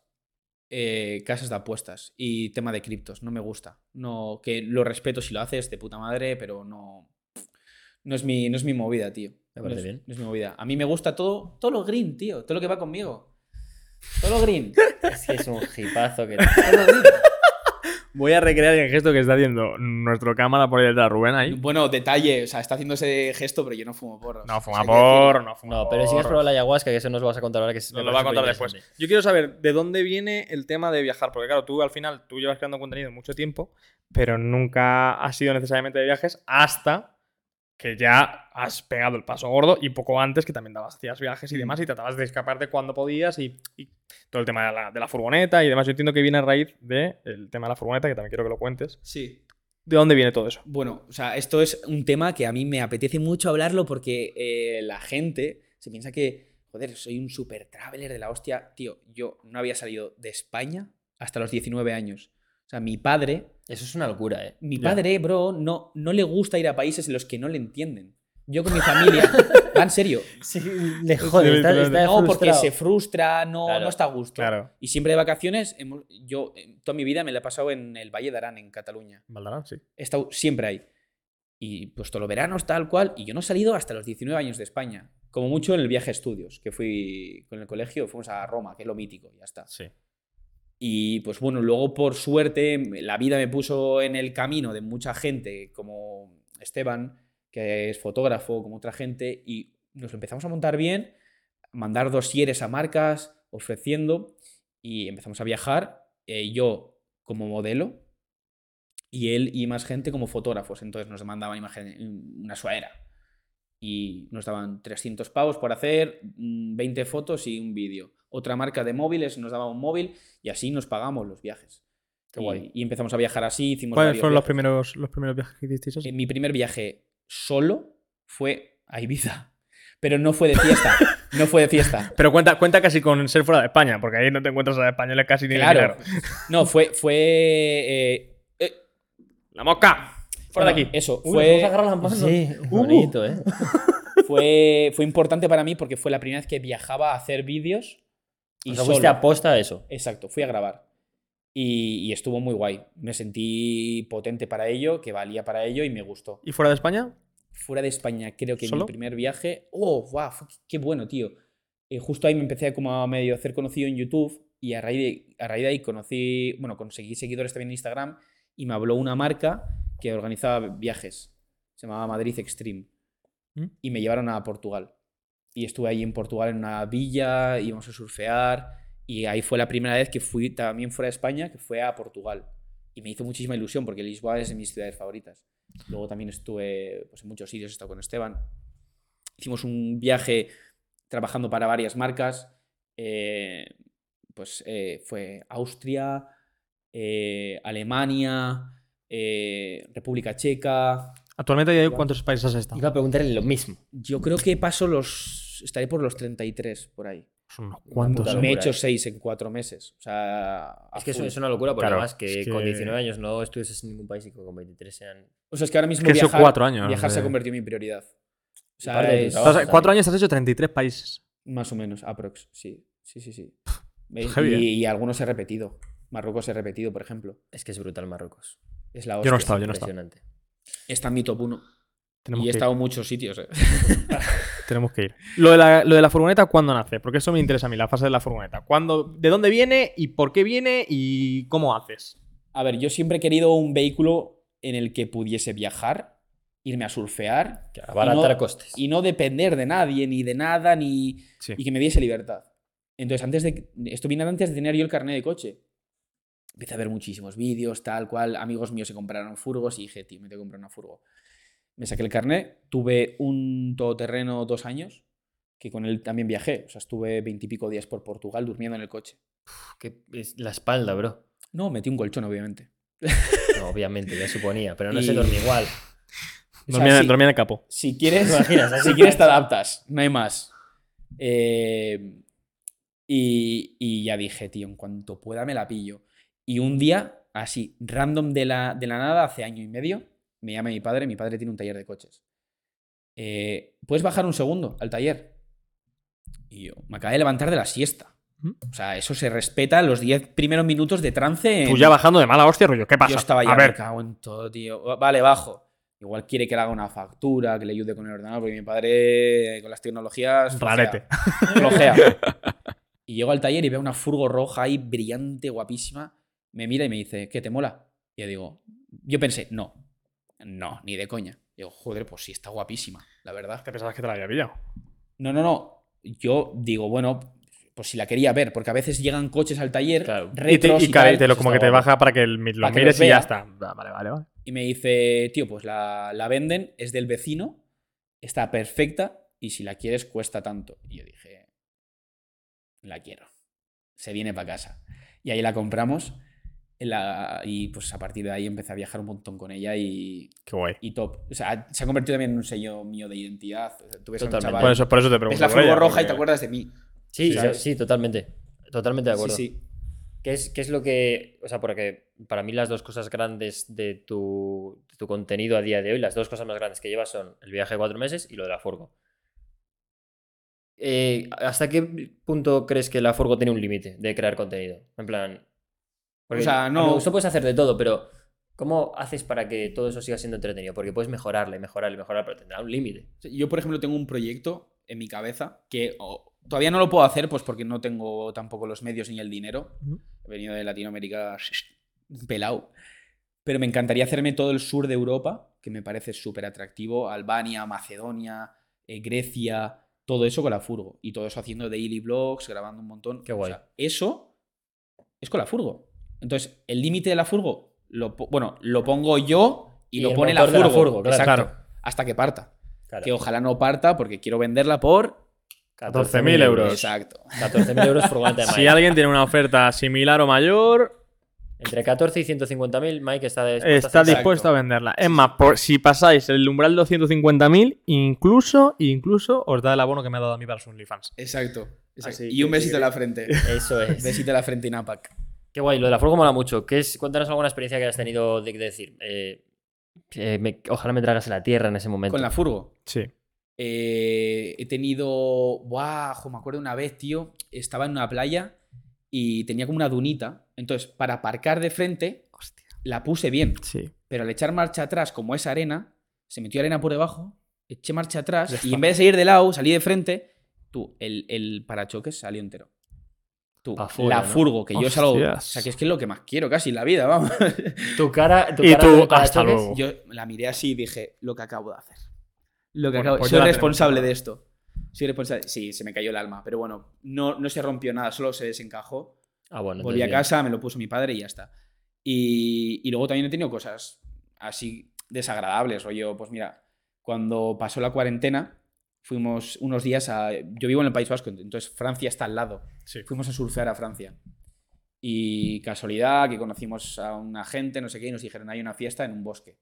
eh, casas de apuestas y tema de criptos. No me gusta. No, que lo respeto si lo haces, de puta madre, pero no. No es mi, no es mi movida, tío.
Me
No
parece
es-
bien.
No es mi movida. A mí me gusta todo, todo lo green, tío. Todo lo que va conmigo. Todo lo green.
Es que es un jipazo que.
Voy a recrear el gesto que está haciendo nuestro cámara por ahí detrás, Rubén ahí.
bueno, detalle. O sea, está haciendo ese gesto, pero yo no fumo porros.
No,
O
fuma
sea, quiero decir-
por, no fuma
No, pero si has
porro.
probado la ayahuasca, que eso nos lo vas a contar ahora que
Nos lo va a contar después. Yo quiero saber de dónde viene el tema de viajar, porque claro, tú al final, tú llevas creando contenido mucho tiempo, pero nunca has sido necesariamente de viajes hasta que ya has pegado el paso gordo y poco antes que también dabas, hacías viajes y demás y tratabas de escaparte cuando podías y, y todo el tema de la, de la furgoneta y demás. Yo entiendo que viene a raíz del tema de la furgoneta, que también quiero que lo cuentes.
Sí.
¿De dónde viene todo eso?
Bueno, o sea, esto es un tema que a mí me apetece mucho hablarlo porque eh, la gente se piensa que, joder, soy un super traveler de la hostia. Tío, yo no había salido de España hasta los 19 años. O sea, mi padre,
Eso es una locura, ¿eh?
mi
Ya.
padre, bro, no, no le gusta ir a países en los que no le entienden. Yo con mi familia, va en serio.
Sí, le jode. está- está
No, porque
frustrado.
se frustra, no,
Claro.
no está a gusto.
Claro.
Y siempre de vacaciones, hemos- yo eh, toda mi vida me la he pasado en el Valle de Arán, en Cataluña.
Valdarán, sí.
He estado siempre ahí. Y pues todos los veranos, tal cual. Y yo no he salido hasta los 19 años de España. Como mucho en el viaje a estudios, que fui con el colegio, fuimos a Roma, que es lo mítico, ya está.
Sí.
Y pues bueno, luego por suerte me- la vida me puso en el camino de mucha gente, como Esteban, que es fotógrafo, como otra gente, y nos empezamos a montar bien, mandar dosieres a marcas, ofreciendo, y empezamos a viajar, eh, yo como modelo y él y más gente como fotógrafos. Entonces nos mandaban imagen, una suadera. Y nos daban 300 pavos por hacer mm, 20 fotos y un vídeo. Otra marca de móviles nos daba un móvil y así nos pagamos los viajes.
Qué
y,
guay.
y empezamos a viajar así. Hicimos
¿Cuáles
varios
fueron los
viajes.
primeros, los primeros viajes que hicisteis? así?
Eh, Mi primer viaje solo fue a Ibiza. Pero no fue de fiesta. no fue de fiesta.
Pero cuenta, cuenta casi con ser fuera de España, porque ahí no te encuentras a españoles casi ni
Claro. No, fue. fue eh, eh,
¡La mosca! ¡Fuera de
bueno,
aquí!
Eso.
Uy, nos
fue,
hemos agarrado las manos.
Sí.
Bonito, ¿eh?
fue, fue importante para mí porque fue la primera vez que viajaba a hacer vídeos y
Y o sea,
solo.
fuiste aposta a eso.
Exacto, fui a grabar. Y, y estuvo muy guay. Me sentí potente para ello, que valía para ello y me gustó.
¿Y fuera de España?
Fuera de España, creo que
¿Solo?
mi primer viaje. ¡Oh, wow! fue- ¡Qué bueno, tío! Eh, justo ahí me empecé como a medio hacer conocido en YouTube y a raíz, de, a raíz de ahí conocí, bueno, conseguí seguidores también en Instagram y me habló una marca que organizaba viajes. Se llamaba Madrid Extreme.
¿Mm?
Y me llevaron a Portugal. Y estuve ahí en Portugal en una villa, íbamos a surfear. Y ahí fue la primera vez que fui también fuera de España, que fue a Portugal. Y me hizo muchísima ilusión porque Lisboa es de mis ciudades favoritas. Luego también estuve pues, en muchos sitios, he estado con Esteban. Hicimos un viaje trabajando para varias marcas. eh, pues eh, fue Austria, eh, Alemania, eh, República Checa.
Actualmente ya hay cuántos países has estado.
Iba a preguntarle lo mismo.
Yo creo que paso los. Estaré por los 33 por ahí.
Son unos
puta
cuantos.
locura.
Me he
¿eh?
hecho 6 en 4 meses. O sea. a
Es que eso
full.
es una locura, porque
Claro,
además que,
es que-
con 19 años no estuvieses en ningún país y que con 23 sean.
O sea, es que ahora mismo
que son
viajar,
cuatro años,
viajar se
eh.
ha convertido en mi prioridad. O sea,
Aparte de tu
es-
trabajo.
Estás- cuatro años has hecho 33 países.
más o menos, aprox, sí. Sí, sí, sí. ¿Veis?
Heavy,
y,
eh.
y algunos he repetido. Marruecos he repetido, por ejemplo.
Es que es brutal Marruecos.
Es la
Yo no he
hostia.
estado, yo no he estado.
Impresionante.
Está en mi top 1.
Tenemos,
y he
que,
estado en muchos sitios. eh.
ir, tenemos que ir. Lo de, la, lo de la furgoneta, ¿cuándo nace? Porque eso me interesa a mí, la fase de la furgoneta. ¿Cuándo, ¿De dónde viene y por qué viene y cómo haces?
A ver, yo siempre he querido un vehículo en el que pudiese viajar, irme a surfear
Que abaratar
no-
costes.
y no depender de nadie, ni de nada, ni.
Sí.
y que me diese libertad. Entonces, antes de esto viene antes de tener yo el carnet de coche. Empecé a ver muchísimos vídeos, tal cual. Amigos míos se compraron furgos y dije, tío, me tengo que comprar una furgo. Me saqué el carnet, tuve un todoterreno dos años, que con él también viajé. O sea, estuve veintipico días por Portugal durmiendo en el coche.
Que es la espalda, bro.
No, metí un colchón, obviamente.
No, obviamente, ya suponía, pero no se
Y-
dormía igual.
Dormía,
sí.
dormía en el capó.
Si quieres,
imaginas? Así
si quieres te adaptas, no hay más. Eh, y, y ya dije, tío, en cuanto pueda me la pillo. Y un día, así, random de la, de la nada, hace año y medio, me llama mi padre, mi padre tiene un taller de coches. Eh, ¿Puedes bajar un segundo al taller? Y yo, me acabé de levantar de la siesta.
¿Mm?
O sea, eso se respeta los 10 primeros minutos de trance.
Tú
en-
ya bajando de mala hostia, rollo. ¿Qué pasa?
yo estaba ya,
a
me
ver,
cago en todo, tío. Vale, bajo. Igual quiere que le haga una factura, que le ayude con el ordenador, porque mi padre eh, con las tecnologías. flojea.
rarete.
Flojea. Y llego al taller y veo una furgo roja ahí, brillante, guapísima. Me mira y me dice, ¿qué te mola? Y yo digo, yo pensé, no, no, ni de coña. Digo, joder, pues sí, está guapísima, la verdad.
Te pensabas que te la había pillado.
No, no, no. Yo digo, bueno, pues si la quería ver, porque a veces llegan coches al taller,
Claro. Y
Y te,
retros
y
y
claro,
tal,
y te lo,
pues
como que
está
te
guapo.
baja para que el- lo
Para que
mires
los
y ya
vea.
está. Ah, Vale, vale, vale.
Y me dice, tío, pues la, la venden, es del vecino, está perfecta y si la quieres cuesta tanto. Y yo dije, la quiero. Se viene para casa. Y ahí la compramos la- y pues a partir de ahí empecé a viajar un montón con ella y,
Qué guay.
y top. O sea, se ha convertido también en un sello mío de identidad. O sea, tú ves a un
Totalmente.
chaval-
Por eso, por eso te pregunto.
ves la
por
fuego
ella,
roja y
porque-
te acuerdas de mí.
Sí,
Sí,
sí,
¿sabes?
sí, totalmente. Totalmente de acuerdo.
Sí, sí.
¿Qué es, qué es lo que.? O sea, porque para mí las dos cosas grandes de tu, de tu contenido a día de hoy, las dos cosas más grandes que llevas son el viaje de cuatro meses y lo de la Forgo. Eh, ¿Hasta qué punto crees que la Forgo tiene un límite de crear contenido? En plan.
O sea,
a
no-
ver, Esto puedes hacer de todo, pero ¿cómo haces para que todo eso siga siendo entretenido? Porque puedes mejorarle, mejorarle, mejorar, pero tendrá un límite.
O sea, Yo, por ejemplo, tengo un proyecto en mi cabeza que o, todavía no lo puedo hacer, pues porque no tengo tampoco los medios ni el dinero.
Ujú.
He venido de Latinoamérica pelado. Pero me encantaría hacerme todo el sur de Europa, que me parece súper atractivo. Albania, Macedonia, eh, Grecia, todo eso con la furgo. Y todo eso haciendo daily vlogs, grabando un montón.
Qué guay.
eso es con la furgo. Entonces, el límite de la furgo, lo, po- bueno, lo pongo yo y,
Y
lo
el
pone la
motor de
furgo.
la furgo, claro.
Exacto.
Claro.
Hasta que parta
Claro.
que ojalá no parta porque quiero venderla por...
14.000 euros.
Exacto.
14.000 euros furgoneta de
Si
Mike.
alguien tiene una oferta similar o mayor,
Entre 14 y 150.000, Mike está dispuesto a
está
aceptar.
dispuesto a venderla. Es más, por, si pasáis el umbral de 250.000, incluso, incluso os da el abono que me ha dado a mí para sus OnlyFans.
Exacto. exacto.
Así
Y un
que Ah, sí.
besito en la frente.
Eso es.
besito en la frente Inapac.
Qué guay, lo de la Furgo mola mucho. ¿Qué es? Cuéntanos alguna experiencia que has tenido de, de decir. eh, eh, me- ojalá me tragas a la tierra en ese momento.
Con la furgo.
Sí.
Eh, he tenido... Buah, jo, me acuerdo una vez, tío. Estaba en una playa y tenía como una dunita. Entonces, para aparcar de frente, la puse bien.
Sí.
Pero al echar marcha atrás, como es arena, se metió arena por debajo, eché marcha atrás
Ya
y
está.
en vez de seguir de lado, salí de frente. Tú, el, el parachoques salió entero. Tú,
Pa' fuera,
la
¿no?
furgo, que yo salgo. O
Hostias.
sea, que es que es lo que más quiero casi en la vida, vamos.
tu cara. Tu
Y
cara
tú,
de parachoques.
hasta luego.
Yo la miré así y dije, lo que acabo de hacer. Lo que
Bueno,
acabo
pues ya
Soy
la
responsable de
tenemos
esto. Soy responsable. Sí, se me cayó el alma, pero bueno, no, no se rompió nada, solo se desencajó.
Ah, bueno.
Volví a
entonces
casa, me lo puso mi padre y ya está. Y, y luego también he tenido cosas así desagradables. Rollo, pues mira, cuando pasó la cuarentena, fuimos unos días a. Yo vivo en el País Vasco, entonces Francia está al lado.
Sí.
Fuimos a surfear a Francia. Y casualidad que conocimos a una gente, no sé qué, y nos dijeron: hay una fiesta en un bosque.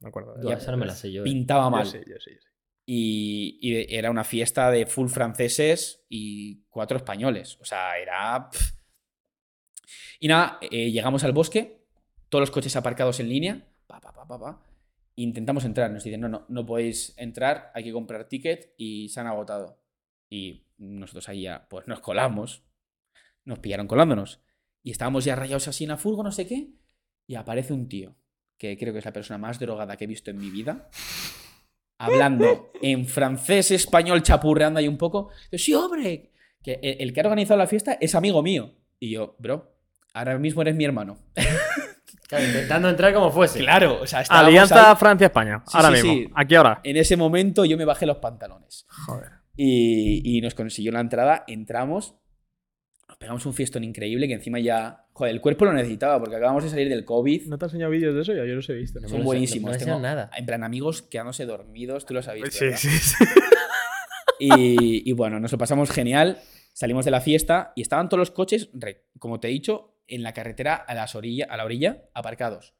Me acuerdo.
bien. Buah, esa no me la sé yo. eh.
Pintaba mal.
Yo sí, yo sí, yo sí.
Y, y de- era una fiesta de full franceses y cuatro españoles. O sea, era. pf. Y nada, eh, llegamos al bosque, todos los coches aparcados en línea, pa, pa, pa, pa, pa. e Intentamos entrar, nos dicen, no, no, no podéis entrar, hay que comprar ticket y se han agotado. Y nosotros ahí ya, pues nos colamos, nos pillaron colándonos. Y estábamos ya rayados así en la furgo, no sé qué, y aparece un tío, que creo que es la persona más drogada que he visto en mi vida hablando en francés, español, chapurreando ahí un poco. Yo, sí, hombre, que el, el que ha organizado la fiesta es amigo mío. Y yo, bro, ahora mismo eres mi hermano.
Claro, intentando entrar como fuese.
Claro, o sea, estábamos
Alianza
ahí.
Francia-España.
Sí,
ahora
sí,
mismo.
sí.
Aquí ahora.
En ese momento yo me bajé los pantalones.
Joder.
Y, y nos consiguió la entrada, entramos, nos pegamos un fiestón increíble que encima ya, joder, el cuerpo lo necesitaba porque acabamos de salir del COVID.
¿No te has enseñado vídeos de eso? Yo, yo los he visto.
No me
Son
lo sé,
buenísimos.
no me
tengo-
enseñan nada.
En plan, amigos quedándose dormidos, tú lo sabías.
Sí, sí, sí.
Y, y bueno, nos lo pasamos genial. Salimos de la fiesta y estaban todos los coches, re- como te he dicho, en la carretera a, las orilla, a la orilla, aparcados.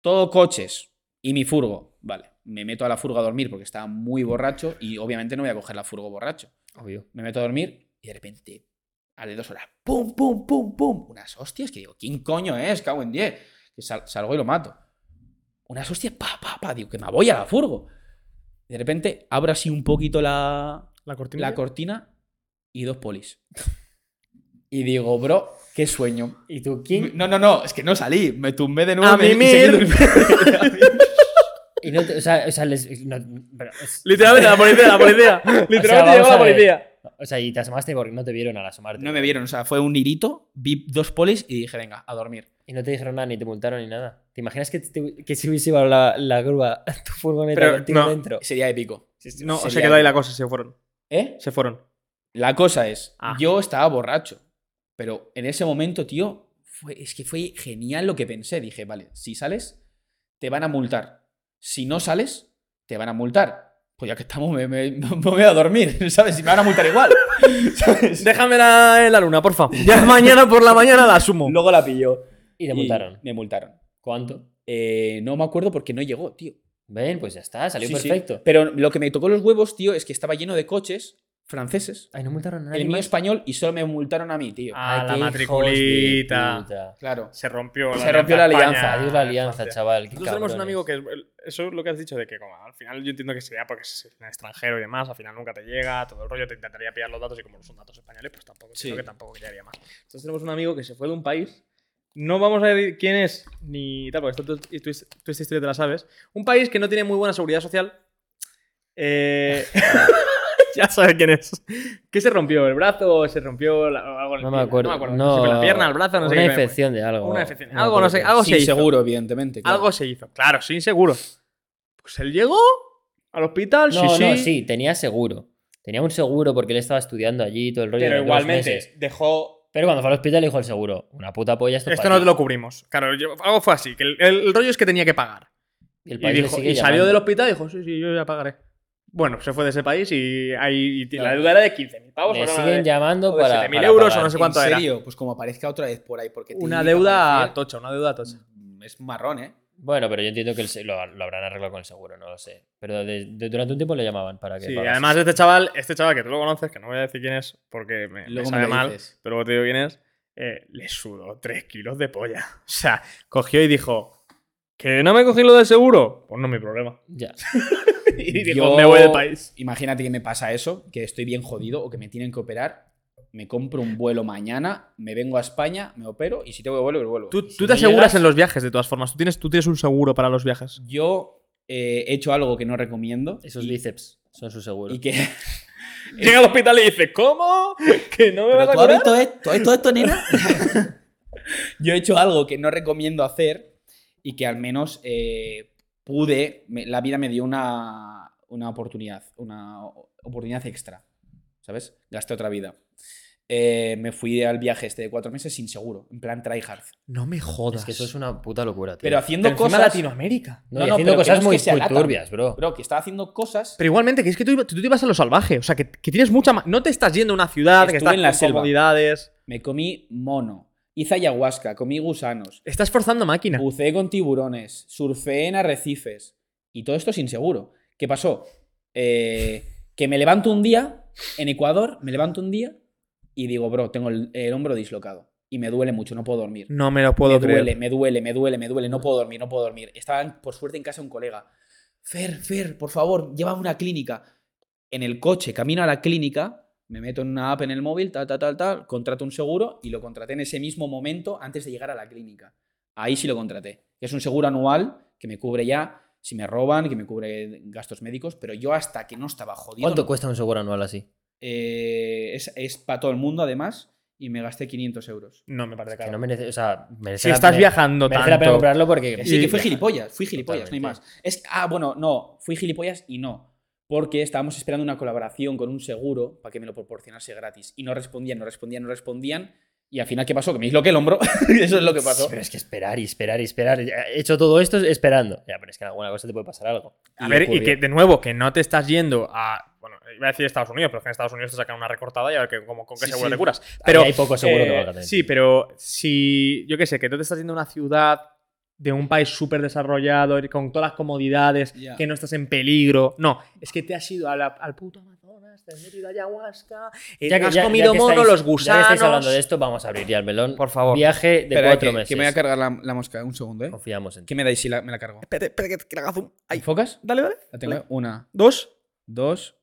Todo coches y mi furgo. Vale, me meto a la furgo a dormir porque estaba muy borracho y obviamente no voy a coger la furgo borracho.
Obvio.
Me meto a dormir y de repente, a las dos horas, pum, pum, pum, pum, unas hostias que digo, ¿quién coño es? Cago en 10. Que sal- salgo y lo mato. Unas hostias, pa, pa, pa, digo, que me voy a la furgo. De repente abro así un poquito la,
La cortina.
la cortina y dos polis. Y digo, bro, qué sueño.
¿Y tú quién?
No, no, no, es que no salí, me tumbé de nuevo.
A
me- y
mimir.
seguí durmiendo.
Y no te- o sea, o sea, les- no- pero es-
Literalmente la policía, la policía. Literalmente
vamos
llegó la
a ver.
policía.
o sea, y te asomaste porque no te vieron al asomarte.
no me vieron, o sea, fue un hirito, vi dos polis y dije, venga, a dormir.
Y no te dijeron nada, ni te multaron ni nada. ¿Te imaginas que, te- que si hubiese llevado la, la grúa tu furgoneta
Pero,
contigo
no.
dentro?
Sería épico.
No,
Sería
se quedó ahí
épico.
la cosa, se fueron.
¿Eh?
Se fueron.
La cosa es,
Ah.
yo estaba borracho, pero en ese momento, tío, fue, es que fue genial lo que pensé. Dije, vale, si sales, te van a multar. Si no sales, te van a multar. Pues ya que estamos, me, me- me voy a dormir, ¿sabes? Si me van a multar igual. ¿sabes?
Déjamela en la luna, porfa. Ya mañana por la mañana la asumo.
Luego la pilló.
Y te multaron.
Me multaron.
¿Cuánto?
Eh, no me acuerdo porque no llegó, tío.
Ven, pues ya está, salió
Sí, sí.
perfecto.
Pero lo que me tocó los huevos, tío, es que estaba lleno de coches franceses.
Ay, no multaron a nadie.
El mío
más?
español y solo me multaron a mí, tío.
Ah, la
qué hijos de
matriculita.
puta. Pues
Claro.
Se rompió la
Se rompió la
España,
alianza,
Adiós la alianza,
Francia.
chaval. qué
Nosotros tenemos un
cabrones.
amigo que es- eso es lo que has dicho de que como, al final yo entiendo que sea porque es un extranjero y demás, al final nunca te llega, todo el rollo te intentaría pillar los datos y como no son datos españoles, pues tampoco
Sí.
creo que tampoco quedaría más. Entonces tenemos un amigo que se fue de un país, no vamos a decir quién es ni tal, porque esto, tú, tú- tú esta historia te la sabes, un país que no tiene muy buena seguridad social. eh, ya sabes quién es. ¿Qué se rompió? ¿El brazo? ¿Se rompió la- algo en
No
el
me
pie?
acuerdo.
No me acuerdo. Se fue la pierna, el brazo, no sé
Una
qué.
infección de algo.
Una infección.
me
Algo,
acuerdo
no sé,
qué.
algo
Sin
se hizo.
seguro, evidentemente. claro.
Algo se hizo, claro, sin seguro. Pues él llegó al hospital,
No,
sí,
no,
sí.
sí, tenía seguro. Tenía un seguro porque él estaba estudiando allí y todo el rollo.
Pero
durante unos meses.
igualmente, dejó.
Pero cuando fue al hospital dijo el seguro, una puta polla esto.
Esto no te lo cubrimos. Claro, yo- algo fue así, que el, el- el rollo es que tenía que pagar.
Y, el
Y,
país le
dijo-
sigue
y salió
llamando.
del hospital y dijo, sí, sí, yo ya pagaré. Bueno, se fue de ese país y, ahí, y la
Claro.
deuda era de 15.000 pavos.
Le
o no,
siguen
de-
llamando
o de
para.
7.000
para
euros
pagar.
o no sé cuánto
en
era.
serio, pues como aparezca otra vez por ahí. Porque tiene
Una
que
deuda
aparecer,
tocha, una deuda tocha.
mm, Es marrón, ¿eh?
Bueno, pero yo entiendo que el se- lo, lo habrán arreglado con el seguro, no lo sé. Pero de- de- durante un tiempo le llamaban para que.
Sí,
pagase.
además este chaval, este chaval que tú lo conoces, que no voy a decir quién es porque me, me
Luego me
sabe
lo
mal,
dices.
pero luego te digo quién es, eh, le sudó 3 kilos de polla. O sea, cogió y dijo, ¿que no me cogí lo del seguro? Pues no es mi problema.
Ya.
Y dijo,
Yo-
me voy del país.
Imagínate que me pasa eso, que estoy bien jodido o que me tienen que operar. Me compro un vuelo mañana, me vengo a España, me opero y si tengo que volver, vuelvo.
Tú,
si
tú
no
te aseguras
llegas-
en los viajes, de todas formas. Tú tienes, tú tienes un seguro para los viajes.
Yo eh, he hecho algo que no recomiendo.
Esos
y-
bíceps son su seguro.
Y que.
Llega al hospital y dice, ¿cómo? ¿Que no me vas a
tú has
curar?
visto esto, ¿Tú has visto esto, nena? Yo he hecho algo que no recomiendo hacer y que al menos eh, pude, me- la vida me dio una, una oportunidad, una o- oportunidad extra, ¿sabes? Gasté otra vida. Eh, me fui al viaje este de cuatro meses sin seguro, en plan tryhard.
No me jodas.
Es que eso es una puta locura, tío.
Pero haciendo
Encima
cosas...
Latinoamérica.
No,
No,
y
no,
haciendo
pero que
cosas
no es
muy,
que sea
muy
lata.
turbias, bro.
Bro, que estaba haciendo cosas...
Pero igualmente, que es que tú, tú te ibas a lo salvaje. O sea, que, que tienes mucha... ma- No te estás yendo a una ciudad, que estás
Estuve en la
con
selva.
comodidades.
Me comí mono, hice ayahuasca, comí gusanos,
Estás forzando máquina.
Buceé con tiburones, surfeé en arrecifes. Y todo esto sin seguro. ¿Qué pasó? Eh, que me levanto un día, en Ecuador, me levanto un día y digo, bro, tengo el, el hombro dislocado. Y me duele mucho, no puedo dormir.
No me lo puedo
me
creer.
duele, me duele, me duele, me duele, no puedo dormir, no puedo dormir. Estaba, en- por suerte, en casa un colega. Fer, Fer, por favor, llévame a una clínica. En el coche, camino a la clínica, me meto en una app en el móvil, tal, tal, tal, tal, contrato un seguro y lo contraté en ese mismo momento antes de llegar a la clínica. Ahí sí lo contraté. Es un seguro anual que me cubre ya si me roban, que me cubre gastos médicos, pero yo hasta que no estaba jodido.
¿Cuánto
no-
cuesta un seguro anual así?
Eh, es para todo el mundo, además, y me gasté 500 euros.
No me parece
Que
caro.
no merece, o sea, merece
Si
la-
estás
me-
viajando
merece la pena
tanto...
comprarlo porque
Que sí, que fui
Viaja.
gilipollas, fui gilipollas, no hay
Totalmente.
más. Es, ah, bueno, no, fui gilipollas y no. Porque estábamos esperando una colaboración con un seguro para que me lo proporcionase gratis. Y no respondían, no respondían, no respondían. Y al final, ¿qué pasó? Que me disloqué el hombro. Eso es lo que pasó.
Pero es que esperar y esperar y esperar. He hecho todo esto esperando. Ya, pero es que en alguna cosa te puede pasar algo.
A
Y
ver, y
ocurrió.
que de nuevo, que no te estás yendo a. Bueno, iba a decir Estados Unidos, pero es que en Estados Unidos te sacan una recortada y a ver que, como, con qué
Sí,
seguro
sí.
te curas. Pero,
Ahí hay poco seguro que
eh,
valga tener.
Sí, pero si. Yo qué sé, que no te estás yendo a una ciudad de un país súper desarrollado, con todas las comodidades,
Ya.
que no estás en peligro. No, es que te has ido a la- al puto Amazonas, te has metido ayahuasca, eh,
Ya que-
has
ya- ya
comido
que
mono,
estáis-
los
Ya que
gusanos.
estáis hablando de esto, vamos a abrir ya el melón.
Por favor.
Viaje de
Espera,
cuatro
que,
meses.
que me voy a cargar la, la mosca. Un segundo, ¿eh?
Confiamos en ti.
¿Qué me dais si la- me la cargo?
Espérate, espérate, que, que le haga zoom. Ahí.
¿Enfocas?
Dale, dale.
La tengo. ¿eh? Una,
Dos.
dos.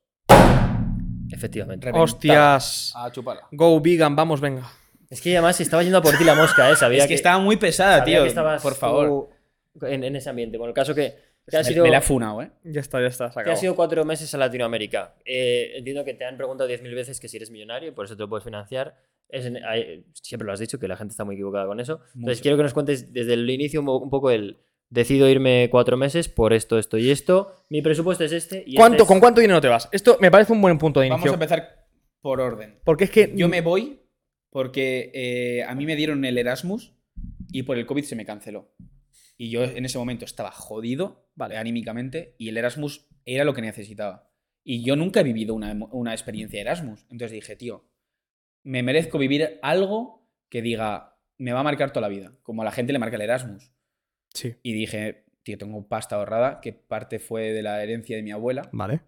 Efectivamente.
Reventada.
Hostias.
A chuparla.
Go vegan, vamos, venga.
Es que además estaba yendo a por ti la mosca, ¿eh? Sabía
Es que, estaba muy pesada,
sabía
tío.
que estabas
Por favor.
tú En, en ese ambiente. Bueno, el caso que. que
Pues Me,
ha sido-
me la he funado, ¿eh?
Ya está, ya está, se
Que
acabó.
has ido cuatro meses a Latinoamérica. Eh, entiendo que te han preguntado 10.000 veces que si eres millonario, por eso te lo puedes financiar. Es en- hay- siempre lo has dicho, que la gente está muy equivocada con eso. Entonces,
Mucho.
quiero que nos cuentes desde el inicio un, mo- un poco el. Decido irme cuatro meses por esto, esto y esto. Mi presupuesto es este. Y
¿Cuánto,
este es-
¿Con cuánto dinero te vas? Esto me parece un buen punto de
Vamos
inicio.
a empezar por orden.
porque es que.
Yo me voy porque eh, a mí me dieron el Erasmus y por el COVID se me canceló. Y yo en ese momento estaba jodido vale. anímicamente y el Erasmus era lo que necesitaba. Y yo nunca he vivido una, emo- una experiencia Erasmus. Entonces dije, tío, me merezco vivir algo que diga, me va a marcar toda la vida, como a la gente le marca el Erasmus.
Sí.
Y dije, tío, tengo pasta ahorrada, que parte fue de la herencia de mi abuela,
Vale.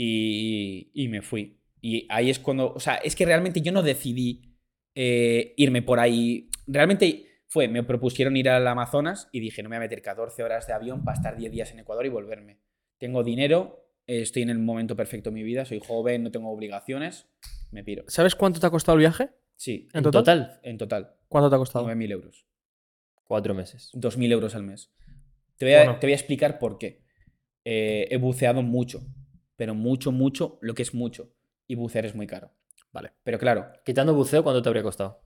y, y me fui. Y ahí es cuando, o sea, es que realmente yo no decidí eh, irme por ahí. Realmente fue, me propusieron ir al Amazonas y dije, no me voy a meter 14 horas de avión para estar 10 días en Ecuador y volverme. Tengo dinero, eh, estoy en el momento perfecto de mi vida, soy joven, no tengo obligaciones, me piro.
¿Sabes cuánto te ha costado el viaje?
Sí,
¿En total?
en total,
¿Cuánto te ha costado?
9.000 euros.
Cuatro meses.
2.000 euros al mes. Te voy a,
Bueno.
te voy a explicar por qué. Eh, he buceado mucho, pero mucho, mucho, lo que es mucho. Y bucear es muy caro. Vale. Pero claro,
Quitando buceo, ¿cuánto te habría costado?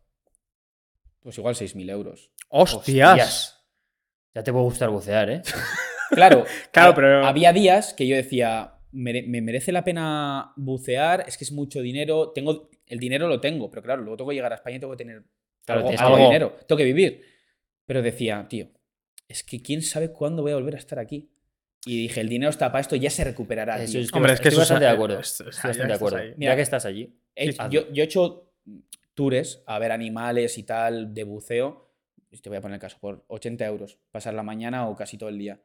pues igual 6.000 euros.
¡Hostias!
Ya te puede gustar bucear, ¿eh?
Claro,
Claro,
ha-
pero-
había días que yo decía, "Mere- ¿me merece la pena bucear? Es que es mucho dinero. Tengo, el dinero lo tengo, pero claro, luego tengo que llegar a España y tengo que tener
Claro,
algo,
tienes
algo de
que-
dinero, tengo que vivir. Pero decía, tío, es que quién sabe cuándo voy a volver a estar aquí. Y dije, el dinero está para esto, ya se recuperará.
Eso eh,
tío".
es-
Hombre, es que
Estoy
eso
bastante
es-
de acuerdo.
es- es-
Estoy
ya
bastante de
estás
acuerdo.
ahí.
Mira que estás allí.
He hecho-
hazlo.
yo, yo he hecho tours a ver animales y tal de buceo. y Te voy a poner el caso, por 80 euros. Pasar la mañana o casi todo el día.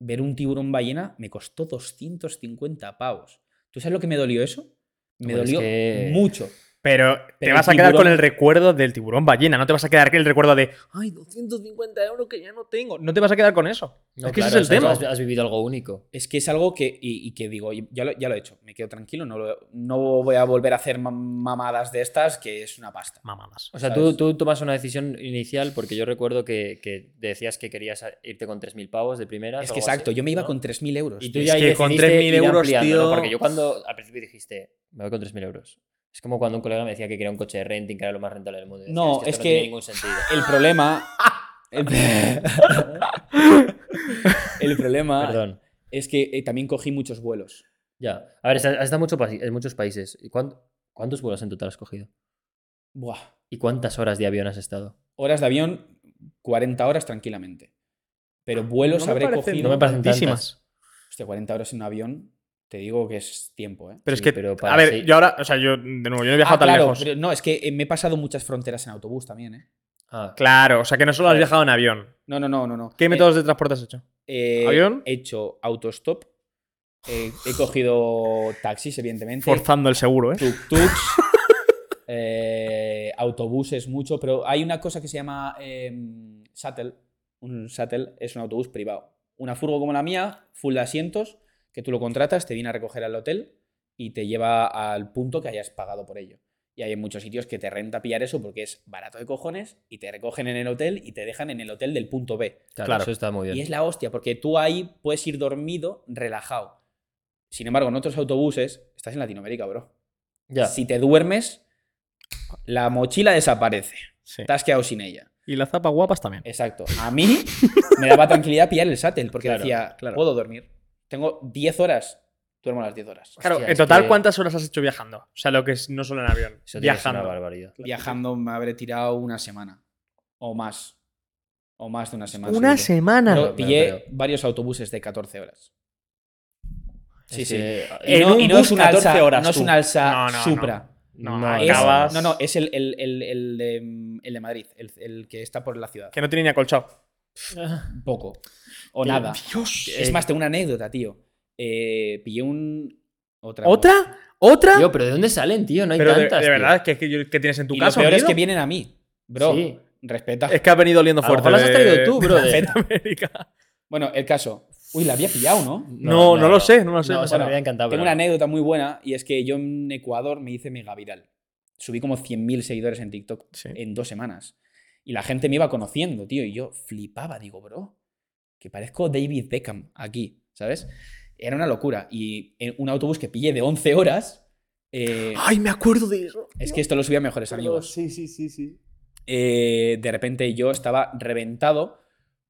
Ver un tiburón ballena me costó 250 pavos. ¿Tú sabes lo que me dolió eso? Me
Hombre, es
dolió
que-
mucho.
Pero te
Pero
vas
el
a quedar
tiburón-
con el recuerdo del tiburón ballena, no te vas a quedar con el recuerdo de, ay, 250 euros que ya no tengo. No te vas a quedar con eso.
No,
es que
claro,
ese es
o
el
sea,
tema.
Has, has vivido algo único.
Es que es algo que, y, y que digo, "Oye, ya lo, ya lo he hecho, me quedo tranquilo, no, lo- no voy a volver a hacer mam- mamadas de estas, que es una pasta.
Mamadas.
O sea, tú,
¿Sabes?
tú tomas una decisión inicial porque yo recuerdo que, que decías que querías a- irte con 3.000 pavos de primera.
Es que exacto, yo me iba con 3.000 euros.
Y tú
tío.
ya
Es que con
decidiste
3.000
ir
euros,
ampliando, ¿no?
tío.
Porque yo cuando al principio dijiste, me voy con 3.000 euros. Es como cuando un colega me decía que quería un coche de renting, que era lo más rentable del mundo. Y decía,
No,
esto
es
no
que-
tiene ningún sentido.
El problema. El, el problema
Perdón.
es que eh, también cogí muchos vuelos.
Ya. A ver, has has estado mucho pa- en muchos países. ¿Y cuán- ¿Cuántos vuelos en total has cogido?
Buah.
¿Y cuántas horas de avión has estado?
Horas de avión, 40 horas tranquilamente. Pero vuelos
Ah, No me
habré
parecen-
cogido.
No me parecen
tantísimas.
tantas.
Hostia, 40 horas en un avión, te digo que es tiempo, ¿eh?
Pero
Sí,
es que,
pero para
a ver,
seguir-
yo ahora, o sea, yo, de nuevo, yo no he viajado
Ah,
tan
claro,
lejos.
pero no, es que eh, me he pasado muchas fronteras en autobús también, ¿eh?
Ah,
Claro, o sea, que no solo has viajado en avión.
No, no, no, no. no.
¿Qué
Eh,
métodos de transporte has hecho?
eh,
¿Avión?
He hecho autostop. eh, he cogido taxis, evidentemente.
Forzando el seguro, ¿eh?
tuk-tuks, eh, autobuses mucho, pero hay una cosa que se llama eh, shuttle. Un shuttle es un autobús privado. Una furgo como la mía, full de asientos, que tú lo contratas, te viene a recoger al hotel y te lleva al punto que hayas pagado por ello. Y hay en muchos sitios que te renta pillar eso porque es barato de cojones y te recogen en el hotel y te dejan en el hotel del punto B.
claro,
claro.
Eso está muy bien.
Y es la hostia, porque tú ahí puedes ir dormido, relajado. Sin embargo, en otros autobuses, estás en Latinoamérica, bro.
Ya.
Si te duermes, la mochila desaparece.
Sí.
Te has quedado sin ella.
Y las zapas guapas también.
Exacto. A mí me daba tranquilidad pillar el shuttle porque
Claro,
decía,
claro.
puedo dormir. Tengo 10 horas, duermo las 10 horas.
Claro,
Hostia,
en
es
total,
que-
¿cuántas horas has hecho viajando? O sea, lo que es no solo en avión.
Eso tiene que ser una
viajando.
barbaridad.
Viajando me habré tirado una semana. O más. O más de una semana.
Una
seguro.
semana.
Yo
Pero- pero-
pillé
pero-
varios autobuses de 14 horas. Sí,
Es
sí.
que-
Y
En
no,
un
y no es
bus
una
14
alza,
horas,
no es
tú.
una alza
No, no, no.
supra.
No,
No,
Es-
acabas.
no, no, es el, el- el- el de, el de Madrid, el, el que está por la ciudad.
Que no tiene ni acolchado.
Poco. O nada.
Dios.
eh,
Es más, tengo una anécdota, tío. Eh, pillé un. Otra.
¿Otra? ¿Otra?
Tío, pero ¿de dónde salen, tío? No hay
Pero de,
tantas.
de
tío.
verdad, que, es que, yo- que tienes en tu
Y
casa.
lo peor es
unido?
que vienen a mí. Bro,
Sí.
respeta.
Es que ha venido oliendo
A lo
fuerte.
mejor las has
de-
traído tú, bro.
de América.
Bueno, el caso. Uy, la había pillado, ¿no?
No, no, lo sé, no lo sé.
No,
no
o sea,
sé.
me habría encantado. pero
Tengo una
no.
anécdota muy buena y es que yo en Ecuador me hice mega viral. Subí como 100.000 seguidores en TikTok
Sí.
en dos semanas. Y la gente me iba conociendo, tío. Y yo flipaba, digo, bro, que parezco David Beckham aquí, ¿sabes? Era una locura. Y en un autobús que pillé de 11 horas. eh,
Ay, me acuerdo de eso.
es que esto lo subí a mejores amigos.
Sí, sí, sí, sí.
eh, de repente yo estaba reventado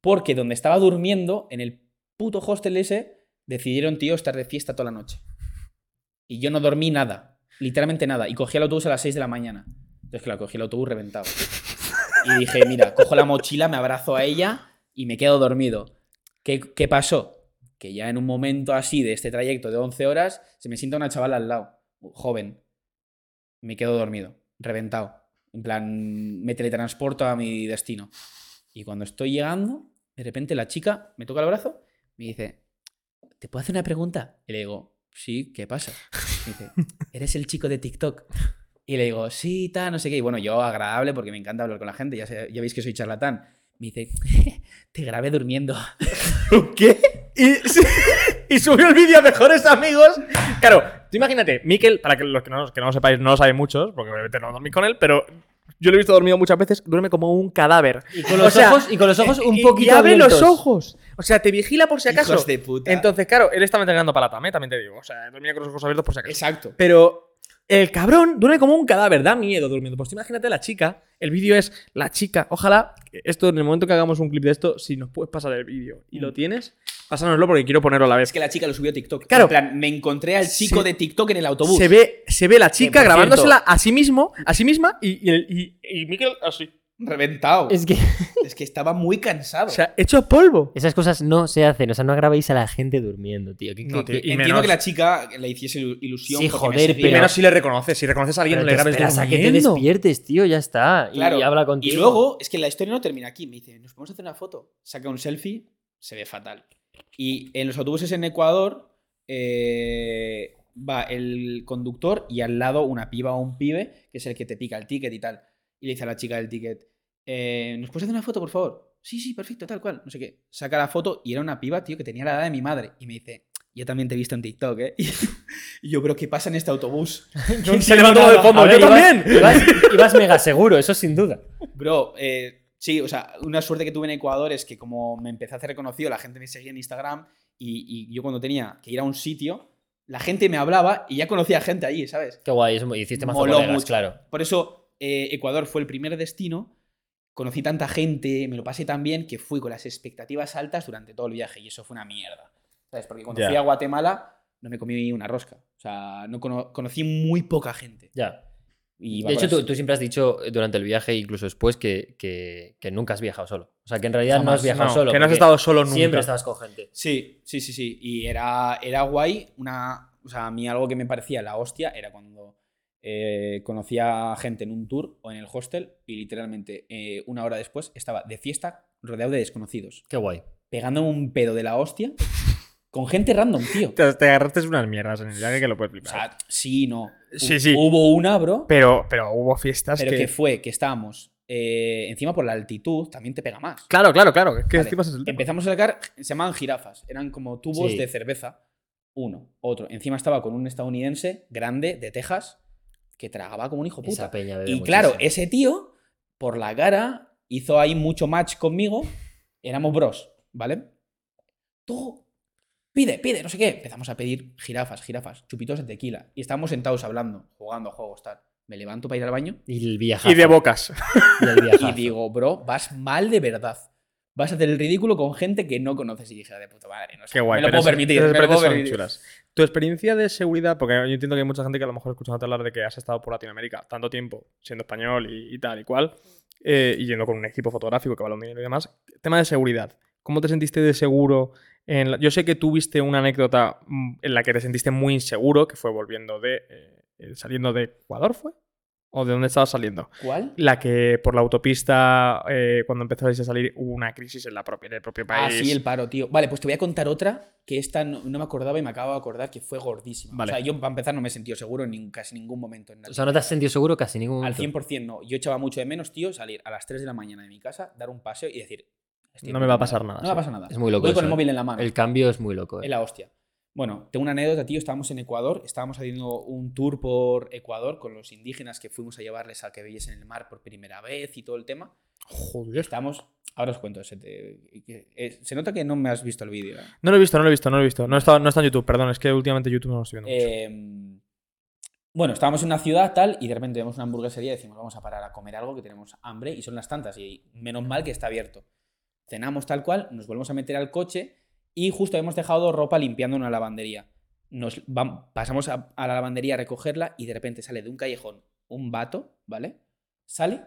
porque donde estaba durmiendo, en el puto hostel ese, decidieron, tío, estar de fiesta toda la noche. Y yo no dormí nada, literalmente nada. Y cogí el autobús a las 6 de la mañana. Entonces, claro, cogí el autobús reventado. Y dije, mira, cojo la mochila, me abrazo a ella y me quedo dormido. ¿Qué, qué pasó? Que ya en un momento así de este trayecto de 11 horas, se me sienta una chavala al lado, joven. Me quedo dormido, reventado. En plan, me teletransporto a mi destino. Y cuando estoy llegando, de repente la chica me toca el brazo, me dice, ¿te puedo hacer una pregunta? Y le digo, sí, ¿qué pasa? Me dice, ¿eres el chico de TikTok? Y le digo, sí, tal, no sé qué. Y bueno, yo agradable porque me encanta hablar con la gente, ya, sé- ya veis que soy charlatán. Me dice, te grabé durmiendo.
¿Qué? Y, y subió el vídeo a mejores amigos. Claro, tú imagínate, Mikel, para que los que no, los que no lo sepáis, no lo sabéis muchos, porque obviamente no dormís con él, pero yo lo he visto dormido muchas veces, duerme como un cadáver.
Y con los,
O sea,
ojos, y con los ojos un
y-
poquito
Y abre
abiertos.
los ojos. O sea, te vigila por si acaso.
Hijos de puta.
Entonces, claro, él estaba entrenando para la TAM, ¿eh? también te digo. O sea, dormía con los ojos abiertos por si acaso.
Exacto.
Pero el cabrón duerme como un cadáver, da miedo durmiendo. Pues tú imagínate a la chica. El vídeo es la chica. Ojalá, esto en el momento que hagamos un clip de esto, si nos puedes pasar el vídeo y lo tienes, pásanoslo porque quiero ponerlo a la vez.
Es que la chica lo subió a TikTok.
Claro.
En plan, me encontré al chico
Se-
de TikTok en el autobús.
se, ve, se ve la chica
por
grabándosela a sí mismo, a sí misma y, y, el- y- y Mikel así.
Reventado. Es...
Es que
que estaba muy cansado.
O sea, hecho polvo.
esas cosas no se hacen. O sea, no grabéis a la gente durmiendo, tío. ¿Qué- qué-
No, tío,
qué-
y
Entiendo
menos-
que la chica le hiciese ilu- ilusión.
Sí,
porque me
joder,
seguía.
pero- Menos-
si le reconoces. Si reconoces a
Pero te esperas a que te despiertes, tío, ya está. Y-
Claro.
Y, habla
Y
contigo.
luego, es que la historia no termina aquí. Me dice, nos podemos hacer una foto. Saca un selfie, se ve fatal. Y en los autobuses en Ecuador eh, va el conductor y al lado una piba o un pibe, que es el que te pica el ticket y tal. Y le dice a la chica del ticket, eh, ¿nos puedes hacer una foto, por favor? Sí, sí, perfecto, tal cual. No sé qué. Saca la foto y era una piba, tío, que tenía la edad de mi madre. Y me dice, yo también te he visto en TikTok, ¿eh? Y yo, pero ¿qué pasa en este autobús? No
Se
entiendo
levantó de
nada".
fondo.
A ver,
¡Yo
ibas-
también!
Ibas, ibas mega seguro, eso sin duda.
Bro, eh, sí, o sea, una suerte que tuve en Ecuador es que como me empecé a hacer reconocido, la gente me seguía en Instagram y, y yo cuando tenía que ir a un sitio, la gente me hablaba y ya conocía gente ahí, ¿sabes?
Qué guay, eso, hiciste más
Moló
colegas,
mucho.
claro.
Por eso eh, Ecuador fue el primer destino, conocí tanta gente, me lo pasé tan bien que fui con las expectativas altas durante todo el viaje y eso fue una mierda, ¿sabes? Porque cuando
Ya.
fui a Guatemala no me comí ni una rosca, o sea, no cono- conocí muy poca gente.
Ya.
Y iba
de
con
hecho,
las-
tú, tú siempre has dicho eh, durante el viaje, incluso después, que, que, que nunca has viajado solo. O sea, que en realidad no
Jamás,
has viajado
no,
solo.
Que no has
porque
estado solo nunca.
Siempre estabas con gente.
Sí, sí, sí, sí. Y era, era guay. Una, o sea, a mí algo que me parecía la hostia era cuando eh, conocía a gente en un tour o en el hostel y literalmente eh, una hora después estaba de fiesta rodeado de desconocidos,
Qué guay.
pegándome un pedo de la hostia con gente random, tío.
Te, te agarraste unas mierdas en el viaje que lo puedes
O
flipar.
sea, sí, no. Hu-
Sí, sí.
Hubo una, bro, pero,
pero, pero hubo fiestas
que...
que...
fue que estábamos eh, encima por la altitud, también te pega más.
Claro, claro, claro. Es que
Vale,
encima es el tema.
Empezamos a sacar, se llamaban jirafas, eran como tubos
Sí.
de cerveza. Uno, otro. Encima estaba con un estadounidense grande de Texas que tragaba como un hijo
Esa
puta.
peña bebe
Y claro,
muchísimo.
ese tío, por la cara, hizo ahí mucho match conmigo. Éramos bros, ¿vale? Tú, pide, pide, no sé qué. Empezamos a pedir jirafas, jirafas, chupitos de tequila. Y estábamos sentados hablando, jugando a juegos, tal. Me levanto para ir al baño
Y el viajazo.
Y de bocas.
y el viajazo.
y digo, bro, vas mal de verdad. Vas a hacer el ridículo con gente que no conoces y dije, "Ah, de puta madre, no sé.
Qué guay.
me lo
pero
puedo
esas-
permitir.
esas
me lo puedo
experiencias son
permitir.
chulas. Tu experiencia de seguridad, porque yo entiendo que hay mucha gente que a lo mejor escuchando hablar de que has estado por Latinoamérica tanto tiempo, siendo español y, y tal y cual, eh, y yendo con un equipo fotográfico que va a dinero y demás. Tema de seguridad. ¿Cómo te sentiste de seguro? en la- Yo sé que tuviste una anécdota mm, en la que te sentiste muy inseguro, que fue volviendo de. eh, eh, saliendo de Ecuador, ¿fue? ¿O de dónde estabas saliendo?
¿Cuál?
La que por la autopista, eh, cuando empezasteis a salir, hubo una crisis en, la propia, en el propio
Ah,
país.
sí, el paro, tío. Vale, pues te voy a contar otra que esta no, no me acordaba y me acabo de acordar que fue gordísima.
Vale.
O sea, yo para empezar no me he sentido seguro en nin- casi ningún momento. En la
O sea, no te has sentido seguro casi ningún
Al
momento.
100% no. Yo echaba mucho de menos, tío, salir a las 3 de la mañana de mi casa, dar un paseo y decir... estoy
No
de
me va a
puta
pasar nada,
madre. No
sí.
me pasa nada.
Es muy loco
Voy
eso,
con el
¿eh?
móvil en la mano.
El cambio es muy loco. eh.
Es la hostia. Bueno, tengo una anécdota, tío. Estábamos en Ecuador, estábamos haciendo un tour por Ecuador con los indígenas que fuimos a llevarles a que viesen el mar por primera vez y todo el tema.
Joder.
Estamos. Ahora os cuento. Se, te- que- eh, se nota que no me has visto el vídeo. ¿eh?
No lo he visto, no lo he visto, no lo he visto. No está, no está en YouTube, perdón, es que últimamente YouTube no lo estoy viendo. mucho.
Eh, bueno, estábamos en una ciudad tal y de repente vemos una hamburguesería y decimos, vamos a parar a comer algo que tenemos hambre y son las tantas y menos mal que está abierto. Cenamos tal cual, nos volvemos a meter al coche y justo hemos dejado ropa limpiando una lavandería. Nos vam- pasamos a, a la lavandería a recogerla y de repente sale de un callejón un vato, ¿vale? Sale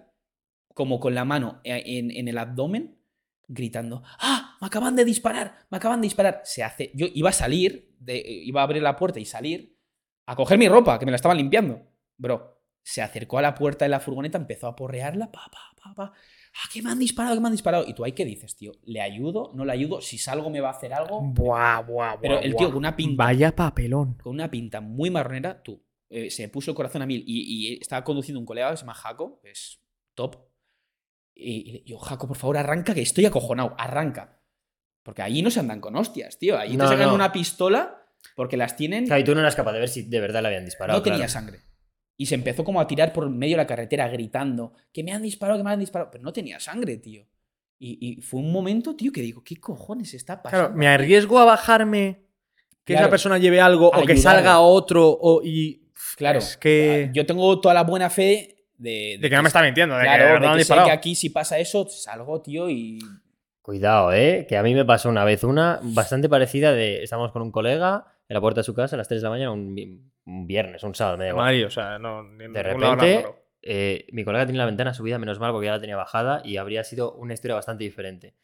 como con la mano e- en, en el abdomen gritando, ¡ah! Me acaban de disparar, me acaban de disparar. Se hace, yo iba a eh, salir, de- iba a abrir la puerta y salir a coger mi ropa, que me la estaban limpiando. Bro, se acercó a la puerta de la furgoneta, empezó a porrearla, pa, pa, pa, pa. Ah, que me han disparado, que me han disparado. Y tú ahí, ¿qué dices, tío? ¿Le ayudo? ¿No le ayudo? Si salgo, me va a hacer algo.
Buah, buah, buah.
Pero el tío con una
Eh,
pinta
Vaya papelón.
con una pinta muy marronera, tú. eh, se puso el corazón a mil y, y estaba conduciendo un colega que se llama Jaco, que es top. Y, y yo, Jaco, por favor, arranca, que estoy acojonado, arranca. Porque allí no se andan con hostias, tío. Allí
No,
te sacan
no.
una pistola porque las tienen.
Claro, y tú no eras capaz de ver si de verdad le habían disparado.
no tenía
claro.
sangre. Y se empezó como a tirar por medio de la carretera gritando, que me han disparado, que me han disparado. Pero no tenía sangre, tío. Y, y fue un momento, tío, que digo, ¿qué cojones está pasando?
Claro, me arriesgo a bajarme que
Claro.
esa persona lleve algo o que
Ayudarle.
salga otro o y
Claro.
es que
Yo tengo toda la buena fe de,
De que no me está mintiendo, de que de
Claro,
verdad
de
me han
que sé
disparado.
que aquí si pasa eso, salgo, tío, y...
Cuidado, ¿eh? Que a mí me pasó una vez una bastante parecida de... Estábamos con un colega en la puerta de su casa a las 3 de la mañana, un, vi- un viernes, un sábado, me da igual.
Madrid, o sea, no. ni en
De
ningún lado
repente,
nada, pero-
eh, mi colega tenía la ventana subida, menos mal, porque ya la tenía bajada y habría sido una historia bastante diferente.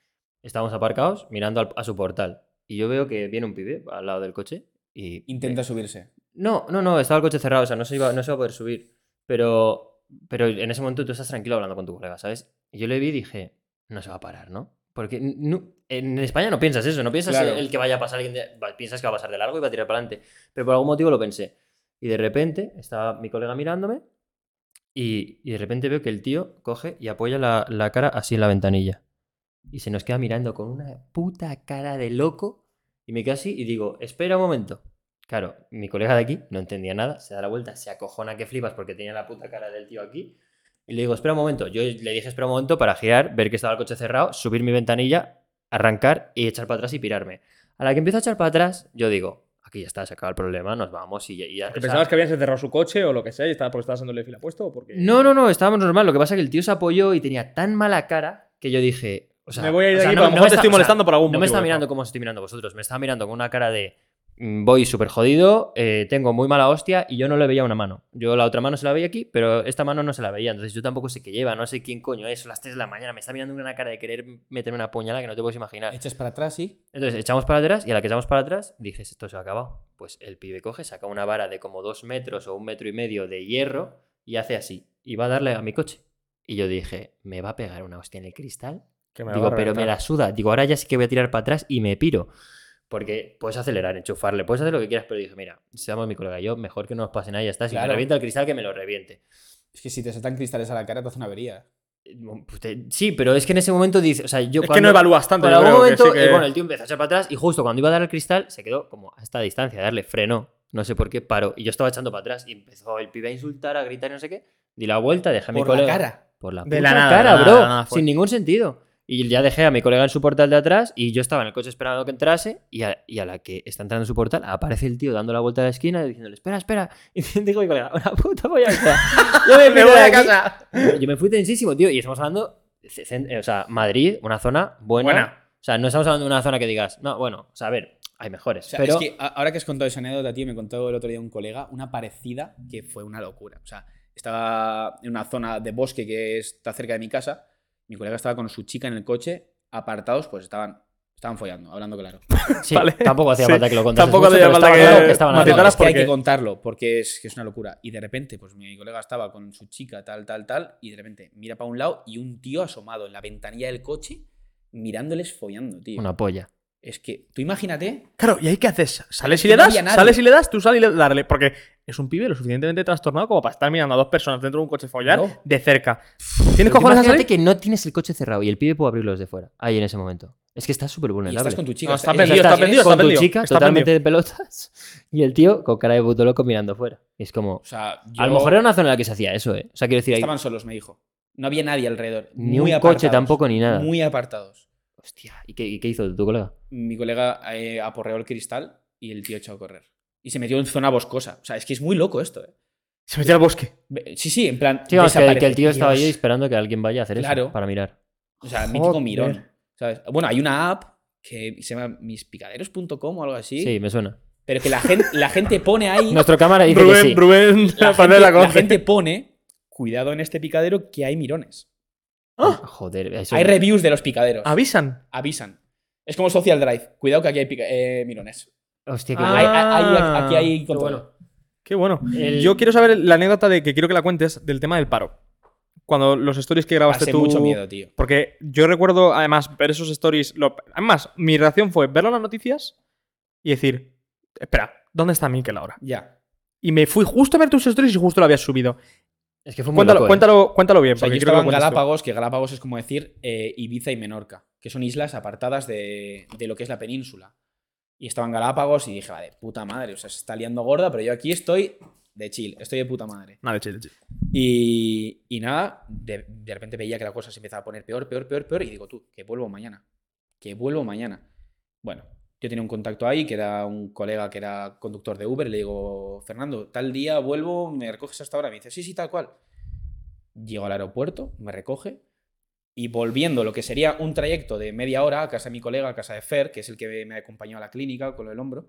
Estábamos aparcados mirando al- a su portal y yo veo que viene un pibe al lado del coche y...
Intenta subirse.
No, no, no, estaba el coche cerrado, o sea, no se iba, no se iba a poder subir. Pero, pero en ese momento tú estás tranquilo hablando con tu colega, ¿sabes? Y yo le vi y dije, no se va a parar, ¿no? Porque n- nu- en España no piensas eso, no piensas
Claro.
el que vaya a pasar, alguien de- va- piensas que va a pasar de largo y va a tirar para adelante. Pero por algún motivo lo pensé. Y de repente estaba mi colega mirándome y, y de repente veo que el tío coge y apoya la, la cara así en la ventanilla. Y se nos queda mirando con una puta cara de loco. Y me quedo así y digo, espera un momento. Claro, mi colega de aquí no entendía nada, se da la vuelta, se acojona que flipas porque tenía la puta cara del tío aquí. Y le digo, espera un momento. Yo le dije, espera un momento para girar, ver que estaba el coche cerrado, subir mi ventanilla, arrancar y echar para atrás y pirarme. A la que empiezo a echar para atrás, yo digo, aquí ya está, se acaba el problema, nos vamos y ya. y ya-
Que
o sea,
pensabas que habían cerrado su coche o lo que sea y estaba porque estaba dándole fila puesto o porque.
No, no, no, estábamos normal. Lo que pasa es que el tío se apoyó y tenía tan mala cara que yo dije, o sea,
me voy a ir
o
de
sea,
aquí,
no-
pero a lo
no
mejor
me está-
te estoy
o sea,
molestando por algún
no
motivo.
me está
¿no?
mirando como os estoy mirando vosotros, me está mirando con una cara de mm, voy súper jodido, eh, tengo muy mala hostia y yo no le veía una mano. Yo la otra mano se la veía aquí, pero esta mano no se la veía. Entonces yo tampoco sé qué lleva, no sé quién coño es, son las 3 de la mañana, me está mirando con una cara de querer meterme una puñalada que no te puedes imaginar.
Echas para atrás, sí.
Entonces echamos para atrás y a la que echamos para atrás dices, esto se ha acabado. Pues el pibe coge, saca una vara de como dos metros o un metro y medio de hierro y hace así. Y va a darle a mi coche. Y yo dije, me va a pegar una hostia en el cristal.
Que me la va
Digo,
a
pero me
reventar.
la suda. Digo, ahora ya sí que voy a tirar para atrás y me piro. Porque puedes acelerar, enchufarle, puedes hacer lo que quieras, pero dije, mira, seamos mi colega y yo, mejor que no nos pase nada, ya está. Si me
Claro.
revienta el cristal, que me lo reviente.
Es que si te saltan cristales a la cara, te hace una avería.
Eh, pues te- Sí, pero es que en ese momento dice, o sea, yo
Es que
cuando-
no evalúas tanto.
Por
yo
algún
creo, que
momento,
sí que-
eh, bueno, el tío empezó a echar para atrás y justo cuando iba a dar al cristal se quedó como a esta distancia, darle freno, no sé por qué, paró. Y yo estaba echando para atrás y empezó el pibe a insultar, a gritar y no sé qué. Di la vuelta, dejé a mi
Por
colega.
la cara.
Por la
De
puta
la nada,
cara,
de la
bro.
nada, de la nada fue.
sin ningún sentido. Y ya dejé a mi colega en su portal de atrás y yo estaba en el coche esperando que entrase y a, y a la que está entrando en su portal aparece el tío dando la vuelta a la esquina y diciéndole, espera, espera. Y digo mi colega, una puta voy a Yo me,
Me
piro
voy
de
a
aquí".
casa.
Yo me fui tensísimo, tío. Y estamos hablando, ce- cen- eh, o sea, Madrid, una zona buena.
Buena.
O sea, no estamos hablando de una zona que digas, no, bueno, o sea, a ver, hay mejores.
O sea,
pero
es que a- ahora que has contado esa anécdota, tío, me contó el otro día un colega una parecida que fue una locura. O sea, estaba en una zona de bosque que está cerca de mi casa. Mi colega estaba con su chica en el coche, apartados, pues estaban, estaban follando, hablando claro.
sí,
vale.
tampoco hacía
Sí.
falta que lo contases.
Tampoco
mucho,
hacía
pero
falta
estaba
que
claro estaban
matizaras
haciendo.
es que hay
porque-
que contarlo, porque es que es una locura. Y de repente, pues mi colega estaba con su chica, tal, tal, tal, y de repente mira para un lado y un tío asomado en la ventanilla del coche, mirándoles follando, tío.
Una polla.
Es que, tú imagínate,
Claro, ¿y ahí qué haces? ¿Sales y
que
le
no
das?
había nadie.
¿Sales y le das? Tú sales y le darle. Porque es un pibe lo suficientemente trastornado como para estar mirando a dos personas dentro de un coche follar
No.
de cerca. ¿Tienes
Pero tú
cojones a
Imagínate
salir?
que no tienes el coche cerrado y el pibe puede abrirlo desde fuera. Ahí en ese momento. Es que estás súper
y
vulnerable.
estás con tu chica.
No, está
es-
perdido,
es-
está
es-
perdido,
con
está
tu
perdido,
chica
está
totalmente de pelotas y el tío con cara de puto loco mirando fuera. Y es como.
O sea,
A lo
yo-
mejor era una zona en la que se hacía eso, ¿eh? O sea, quiero decir, ahí,
Estaban solos, me dijo. No había nadie alrededor.
ni
muy
un coche
apartados,
tampoco ni nada.
Muy apartados.
Hostia, ¿y qué, y qué hizo tu colega?
Mi colega eh, aporreó el cristal y el tío echó a correr. Y se metió en zona boscosa. O sea, es que es muy loco esto. eh.
Se metió al bosque.
Ve- Sí, sí, en plan.
Sí, vamos, que,
desaparece.
que el tío estaba
Dios.
allí esperando que alguien vaya a hacer eso
Claro.
para mirar.
O sea, mítico
Joder.
mirón. ¿sabes? Bueno, hay una app que se llama mispicaderos.com o algo así.
Sí, me suena.
Pero que la gente, la gente pone ahí.
Nuestro cámara dice que
Rubén,
sí.
Rubén,
la,
la
gente,
pandera
la
conoce.
gente pone. Cuidado en este picadero que hay mirones.
Ah, Joder, eso.
Hay reviews de los picaderos.
¡Ah! Avisan.
avisan. Es como Social Drive. Cuidado que aquí hay pica- eh, mirones.
Hostia, qué
Ah,
guay.
Hay- hay- hay- aquí hay control.
bueno.
Qué bueno.
El-
Yo quiero saber la anécdota de que quiero que la cuentes del tema del paro. Cuando los stories que grabaste
Hace
tú.
mucho miedo, tío.
Porque yo recuerdo, además, ver esos stories. lo- Además, mi reacción fue verlo en las noticias y decir: Espera, ¿dónde está Mikel ahora?
Ya.
Y me fui justo a ver tus stories y justo lo habías subido.
Es que fue muy
Cuéntalo,
loco, ¿eh?
cuéntalo, cuéntalo bien.
O sea, yo
porque quiero que
estaba
lo
en
cuentes tú.
Galápagos, que Galápagos es como decir eh, Ibiza y Menorca, que son islas apartadas de, de lo que es la península. Y estaba en Galápagos y dije, va de puta madre, o sea, se está liando gorda, pero yo aquí estoy de chill, estoy de puta madre.
Vale, chill, chill.
Y, y nada, de, de repente veía que la cosa se empezaba a poner peor, peor, peor, peor. Y digo, tú, que vuelvo mañana. Que vuelvo mañana. Bueno, yo tenía un contacto ahí que era un colega que era conductor de Uber. Y le digo, Fernando, tal día vuelvo, me recoges hasta ahora. Me dice, sí, sí, tal cual. Llego al aeropuerto, me recoge. Y volviendo lo que sería un trayecto de media hora a casa de mi colega, a casa de Fer, que es el que me acompañó a la clínica con lo del hombro,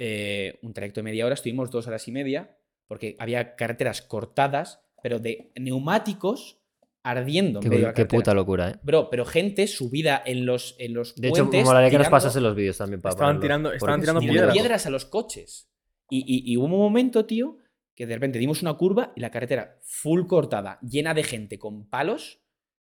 eh, un trayecto de media hora, estuvimos dos horas y media, porque había carreteras cortadas, pero de neumáticos ardiendo. en
Qué,
medio de la
qué
carretera.
puta locura, ¿eh?
Bro, pero gente subida en los, en los
De hecho,
puentes.
me molaría que nos
tirando-
pasas en los vídeos también para
Estaban
ponerlo,
tirando- estaban
porque
tirando
es muy
tirando
piedras.
loco.
piedras a los coches. Y, y- y hubo un momento, tío, que de repente dimos una curva y la carretera full cortada, llena de gente con palos,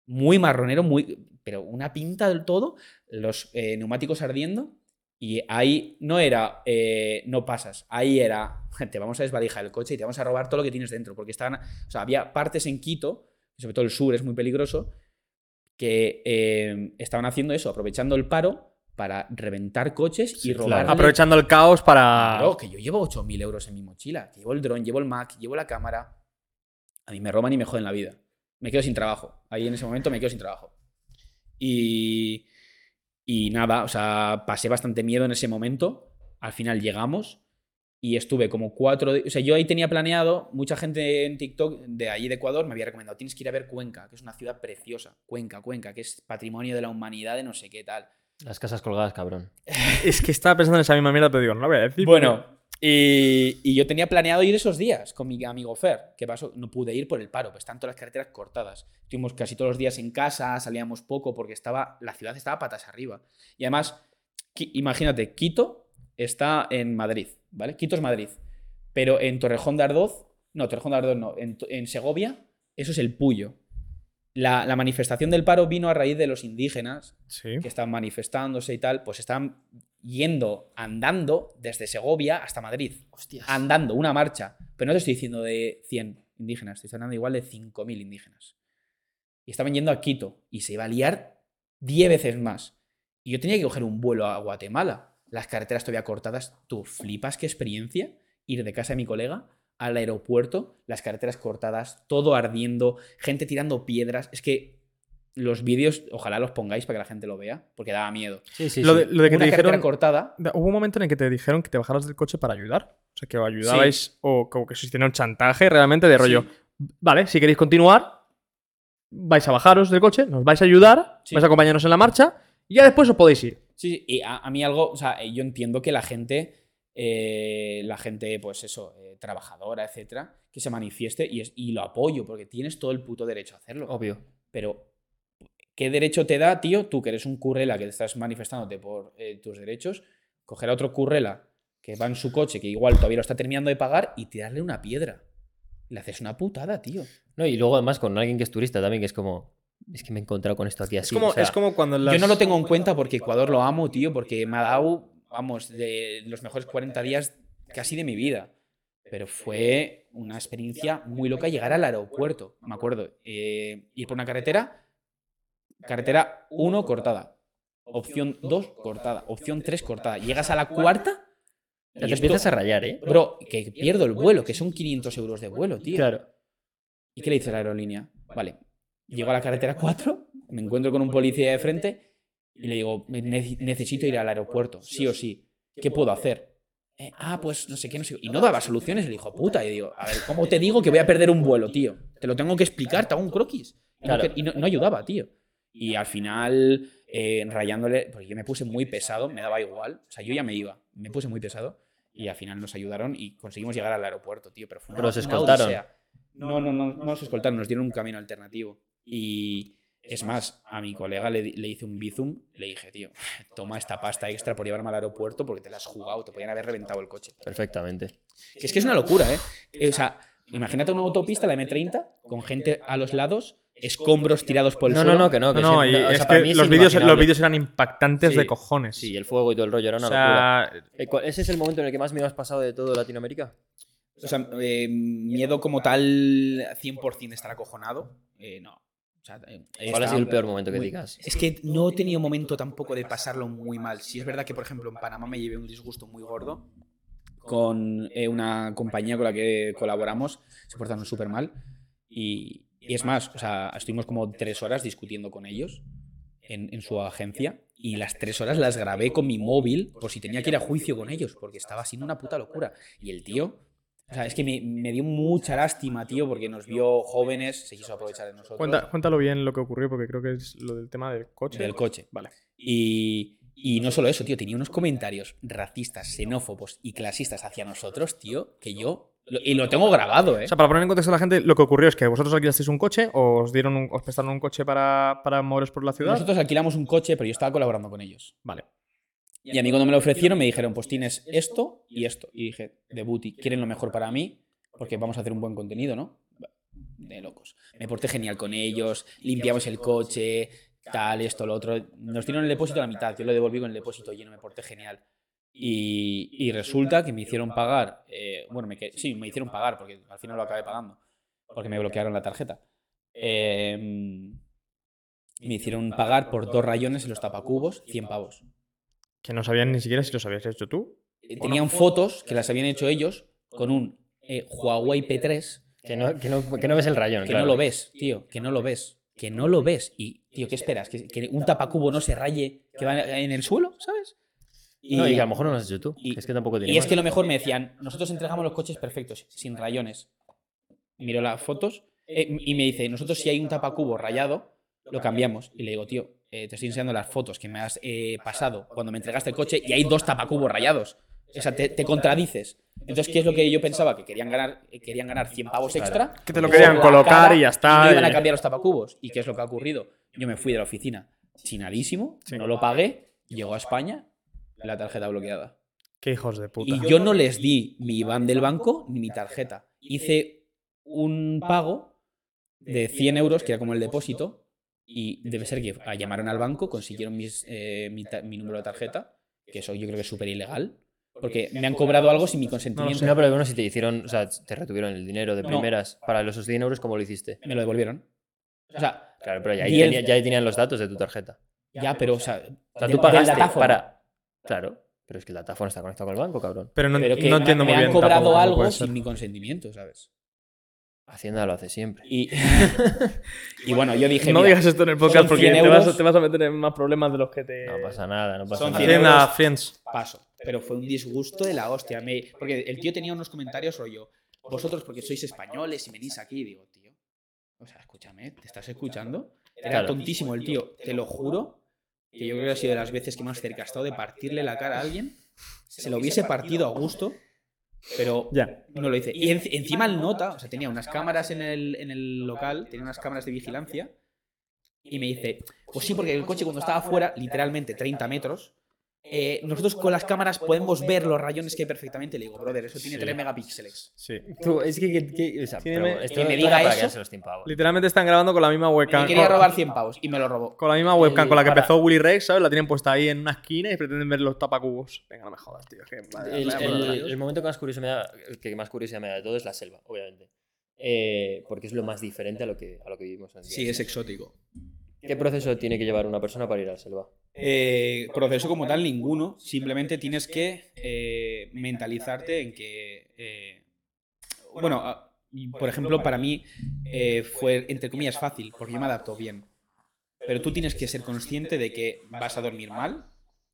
muy marronero, muy, pero una pinta del todo, los eh, neumáticos ardiendo. Y ahí no era, eh, no pasas, ahí era, te vamos a desvalijar el coche y te vamos a robar todo lo que tienes dentro, porque estaban, o sea, había partes en Quito, sobre todo el sur es muy peligroso, que eh, estaban haciendo eso, aprovechando el paro para reventar coches y
claro.
robar.
Aprovechando el caos
Ah.
para.
Claro, que yo llevo 8.000 euros en mi mochila. que Llevo el dron, llevo el Mac, llevo la cámara. A mí me roban y me joden la vida. Me quedo sin trabajo. Ahí en ese momento me quedo sin trabajo. Y, y nada, o sea, pasé bastante miedo en ese momento. Al final llegamos y estuve como cuatro... di- O sea, yo ahí tenía planeado, mucha gente en TikTok de allí de Ecuador me había recomendado, tienes que ir a ver Cuenca, que es una ciudad preciosa. Cuenca, Cuenca, que es patrimonio de la humanidad de no sé qué tal.
Las casas colgadas, cabrón.
Es que estaba pensando en esa misma mierda, pero digo, no lo voy a decir.
Bueno, y, y yo tenía planeado ir esos días con mi amigo Fer. ¿Qué pasó? No pude ir por el paro, pues están todas las carreteras cortadas. Estuvimos casi todos los días en casa, salíamos poco porque estaba, la ciudad estaba patas arriba. Y además, qui- imagínate, Quito está en Madrid, ¿vale? Quito es Madrid. Pero en Torrejón de Ardoz, no, Torrejón de Ardoz no, en, To- en Segovia, eso es el Puyo. La, la manifestación del paro vino a raíz de los indígenas
Sí.
que están manifestándose y tal, pues están yendo andando desde Segovia hasta Madrid.
Hostias.
Andando, una marcha. Pero no te estoy diciendo de 100 indígenas, te estoy hablando igual de 5.000 indígenas. Y estaban yendo a Quito y se iba a liar 10 veces más. Y yo tenía que coger un vuelo a Guatemala. Las carreteras todavía cortadas. Tú flipas qué experiencia ir de casa de mi colega al aeropuerto, las carreteras cortadas, todo ardiendo, gente tirando piedras. Es que los vídeos, ojalá los pongáis para que la gente lo vea, porque daba miedo.
Sí, sí,
lo,
sí.
de, lo de que
Una
te
carretera
dijeron.
cortada.
Da- Hubo un momento en el que te dijeron que te bajaras del coche para ayudar. O sea, que o ayudabais o como que existiera un chantaje realmente de rollo. Vale, si queréis continuar, vais a bajaros del coche, nos vais a ayudar,
Sí.
vais a acompañarnos en la marcha y ya después os podéis ir.
Sí, sí, y a, a mí algo, o sea, eh, yo entiendo que la gente, eh, la gente, pues eso, eh, trabajadora, etcétera, que se manifieste y, es, y lo apoyo, porque tienes todo el puto derecho a hacerlo.
Obvio.
Pero, ¿qué derecho te da, tío, tú que eres un currela que te estás manifestándote por eh, tus derechos, coger a otro currela que va en su coche, que igual todavía lo está terminando de pagar, y tirarle una piedra? Le haces una putada, tío.
No, y luego además con alguien que es turista también, que es como. Es que me he encontrado con esto aquí así. o sea,
como cuando
Yo no lo tengo en cuenta porque Ecuador lo amo, tío, porque me ha dado, vamos, de los mejores 40 días casi de mi vida. Pero fue una experiencia muy loca llegar al aeropuerto, me acuerdo. Eh, ir por una carretera, carretera 1 cortada, opción 2 cortada, opción 3 cortada. Llegas a la cuarta,
ya te empiezas a rayar, ¿eh?
Bro, que pierdo el vuelo, que son 500 euros de vuelo, tío.
Claro.
¿Y qué le dice la aerolínea? Vale, llego a la carretera 4, me encuentro con un policía de frente y le digo, "Me- neci- necesito ir al aeropuerto, sí o sí. ¿Qué puedo hacer? Eh, ah, pues no sé qué, no sé qué. Y no daba soluciones, el hijo puta. Y digo, a ver, ¿cómo te digo que voy a perder un vuelo, tío? Te lo tengo que explicar, te hago un croquis. Y no
Claro.
que- Y no, no ayudaba, tío. Y al final, eh, rayándole, porque yo me puse muy pesado, me daba igual. O sea, yo ya me iba, me puse muy pesado. Y al final nos ayudaron y conseguimos llegar al aeropuerto, tío. Pero fue una,
Pero os
una
escoltaron.
odisea. No, no, no, no nos escoltaron, nos dieron un camino alternativo. Y Es más, a mi colega le, di- le hice un bizum, le dije, tío, toma esta pasta extra por llevarme al aeropuerto porque te la has jugado, te podían haber reventado el coche.
Perfectamente.
Que es que es una locura, ¿eh? O sea, imagínate una autopista, la M30, con gente a los lados, escombros tirados por el
No, no,
suelo.
no, que no.
No,
Que
no,
se-
y
o sea,
es
para
que
mí es
los vídeos, los
inimaginable.
vídeos eran impactantes
Sí,
de cojones.
Sí, el fuego y todo el rollo era una
o sea,
locura. Eh, ¿cuál- ¿Ese es el momento en el que más miedo has pasado de todo Latinoamérica?
O sea, eh, miedo como tal, 100% estar acojonado, eh, no. O sea, eh,
¿Cuál ha
estaba-
sido el peor momento que
muy-
digas?
Es que no he tenido momento tampoco de pasarlo muy mal. Si es verdad que, por ejemplo, en Panamá me llevé un disgusto muy gordo con eh, una compañía con la que colaboramos, se portaron súper mal. Y, y es más, o sea, estuvimos como tres horas discutiendo con ellos en, en su agencia y las tres horas las grabé con mi móvil por si tenía que ir a juicio con ellos, porque estaba siendo una puta locura. Y el tío, o sea, es que me, me dio mucha lástima, tío, porque nos vio jóvenes, se quiso aprovechar de nosotros.
cuenta- cuéntalo bien lo que ocurrió, porque creo que es lo del tema del coche.
Del coche.
Vale.
Y, y no solo eso, tío, tenía unos comentarios racistas, xenófobos y clasistas hacia nosotros, tío, que yo. lo- y lo tengo grabado, ¿eh?
O sea, para poner en contexto a la gente, lo que ocurrió es que vosotros alquilasteis un coche, os dieron un- os prestaron un coche para, para moveros por la ciudad.
Nosotros alquilamos un coche, pero yo estaba colaborando con ellos.
Vale.
Y a mí cuando me lo ofrecieron me dijeron, pues tienes esto y esto. Y dije, de booty, quieren lo mejor para mí porque vamos a hacer un buen contenido, ¿no? De locos. Me porté genial con ellos, limpiamos el coche, tal, esto, lo otro. Nos dieron el depósito a la mitad, yo lo devolví con el depósito lleno, me porté genial. Y, y resulta que me hicieron pagar, eh, bueno, me, que- sí, me hicieron pagar porque al final lo acabé pagando, porque me bloquearon la tarjeta. Eh, me hicieron pagar por dos rayones en los tapacubos 100 pavos
Que no sabían ni siquiera si los habías hecho tú.
eh, tenían fotos que las habían hecho ellos con un eh, Huawei P3
Que no, que no, que no ves el rayón.
que
claro.
no lo ves, tío, que no lo ves, que no lo ves. Y, tío, ¿qué esperas? ¿Que, que un tapacubo no se raye, que va en el suelo, ¿sabes? Y,
No, y que a lo mejor no lo has hecho tú.
y-
es que tampoco tiene
y es
más.
que lo mejor me decían, nosotros entregamos los coches perfectos, sin rayones. Miro las fotos eh, y me dice, nosotros si hay un tapacubo rayado, lo cambiamos. Y le digo, tío, eh, te estoy enseñando las fotos que me has eh, pasado cuando me entregaste el coche y hay dos tapacubos rayados. O sea, te, te contradices. Entonces, ¿qué es lo que yo pensaba? Que querían ganar, eh, querían ganar 100 pavos extra.
Que te lo
por
querían
la
colocar
cara
y ya está, eh.
no iban
y-
a cambiar los tapacubos. ¿Y qué es lo que ha ocurrido? Yo me fui de la oficina chinadísimo, no lo pagué, llegó a España, la tarjeta bloqueada.
Qué hijos de puta.
Y yo no les di mi IBAN del banco ni mi tarjeta. Hice un pago de 100 euros, que era como el depósito, y debe ser que ah, llamaron al banco, consiguieron mis, eh, mi, ta- mi número de tarjeta, que eso yo creo que es súper ilegal, porque me han cobrado algo sin mi consentimiento.
No, pero bueno, si te hicieron, o sea, te retuvieron el dinero de
No.
primeras para los 100 euros, ¿cómo lo hiciste?
Me lo devolvieron. O sea,
Claro, pero ya ahí,
Y el-
tenía- ya ahí tenían los datos de tu tarjeta.
ya, pero, o
O
sea,
sea,
de-
tú
del
pagaste
datáfono.
para. Claro, pero es que el datáfono está conectado con el banco, cabrón.
Pero no,
Pero que
no
me-
entiendo
me,
muy bien.
han cobrado
tampoco cómo
algo
puede ser.
sin mi consentimiento, ¿sabes?
Hacienda lo hace siempre.
Y, y bueno, yo dije,
No
mira,
digas esto en el podcast
son
porque
100
te vas,
euros.
te vas a meter en más problemas de los que te.
No pasa nada, no pasa
Son
nada.
cien
Hacienda,
euros.
Friends.
paso. Pero fue un disgusto de la hostia. me- porque el tío tenía unos comentarios rollo, vosotros porque sois españoles y venís aquí. Y digo, tío, o sea, escúchame, ¿te estás escuchando? Era
Claro.
tontísimo el tío, te lo juro, que yo creo que ha sido de las veces que más cerca he estado de partirle la cara a alguien. Se lo hubiese partido a gusto, pero
Ya.
no lo hice. Y en- encima el nota, o sea, tenía unas cámaras en el, en el local, tenía unas cámaras de vigilancia. Y me dice, pues sí, porque el coche cuando estaba fuera, literalmente 30 metros, eh, nosotros con las cámaras podemos ver los rayones que hay perfectamente. Le digo, brother, eso tiene
Sí.
3 megapíxeles.
Sí.
Tú, es que, que- que- o sea,
Sí,
pero
dime-
bueno, esto,
que
esto
me
era
diga
para
eso.
que se los cien pavos.
Literalmente están grabando con la misma webcam.
Me quería
con-
robar 100 pavos y me lo robó.
Con la misma webcam
El-
con la que
para-
empezó Willy Rex, ¿sabes? La tienen puesta ahí en una esquina y pretenden ver los tapacubos. Venga, no me jodas, tío. es que- madre
El,
mía,
el-
madre mía.
el momento que más, curioso me da, que más curiosidad me da de todo es la selva, obviamente. Eh, porque es lo más diferente a lo que, a lo que vivimos en día.
Sí, es exótico.
¿Qué proceso tiene que llevar una persona para ir a la selva?
Eh, proceso como tal, ninguno. Simplemente tienes que eh, mentalizarte en que. eh, bueno, a- y, por ejemplo, para mí eh, fue, entre comillas, fácil, porque yo me adapto bien. Pero tú tienes que ser consciente de que vas a dormir mal,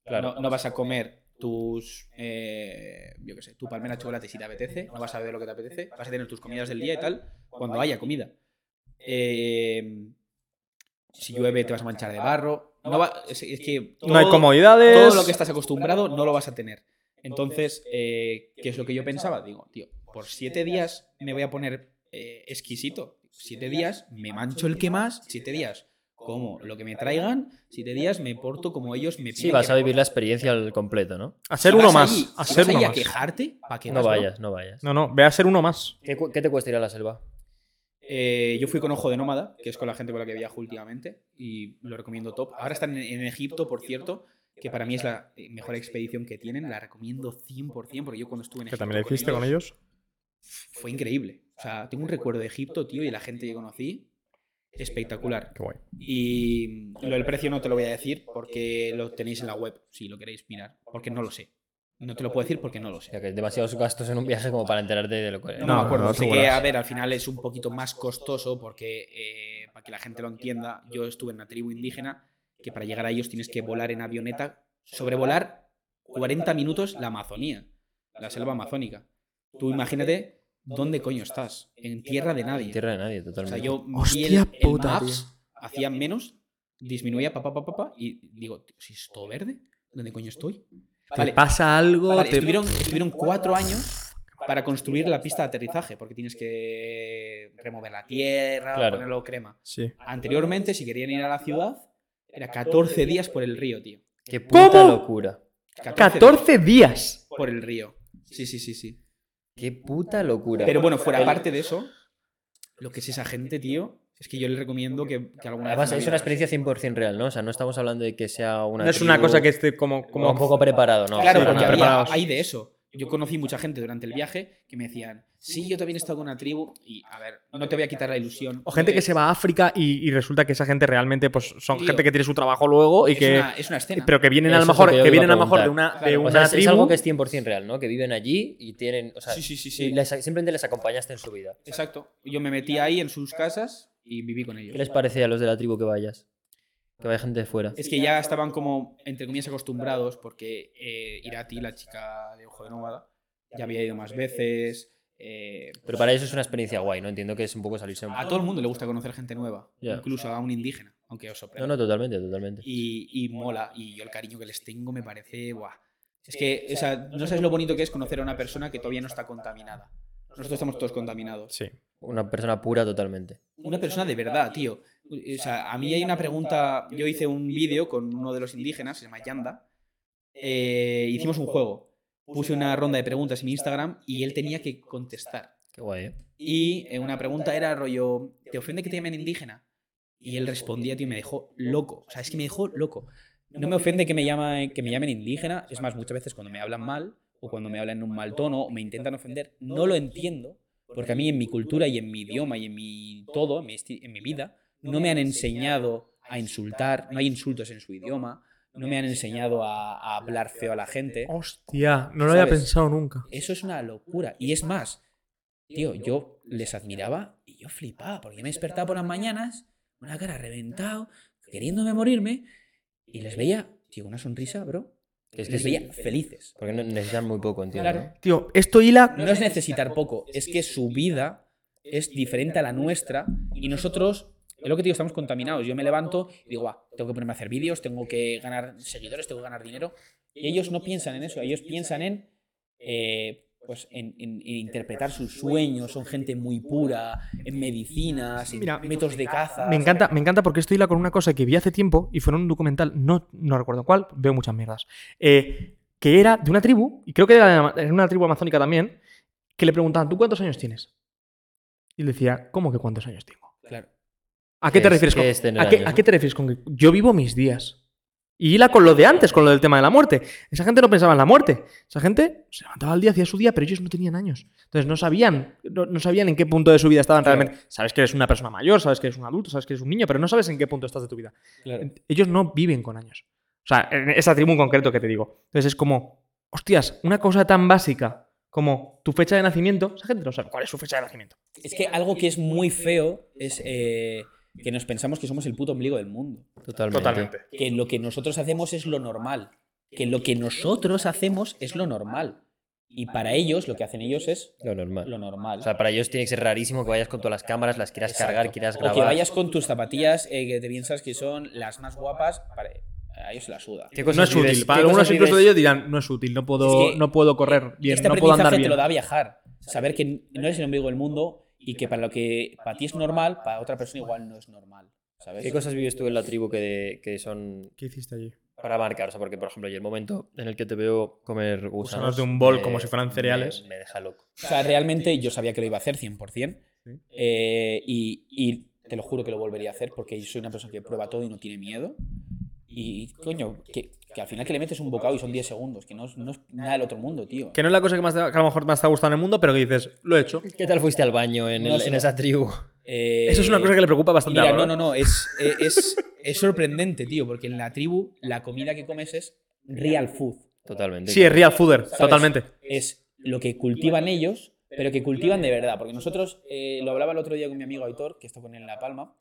Claro.
no, no vas a comer tus. eh, yo qué sé, tu palmera de chocolate si te apetece, no vas a beber lo que te apetece, vas a tener tus comidas del día y tal, cuando haya comida. Eh, si llueve, te vas a manchar de barro. No va- es, es que
no hay
todo-
comodidades.
todo lo que estás acostumbrado no lo vas a tener. Entonces, eh, ¿qué es lo que yo pensaba? Digo, tío, por siete días me voy a poner eh, exquisito. Siete días, me mancho el que más, siete días, como lo que me traigan, siete días me porto como ellos me
Sí,
piden
vas
que
a
me
vivir la experiencia al completo, ¿no?
A
Si
ser uno
vas
más.
allí-
a
si
ser
vas
uno
allí a
más.
quejarte, ¿para qué
No
vas,
vayas, no vayas.
No, no, ve a ser uno más.
¿Qué, cu- qué te cuesta ir a la selva?
Eh, yo fui con Ojo de Nómada, que es con la gente con la que viajo últimamente, y lo recomiendo top. Ahora están en, en Egipto, por cierto, que para mí es la eh, mejor expedición que tienen. La recomiendo 100%, porque yo cuando estuve en
Que
Egipto.
también lo hiciste con
ellos,
ellos.
Fue increíble. O sea, tengo un recuerdo de Egipto, tío, y la gente que conocí. Espectacular.
Qué guay.
Y lo del precio no te lo voy a decir porque lo tenéis en la web, si lo queréis mirar, porque no lo sé. No te lo puedo decir porque no lo
O
sé.
sea, que demasiados gastos en un viaje como para enterarte de lo que
No,
No,
me acuerdo.
no,
sé que,
seguro.
a ver, al final es un poquito más costoso porque, eh, para que la gente lo entienda, yo estuve en una tribu indígena que para llegar a ellos tienes que volar en avioneta, sobrevolar 40 minutos la Amazonía, la selva amazónica. Tú imagínate dónde coño estás, en tierra de nadie.
En tierra de nadie,
O sea,
totalmente.
yo vi
Hostia
el- el
puta,
Maps, hacía menos, disminuía papá, papá, papá, y digo, "Tío, si es todo verde, ¿dónde coño estoy? Vale,
pasa algo.
Vale, estuvieron, estuvieron cuatro años para construir la pista de aterrizaje, porque tienes que remover la tierra,
Claro.
ponerlo crema.
Sí.
Anteriormente, si querían ir a la ciudad, era 14 días por el río, tío.
Qué puta
¿Cómo?
locura.
14 días.
por el río. Sí, sí, sí, sí.
Qué puta locura.
Pero bueno, fuera aparte de eso, lo que es esa gente, tío, es que yo les recomiendo que, que alguna
Además,
vez.
es una experiencia 100% real, ¿no? O sea, no estamos hablando de que sea una.
No es una
tribu
cosa que esté como.
como un poco preparado, ¿no?
Claro,
Sí,
porque
no,
había-
preparado.
preparados.
hay de eso. Yo conocí mucha gente durante el viaje que me decían, sí, yo también he estado con una tribu y, a ver, no te voy a quitar la ilusión.
O gente que se va a África y, y resulta que esa gente realmente pues son
Tío.
gente que tiene su trabajo luego y
es,
que.
una, es una escena.
Pero que vienen a
Eso
lo
es lo
mejor,
que yo
que,
te iba
vienen a
a
lo mejor de
preguntar.
una, de
Claro.
O
una
sea, es, es
tribu.
algo que es 100% real, ¿no? Que viven allí y tienen. O sea,
sí, sí, sí,
y
sí.
les- simplemente les acompañaste en su vida.
Exacto. Yo me metí ahí en sus casas y viví con ellos.
¿Qué les parece a los de la tribu que vayas? Que vaya gente de fuera.
Es que ya estaban como, entre comillas, acostumbrados porque eh, Irati, la chica de Ojo de Nómada, ya había ido más veces. eh,
Pero para ellos es una experiencia guay, ¿no? Entiendo que es un poco salirse. un-
a todo el mundo le gusta conocer gente nueva,
Ya.
incluso a un indígena, aunque os sorprenda.
No, no, totalmente, totalmente.
y, y mola. Y yo el cariño que les tengo me parece, guau. Es que, o sea, no sabes lo bonito que es conocer a una persona que todavía no está contaminada. Nosotros estamos todos contaminados.
Sí.
Una persona pura totalmente.
Una persona de verdad, tío. O sea, a mí hay una pregunta. Yo hice un vídeo con uno de los indígenas, se llama Yanda. eh, hicimos un juego. Puse una ronda de preguntas en mi Instagram y él tenía que contestar.
Qué guay, ¿eh?
Y eh, una pregunta era rollo, ¿te ofende que te llamen indígena? Y él respondía, tío, y me dejó loco. O sea, es que me dejó loco. No me ofende que me, llama, que me llamen indígena. Es más, muchas veces cuando me hablan mal o cuando me hablan en un mal tono o me intentan ofender, no lo entiendo. Porque a mí en mi cultura y en mi idioma y en mi todo, en mi, esti- en mi vida, no me han enseñado a insultar. No hay insultos en su idioma. No me han enseñado a, a hablar feo a la gente.
Hostia, no lo había
¿Sabes?
pensado nunca.
Eso es una locura. Y es más, tío, yo les admiraba y yo flipaba, porque yo me despertaba por las mañanas, una cara reventado, queriéndome morirme, y les veía, tío, una sonrisa, bro.
Es que
les
sí.
veía felices.
Porque no- necesitan muy poco, entiendo.
Claro.
¿no?
Tío, esto hila.
No es necesitar poco, es que su vida es diferente a la nuestra y nosotros, es lo que te digo, estamos contaminados. Yo me levanto y digo, "Buah, tengo que ponerme a hacer vídeos, tengo que ganar seguidores, tengo que ganar dinero. Y ellos no piensan en eso, ellos piensan en, eh, pues en, en- en interpretar sus sueños, son gente muy pura, en medicinas, en
Mira,
métodos de caza.
Me encanta, me encanta porque esto hila con una cosa que vi hace tiempo y fue en un documental, no, no recuerdo cuál, veo muchas mierdas. eh, que era de una tribu, y creo que era de- era una tribu amazónica también, que le preguntaban, ¿tú cuántos años tienes? Y le decía, ¿cómo que cuántos años tengo?
Claro.
¿A qué
¿Qué
te
es-
refieres
qué
con
es tener
¿a qué,
años,
a
no?
qué te refieres con que yo vivo mis días? Y hila con lo de antes, con lo del tema de la muerte. Esa gente no pensaba en la muerte. Esa gente se levantaba al día, hacía su día, pero ellos no tenían años. Entonces no sabían, no, no sabían en qué punto de su vida estaban
Claro.
realmente. Sabes que eres una persona mayor, sabes que eres un adulto, sabes que eres un niño, pero no sabes en qué punto estás de tu vida.
claro.
Ellos no viven con años. O sea, en esa tribu en concreto que te digo. Entonces es como, hostias, una cosa tan básica como tu fecha de nacimiento, esa gente no sabe cuál es su fecha de nacimiento.
Es que algo que es muy feo es eh, que nos pensamos que somos el puto ombligo del mundo.
Totalmente.
que lo que nosotros hacemos es lo normal, que lo que nosotros hacemos es lo normal. Y para ellos, lo que hacen ellos es
Lo normal.
lo normal.
O sea, para ellos tiene que ser rarísimo que vayas con todas las cámaras, las quieras
Exacto.
cargar, quieras
O
grabar.
que vayas con tus zapatillas eh, que te piensas que son las más guapas, vale, a ellos se la suda.
¿Qué
No
cosas
es
vives-
útil.
qué
Para
cosas
algunos incluso de
vives-
ellos dirán, no es útil, no puedo,
Es que
no puedo correr bien,
este
no puedo andar
aprendizaje
bien.
te lo da viajar. Saber que no eres el ombligo del mundo y que para lo que para ti es normal, para otra persona igual no es normal. ¿Sabes?
¿Qué cosas vives tú en la tribu que, de- que son
¿Qué hiciste allí?
para marcar? O sea, porque, por ejemplo, yo el momento en el que te veo comer gusanos,
Gusanos de un bol como si fueran cereales.
Me, me deja loco.
O sea, realmente yo sabía que lo iba a hacer 100%.
Sí.
eh, y, y te lo juro que lo volvería a hacer porque yo soy una persona que prueba todo y no tiene miedo. Y, coño, que, que al final que le metes un bocado y son 10 segundos, que no es, no es nada del otro mundo, tío.
Que no es la cosa que, más te- que a lo mejor más te ha gustado en el mundo, pero que dices, lo he hecho.
¿Qué tal fuiste al baño en,
No
el-
sé.
en esa tribu?
Eh,
Eso es una cosa que le preocupa bastante
Mira,
a
no,
Álvaro,
no, no, es, eh, es, es sorprendente, tío, porque en la tribu la comida que comes es real food.
Totalmente.
Sí, es real fooder,
¿Sabes?
totalmente.
es lo que cultivan ellos, pero que cultivan de verdad. Porque nosotros, eh, lo hablaba el otro día con mi amigo Aitor, que está con él en La Palma,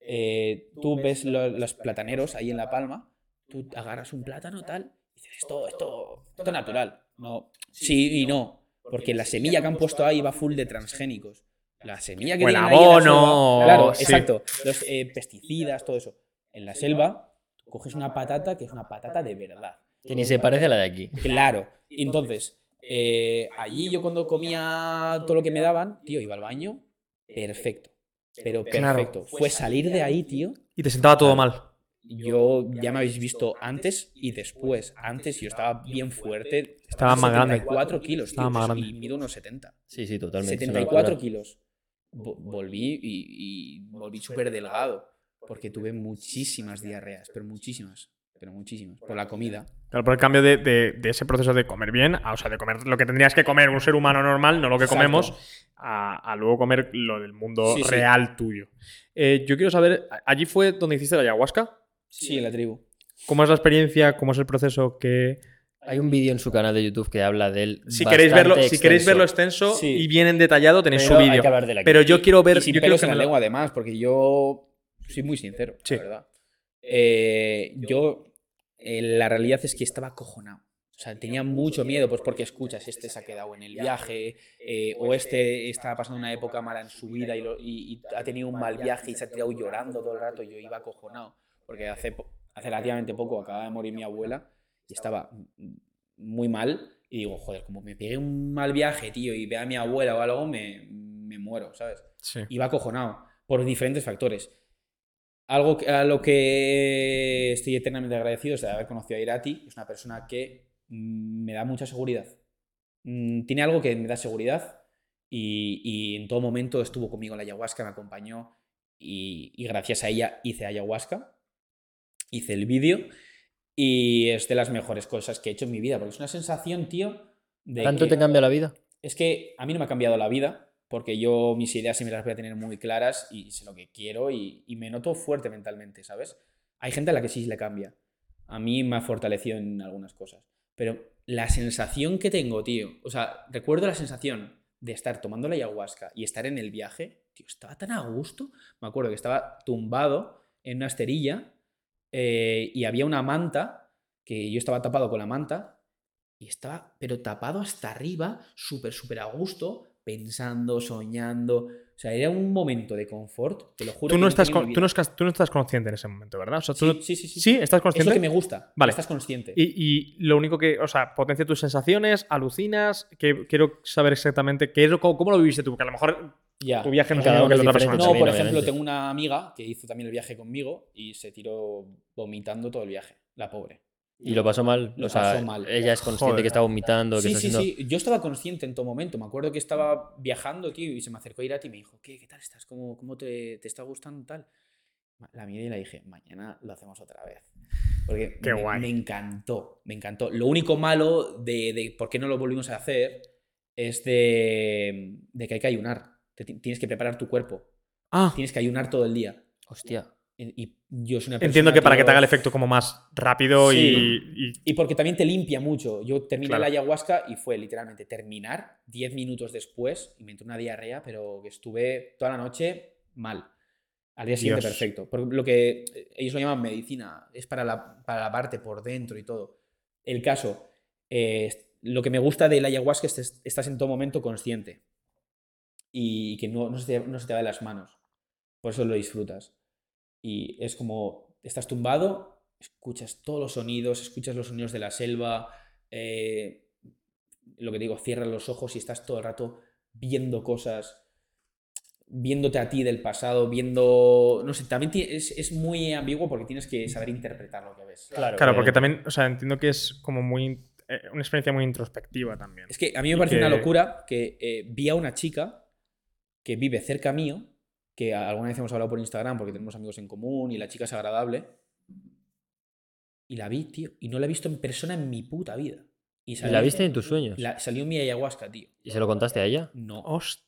eh, tú ves lo- los plataneros ahí en La Palma, tú agarras un plátano tal, y dices, esto, esto, esto natural. No, sí y no, porque la semilla que han puesto ahí va full de transgénicos. La semilla que
O el
tienen ahí en la
abono,
selva- Claro,
sí.
exacto. Los eh, pesticidas, todo eso. En la selva, coges una patata que es una patata de verdad.
Que ni se parece a la de aquí.
Claro. Entonces, eh, allí yo cuando comía todo lo que me daban, tío, iba al baño, perfecto. Pero
Claro.
perfecto. Fue salir de ahí, tío.
Y te sentaba todo mal.
Yo ya me habéis visto antes y después. Antes yo estaba bien fuerte.
Estaba más grande.
74 kilos, tío.
Estaba más grande.
Y mido unos 70.
Sí, sí, totalmente. es una
74
locura.
kilos. Vo- Volví y, y volví súper delgado. Porque tuve muchísimas diarreas, pero muchísimas. Pero muchísimas. Por la comida.
Claro, por el cambio de, de- de ese proceso de comer bien, a- o sea, de comer lo que tendrías que comer un ser humano normal, no lo que
Exacto.
comemos, a, a luego comer lo del mundo
Sí, sí.
real tuyo. Eh, yo quiero saber, a- ¿allí fue donde hiciste la ayahuasca?
Sí, en la tribu.
¿Cómo es la experiencia? ¿Cómo es el proceso? Que...
Hay un vídeo en su canal de YouTube que habla de él.
Si, queréis verlo,
bastante
si queréis verlo
extenso.
extenso
Sí.
y bien en detallado, tenéis
Pero
su
hay
vídeo.
que hablar de la
Pero yo quiero ver...
y sin
yo quiero
pelos
que
en la
me lo-
lengua, además, porque yo soy muy sincero,
Sí.
la verdad. Eh, yo, eh, la realidad es que estaba acojonado. O sea, tenía mucho miedo, pues porque escuchas, este se ha quedado en el viaje, eh, o este está pasando una época mala en su vida y, lo- y- y ha tenido un mal viaje y se ha tirado llorando todo el rato. Yo iba acojonado, porque hace, po- hace relativamente poco acaba de morir mi abuela y estaba muy mal. Y digo, joder, como me pegué un mal viaje, tío, y vea a mi abuela o algo, me, me muero, ¿sabes?
Sí.
iba acojonado por diferentes factores. Algo que- a lo que estoy eternamente agradecido es de haber conocido a Irati. Es una persona que mm, me da mucha seguridad. Mm, Tiene algo que me da seguridad y, y en todo momento estuvo conmigo en la ayahuasca, me acompañó y, y gracias a ella hice ayahuasca, hice el vídeo y es de las mejores cosas que he hecho en mi vida porque es una sensación, tío, de
¿Tanto
que-
te cambia la vida?
es que a mí no me ha cambiado la vida, porque yo mis ideas sí me las voy a tener muy claras y sé lo que quiero y, y me noto fuerte mentalmente, ¿sabes? Hay gente a la que sí le cambia. A mí me ha fortalecido en algunas cosas. Pero la sensación que tengo, tío, o sea, recuerdo la sensación de estar tomando la ayahuasca y estar en el viaje, tío, estaba tan a gusto. Me acuerdo que estaba tumbado en una esterilla eh, y había una manta, que yo estaba tapado con la manta, y estaba, pero tapado hasta arriba, súper, súper a gusto, pensando, soñando. O sea, era un momento de confort, te lo juro.
Tú
que
no,
he
estás,
tenido
con-
en mi
tú, no
vida.
estás, tú no estás consciente en ese momento, ¿verdad? O sea, tú no-
Sí, sí, sí. sí.
sí, estás
Es lo
consciente.
que me gusta.
Vale.
Estás consciente.
Y, y lo único que, o sea, potencia tus sensaciones, alucinas, que quiero saber exactamente qué es, lo- cómo, cómo lo viviste tú, porque a lo mejor
Ya. Eh,
tu viaje no es el
Cada
mismo que el de
uno
otra
es
persona.
diferente
No, por
también,
ejemplo,
obviamente.
tengo una amiga que hizo también el viaje conmigo y se tiró vomitando todo el viaje, la pobre.
Y lo pasó mal.
Lo
o sea,
pasó mal.
ella es consciente
Joder.
que está vomitando, que
Sí,
está
sí,
haciendo.
sí. Yo estaba consciente en todo momento. Me acuerdo que estaba viajando, tío, y se me acercó Irati y me dijo, ¿qué, qué tal estás? ¿Cómo, cómo te, te está gustando tal? Ma- La miré y le dije, mañana lo hacemos otra vez. Porque
Qué
me,
guay.
me encantó, me encantó. Lo único malo de, de por qué no lo volvimos a hacer es de, de que hay que ayunar. Te ti- tienes que preparar tu cuerpo.
Ah,
Tienes que ayunar todo el día.
Hostia.
Y, y yo soy una persona,
entiendo que para que te
tío,
haga el efecto como más rápido
Sí.
y, y-
y porque también te limpia mucho. Yo terminé
Claro.
la ayahuasca y fue literalmente terminar 10 minutos después y me entró una diarrea, pero que estuve toda la noche mal. Al día siguiente,
Dios.
perfecto. Por lo que eh, ellos lo llaman medicina, es para la, para la parte por dentro y todo. El caso, eh, lo que me gusta de la ayahuasca es que est- estás en todo momento consciente y que no, no, se te, no se te va de las manos. Por eso lo disfrutas. Y es como, estás tumbado, escuchas todos los sonidos, escuchas los sonidos de la selva, eh, lo que te digo, cierras los ojos y estás todo el rato viendo cosas. viéndote a ti del pasado, viendo. No sé, también ti- es, es muy ambiguo porque tienes que saber interpretar lo que ves.
Claro,
Claro,
obviamente.
porque también, o sea, entiendo que es como muy. eh, una experiencia muy introspectiva también.
Es que a mí me
Y
parece
que-
una locura que eh, vi a una chica que vive cerca mío, que a- alguna vez hemos hablado por Instagram porque tenemos amigos en común y la chica es agradable. Y la vi, tío, y no la he visto en persona en mi puta vida. Y
¿La viste en tus sueños?
la- salió mi ayahuasca, tío.
¿Y se lo contaste a ella?
No.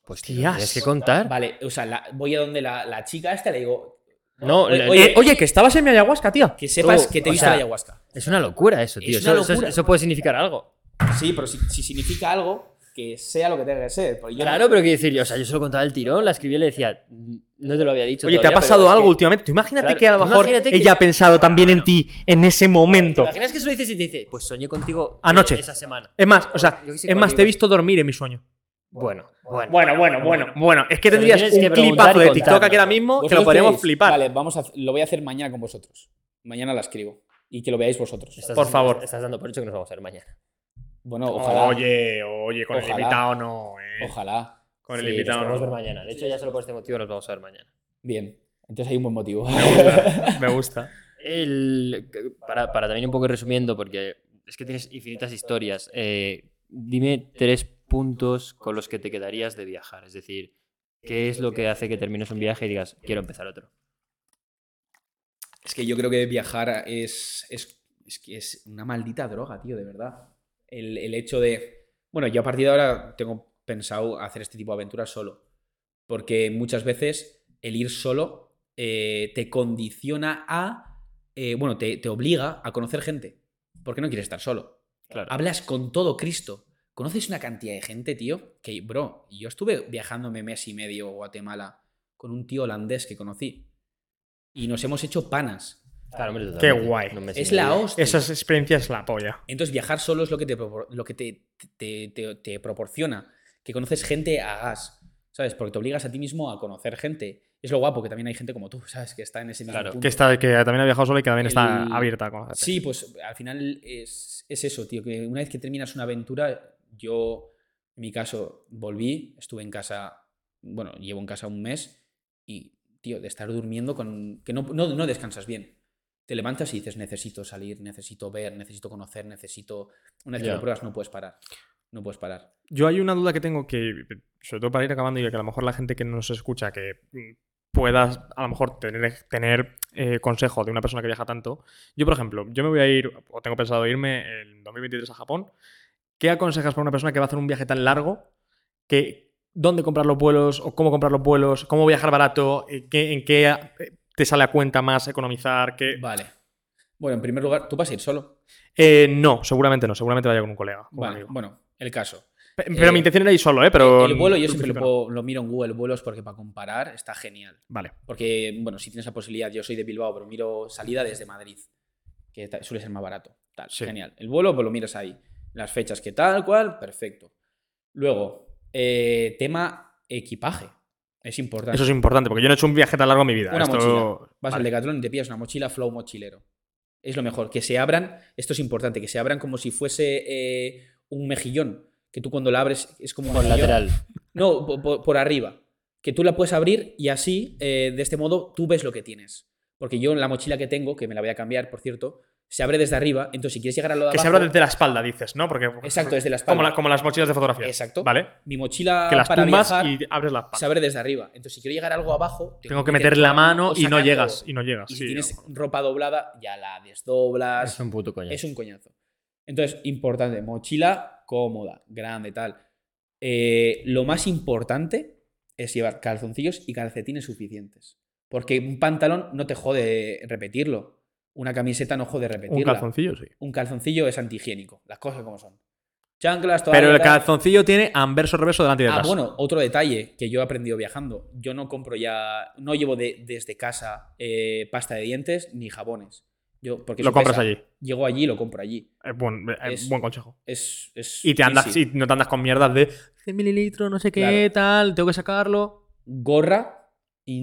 Pues tío, lo tienes que contar.
Vale, o sea, la- voy a donde la, la chica esta le digo
No,
Oye,
la-
Eh,
oye,
que estabas en mi ayahuasca, tía.
que sepas
Tú,
que
Oh,
te
o
he visto
sea-
la ayahuasca.
es una locura eso, tío.
Es una
Eso- eso,
locura.
eso puede significar algo.
Sí, pero si, si significa algo, que sea lo que tenga que ser. porque yo no-
Claro, pero quiero decir, o sea, yo se lo contaba el tirón, la escribí y le decía, "Mm, no te lo había dicho.
Oye, ¿te ha
todavía,
pasado
pero es
algo
que-
últimamente? Tú imagínate
Claro,
que a lo
tú
mejor ella
imagínate que-
ha pensado también en ti en ese
¿Te
momento.
imaginas que se lo dices y te dice, pues soñé contigo
Anoche.
esa semana?
Es más, o sea,
Yo qué sé,
es más,
cualquier
te he visto dormir en mi sueño.
Bueno, bueno.
Bueno, bueno, bueno, bueno. Es que
Pero
tendrías
tienes
un
que preguntar
clipazo
y
de
contar,
TikTok aquí
¿no?
ahora mismo que
¿Vosotros
lo podríamos
creéis?
flipar.
Vale, vamos a, lo voy a hacer mañana con vosotros. Mañana la escribo. Y que lo veáis vosotros.
Estás-
Por favor.
Estás dando por hecho que nos vamos a ver mañana.
Bueno, ojalá.
Oye, oye, con el
Ojalá.
invitado no, eh.
Ojalá.
Con el
Sí,
invitado
Nos vamos a ver
no.
mañana. De hecho, ya solo por este motivo nos vamos a ver mañana.
Bien. Entonces hay un buen motivo.
Me gusta.
El, para, para también un poco ir resumiendo, porque es que tienes infinitas historias. eh, dime tres puntos con los que te quedarías de viajar. Es decir, ¿qué es lo que hace que termines un viaje y digas, quiero empezar otro?
Es que yo creo que viajar es, es, es que es una maldita droga, tío, de verdad. El, el hecho de... Bueno, yo a partir de ahora tengo pensado hacer este tipo de aventuras solo. Porque muchas veces el ir solo eh, te condiciona a... eh, bueno, te, te obliga a conocer gente. Porque no quieres estar solo.
Claro.
Hablas con todo Cristo. Conoces una cantidad de gente, tío, que, bro, yo estuve viajándome mes y medio a Guatemala con un tío holandés que conocí. Y nos hemos hecho panas.
Claro, hombre,
Qué
totalmente.
guay.
No me
Es
siento
la
bien.
hostia.
Esa experiencia es la polla.
Entonces viajar solo es lo que te, propor- lo que te, te- te- te proporciona. Que conoces gente a gas, ¿sabes? Porque te obligas a ti mismo a conocer gente. Es lo guapo, que también hay gente como tú, ¿sabes? Que está en ese mismo
Claro,
punto.
Que, está, que también ha viajado sola y que también está
El-
abierta. con-
Sí, pues al final es, es eso, tío, que una vez que terminas una aventura, yo, en mi caso, volví, estuve en casa, bueno, llevo en casa un mes y, tío, de estar durmiendo con... que no, no, no descansas bien. Te levantas y dices, necesito salir, necesito ver, necesito conocer, necesito... Una vez que
Ya.
lo pruebas no puedes parar, no puedes parar.
Yo hay una duda que tengo que, sobre todo para ir acabando y que a lo mejor la gente que nos escucha, que mm, puedas a lo mejor tener, tener eh, consejo de una persona que viaja tanto. Yo, por ejemplo, yo me voy a ir, o tengo pensado irme en 2023 a Japón. ¿Qué aconsejas para una persona que va a hacer un viaje tan largo? Que, ¿Dónde comprar los vuelos? ¿O cómo comprar los vuelos? ¿Cómo viajar barato? ¿En qué, en qué eh, te sale a cuenta más economizar? ¿Qué?
Vale. Bueno, en primer lugar, tú vas a ir solo.
Eh, no, seguramente no. Seguramente vaya con un colega. con un
Vale,
amigo.
bueno, el caso.
Pe- Pero
eh,
mi intención era ir solo, ¿eh? Pero
el vuelo yo
en
siempre
principio
lo,
no.
puedo- lo miro en Google Vuelos porque para comparar está genial.
Vale.
Porque, bueno, si tienes la posibilidad, yo soy de Bilbao, pero miro salida desde Madrid, que ta- suele ser más barato. Tal,
Sí.
genial. El vuelo, pues lo miras ahí. Las fechas que tal, cual, perfecto. Luego, eh, tema equipaje. Es importante.
Eso es importante, porque yo no he hecho un viaje tan largo en mi vida.
Una
Esto-
mochila. Vas al
Vale.
Decathlon y te pillas una mochila flow mochilero. Es lo mejor. Que se abran, esto es importante, que se abran como si fuese eh, un mejillón. Que tú cuando la abres es como un
Por
mejillón.
lateral.
No, po- po- por, arriba. Que tú la puedes abrir y así, eh, de este modo, tú ves lo que tienes. Porque yo en la mochila que tengo, que me la voy a cambiar, por cierto, se abre desde arriba. Entonces, si quieres llegar a lo de
Que se
abajo-
abra desde la espalda, dices, ¿no? Porque
Exacto, desde la espalda.
como, la- como las mochilas de fotografía.
Exacto.
Vale.
Mi mochila
Que las
para
tumbas
viajar
y abres la espalda.
se abre desde arriba. Entonces, si quiero llegar a algo abajo,
Tengo que meter la mano
o
y no
sacar
llegas.
todo.
Y no llegas.
Y si
sí,
tienes
a lo mejor.
ropa doblada, ya la desdoblas.
Es un puto coño.
Es un coñazo. Entonces, importante, mochila cómoda, grande, tal. Eh, lo más importante es llevar calzoncillos y calcetines suficientes. Porque un pantalón no te jode repetirlo. Una camiseta no jode repetirla.
un calzoncillo, sí.
Un calzoncillo es antihigiénico. Las cosas como son. Chanclas,
Pero el
toalla, tal.
calzoncillo tiene anverso, reverso, delante y
Ah,
detrás.
bueno, otro detalle que yo he aprendido viajando. Yo no compro ya, no llevo de- desde casa eh, pasta de dientes ni jabones. Yo, porque
lo
eso
compras
pesa.
allí.
Llego allí y lo compro allí.
Es buen, eh,
Es-
buen consejo.
Es, es
Y te andas,
easy.
y no te andas con mierdas de 100 mililitros, no sé qué, tal, tengo que sacarlo.
Gorra,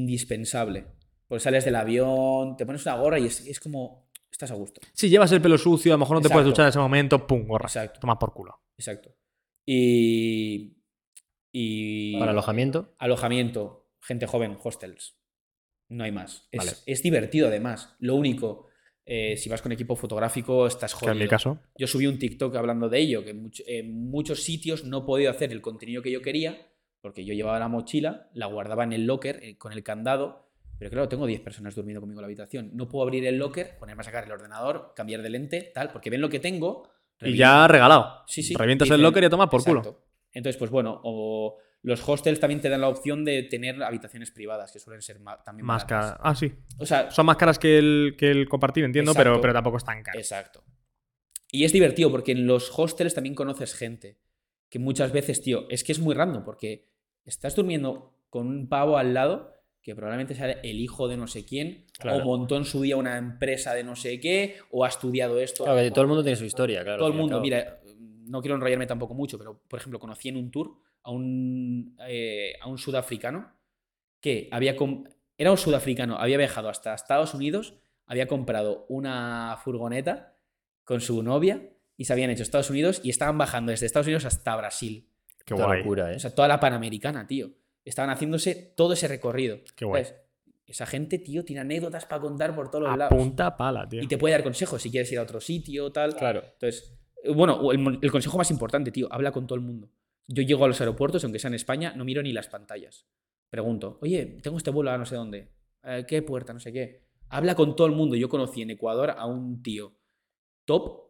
indispensable. Porque sales del avión, te pones una gorra y es, es como. Estás a gusto.
Si llevas el pelo sucio, a lo mejor no te puedes
Exacto.
duchar en ese momento, pum, gorra.
Exacto.
Toma por culo.
Exacto. Y. Y.
Para alojamiento.
Alojamiento. gente joven, hostels. No hay más. Es,
Vale.
es divertido, además. Lo único, eh, si vas con equipo fotográfico, estás
Que
jodido.
en mi caso.
Yo subí un TikTok hablando de ello, que much- en muchos sitios no he podido hacer el contenido que yo quería, porque yo llevaba la mochila, la guardaba en el locker eh, con el candado, pero claro, tengo 10 personas durmiendo conmigo en la habitación. No puedo abrir el locker, ponerme a sacar el ordenador, cambiar de lente, tal, porque ven lo que tengo.
Y
revientan.
ya regalado.
Sí, sí,
Revientas el
dicen-
locker y a tomar por culo.
Exacto. Entonces, pues bueno, o los hostels también te dan la opción de tener habitaciones privadas, que suelen ser ma- también
Más
baratas.
cara. Ah, sí.
O sea,
Son más caras que el, que el compartir, entiendo, pero,
Exacto.
pero tampoco es tan caro.
Exacto. Y es divertido porque en los hostels también conoces gente. Que muchas veces, tío, es que es muy random porque estás durmiendo con un pavo al lado que probablemente sea el hijo de no sé quién,
Claro.
o montó en su día una empresa de no sé qué, o ha estudiado esto.
Claro, que todo el mundo tiene su historia, claro.
Todo
al
el
fin y al
mundo,
cabo.
mira, no quiero enrollarme tampoco mucho, pero por ejemplo, conocí en un tour a un, eh, a un sudafricano que había. com- Era un sudafricano, había viajado hasta Estados Unidos, había comprado una furgoneta con su novia y se habían hecho Estados Unidos y estaban bajando desde Estados Unidos hasta Brasil.
Qué
Puta
guay.
locura, ¿eh?
O sea, toda la panamericana, tío. Estaban haciéndose todo ese recorrido.
Qué guay.
¿Sabes? Esa gente, tío, tiene anécdotas para contar por todos los
A
lados.
punta pala, tío.
Y te puede dar consejos si quieres ir a otro sitio, tal. Entonces, eh, bueno, o el, mon- el consejo más importante, tío, habla con todo el mundo. Yo llego a los aeropuertos, aunque sea en España, no miro ni las pantallas. Pregunto, oye, tengo este vuelo a no sé dónde. Eh, ¿Qué puerta? No sé qué. Habla con todo el mundo. Yo conocí en Ecuador a un tío top,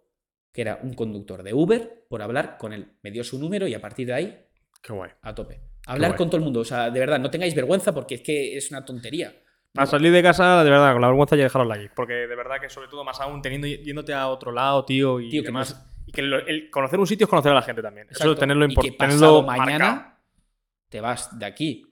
que era un conductor de Uber, por hablar con él. Me dio su número y a partir de ahí,
Qué guay.
a tope. Hablar
guay.
con todo el mundo. O sea, de verdad, no tengáis vergüenza porque es que es una tontería.
A salir de casa, de verdad, con la vergüenza ya dejaros allí. Porque de verdad que sobre todo más aún teniendo yéndote a otro lado, tío, y
Tío, que
demás.
más-
Y que lo- el conocer un sitio es conocer a la gente también. Eso
Exacto.
tenerlo
Y que
importante.
pasado mañana te vas de aquí.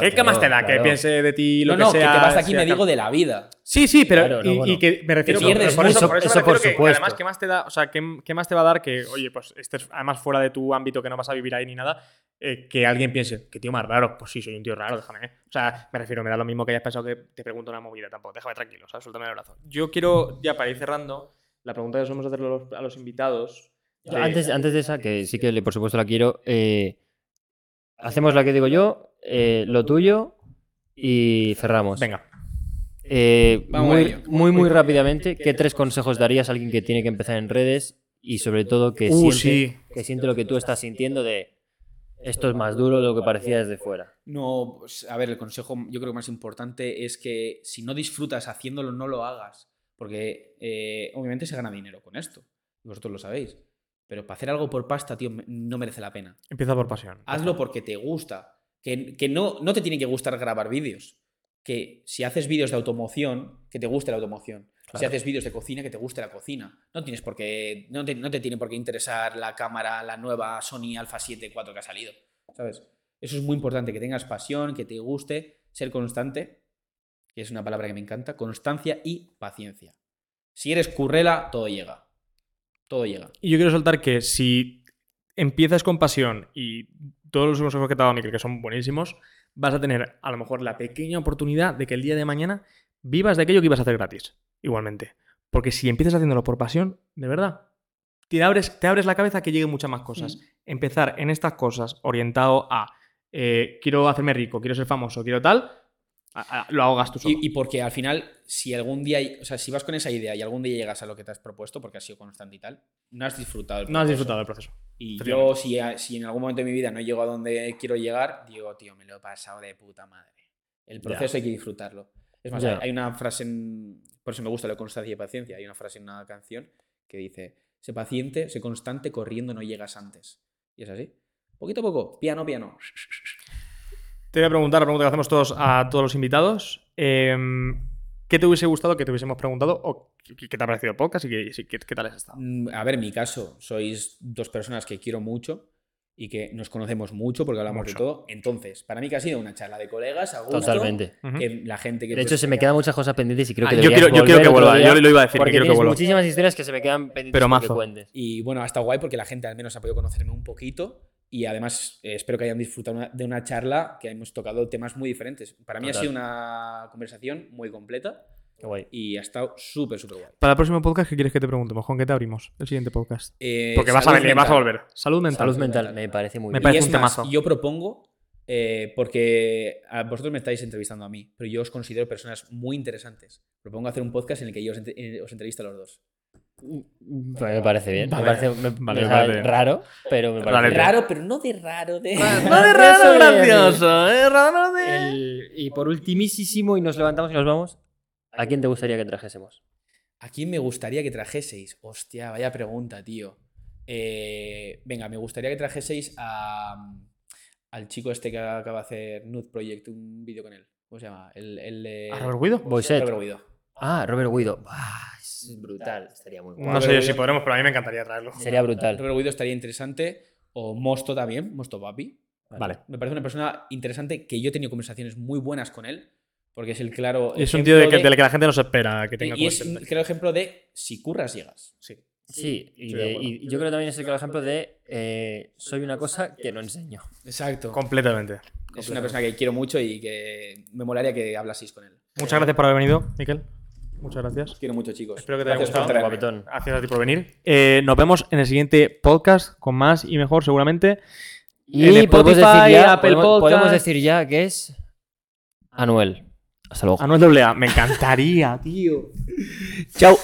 ¿Qué, qué más te da?
Claro.
Que piense de ti lo
no, no,
que sea.
que te vas de aquí
sea
me
capaz-
digo de la vida.
Sí, sí, pero.
Claro, no,
y,
bueno.
y que me refiero.
Te pierdes
por eso,
mucho.
por eso,
Eso
me
por
refiero que,
supuesto.
además, ¿qué más te da? O sea, ¿qué, qué más te va a dar que, oye, pues estés además fuera de tu ámbito que no vas a vivir ahí ni nada? eh, que alguien piense, qué tío más raro. Pues sí, soy un tío raro, déjame. eh. O sea, me refiero, me da lo mismo que hayas pensado que te pregunto una movida tampoco. Déjame tranquilo, o sea, suéltame el brazo. Yo quiero, ya para ir cerrando, la pregunta que solemos hacerle a los, a los invitados. eh,
Yo
de-
Antes, antes de esa, que sí que le- por supuesto la quiero, eh, hacemos la que digo yo, eh, lo tuyo y cerramos.
Venga.
Eh,
Vamos a
muy,
ello.
muy, muy rápidamente, ¿qué tres consejos darías a alguien que tiene que empezar en redes y sobre todo que,
Uh,
siente,
sí.
que siente lo que tú estás sintiendo de esto es más duro de lo que parecía desde fuera?
No, pues, a ver, el consejo yo creo que más importante es que si no disfrutas haciéndolo, no lo hagas. Porque eh, obviamente se gana dinero con esto. y Vosotros lo sabéis. Pero para hacer algo por pasta, tío, me- no merece la pena.
Empieza por pasión.
Hazlo porque te gusta. Que, que no, no te tiene que gustar grabar vídeos. Que si haces vídeos de automoción, que te guste la automoción. Si
Claro.
haces vídeos de cocina, que te guste la cocina. No tienes por qué, no te, no te tiene por qué interesar la cámara, la nueva Sony Alpha 7 4 que ha salido. ¿Sabes? Eso es muy importante, que tengas pasión, que te guste, ser constante, que es una palabra que me encanta, constancia y paciencia. Si eres currela, todo llega. Todo llega.
Y yo quiero soltar que si empiezas con pasión y todos los consejos que te ha dado Miquel, que son buenísimos, vas a tener a lo mejor la pequeña oportunidad de que el día de mañana vivas de aquello que ibas a hacer gratis, igualmente. Porque si empiezas haciéndolo por pasión, de verdad, te abres, te abres la cabeza a que lleguen muchas más cosas. Empezar en estas cosas orientado a eh, quiero hacerme rico, quiero ser famoso, quiero tal, a- a- lo ahogas tú solo.
Y, y porque al final, si algún día, o sea, si vas con esa idea y algún día llegas a lo que te has propuesto, porque has sido constante y tal, no has disfrutado. el
no has
proceso.
disfrutado del proceso.
Y yo,
efectivamente.
si, a- si en algún momento de mi vida no llego a donde quiero llegar, digo, tío, me lo he pasado de puta madre. El proceso hay que disfrutarlo. Es más,
Ya.
hay- hay una frase, en- por eso me gusta la constancia y paciencia, hay una frase en una canción que dice, sé paciente, sé constante, corriendo no llegas antes. Y es así. Poquito a poco, piano, piano.
Te voy a preguntar la pregunta que hacemos todos a todos los invitados. Em, ¿Qué te hubiese gustado que te hubiésemos preguntado o qué qué te ha parecido el podcast y qué, sí, qué- qué tal has estado?
Mm, A ver, en mi caso, sois dos personas que quiero mucho y que nos conocemos mucho porque hablamos
Mucho.
de todo. Entonces, para mí que ha sido una charla de colegas, a gusto,
Totalmente.
Ujú.
que la gente que
De hecho, se me quedan muchas cosas pendientes y creo que
Ah, yo,
deberías
quiero, yo quiero
volver
que
otro
vuelva,
día,
yo lo iba a decir, que
porque
quiero que
tienes
vuelva.
muchísimas historias que se me quedan pendientes
Pero
por que
mazo.
cuentes.
Y bueno, hasta guay porque la gente al menos ha podido conocerme un poquito y además eh, espero que hayan disfrutado una- de una charla que hemos tocado temas muy diferentes. Para mí ha
Total.
sido una conversación muy completa
Qué guay.
y ha estado súper, súper guay.
Para el próximo podcast, ¿qué quieres que te preguntemos? ¿Con qué te abrimos el siguiente podcast?
Eh,
Porque vas a
salud
venir, vas a
mental.
volver. Salud mental.
Salud
mental.
mental, me parece muy
Me
bien.
parece
y es
un
más,
temazo.
yo propongo eh, porque a vosotros me estáis entrevistando a mí, pero yo os considero personas muy interesantes. Propongo hacer un podcast en el que yo os, entre- eh, os entreviste a los dos.
Vale, me parece bien.
Vale.
me parece, me- me
Vale,
parece
vale.
raro, pero me parece
Vale.
bien.
Raro, pero no de raro. De...
No de raro gracioso, ¿eh? Raro de.
El- y por ultimísimo, y nos levantamos y nos vamos. ¿A quién te gustaría que trajésemos?
¿A quién me gustaría que trajeseis? Hostia, vaya pregunta, tío. Eh, venga, me gustaría que trajeseis a, mm, al chico este que acaba de hacer Nude Project un vídeo con él. ¿Cómo se llama? El, el de-
¿A Robert Guido?
Boyset.
Robert Guido.
Ah, Robert Guido. Buah, Ah, es brutal. Estaría muy guay.
No sé yo si podremos, pero a mí me encantaría traerlo.
Sería brutal.
Robert Guido estaría interesante. O Mosto también, Mosto Papi.
Vale.
Me parece una persona interesante que yo he tenido conversaciones muy buenas con él, porque es el claro.
Y es un tío de que,
ejemplo
del que la gente no se espera que tenga
y es
cosas.
un claro ejemplo de si curras, llegas.
Sí.
Sí, y,
Estoy de
de-
acuerdo.
y yo creo que también es el claro ejemplo de eh, soy una cosa que no enseño.
Exacto.
Completamente.
Es una persona que quiero mucho y que me molaría que hablaseis con él.
Muchas gracias por haber venido, Miquel. Muchas gracias.
Os quiero mucho, chicos.
Espero que te haya
Gracias por
gustado.
traerme.
Guapetón.
Gracias a ti por venir. Eh, nos vemos en el siguiente podcast con más y mejor, seguramente. En
Y Eh, podemos
Spotify,
decir, ya,
Apple
podemos- podemos
Podcast.
decir ya que es Anuel. Hasta luego.
A no es doble A. Me encantaría, tío.
Chao.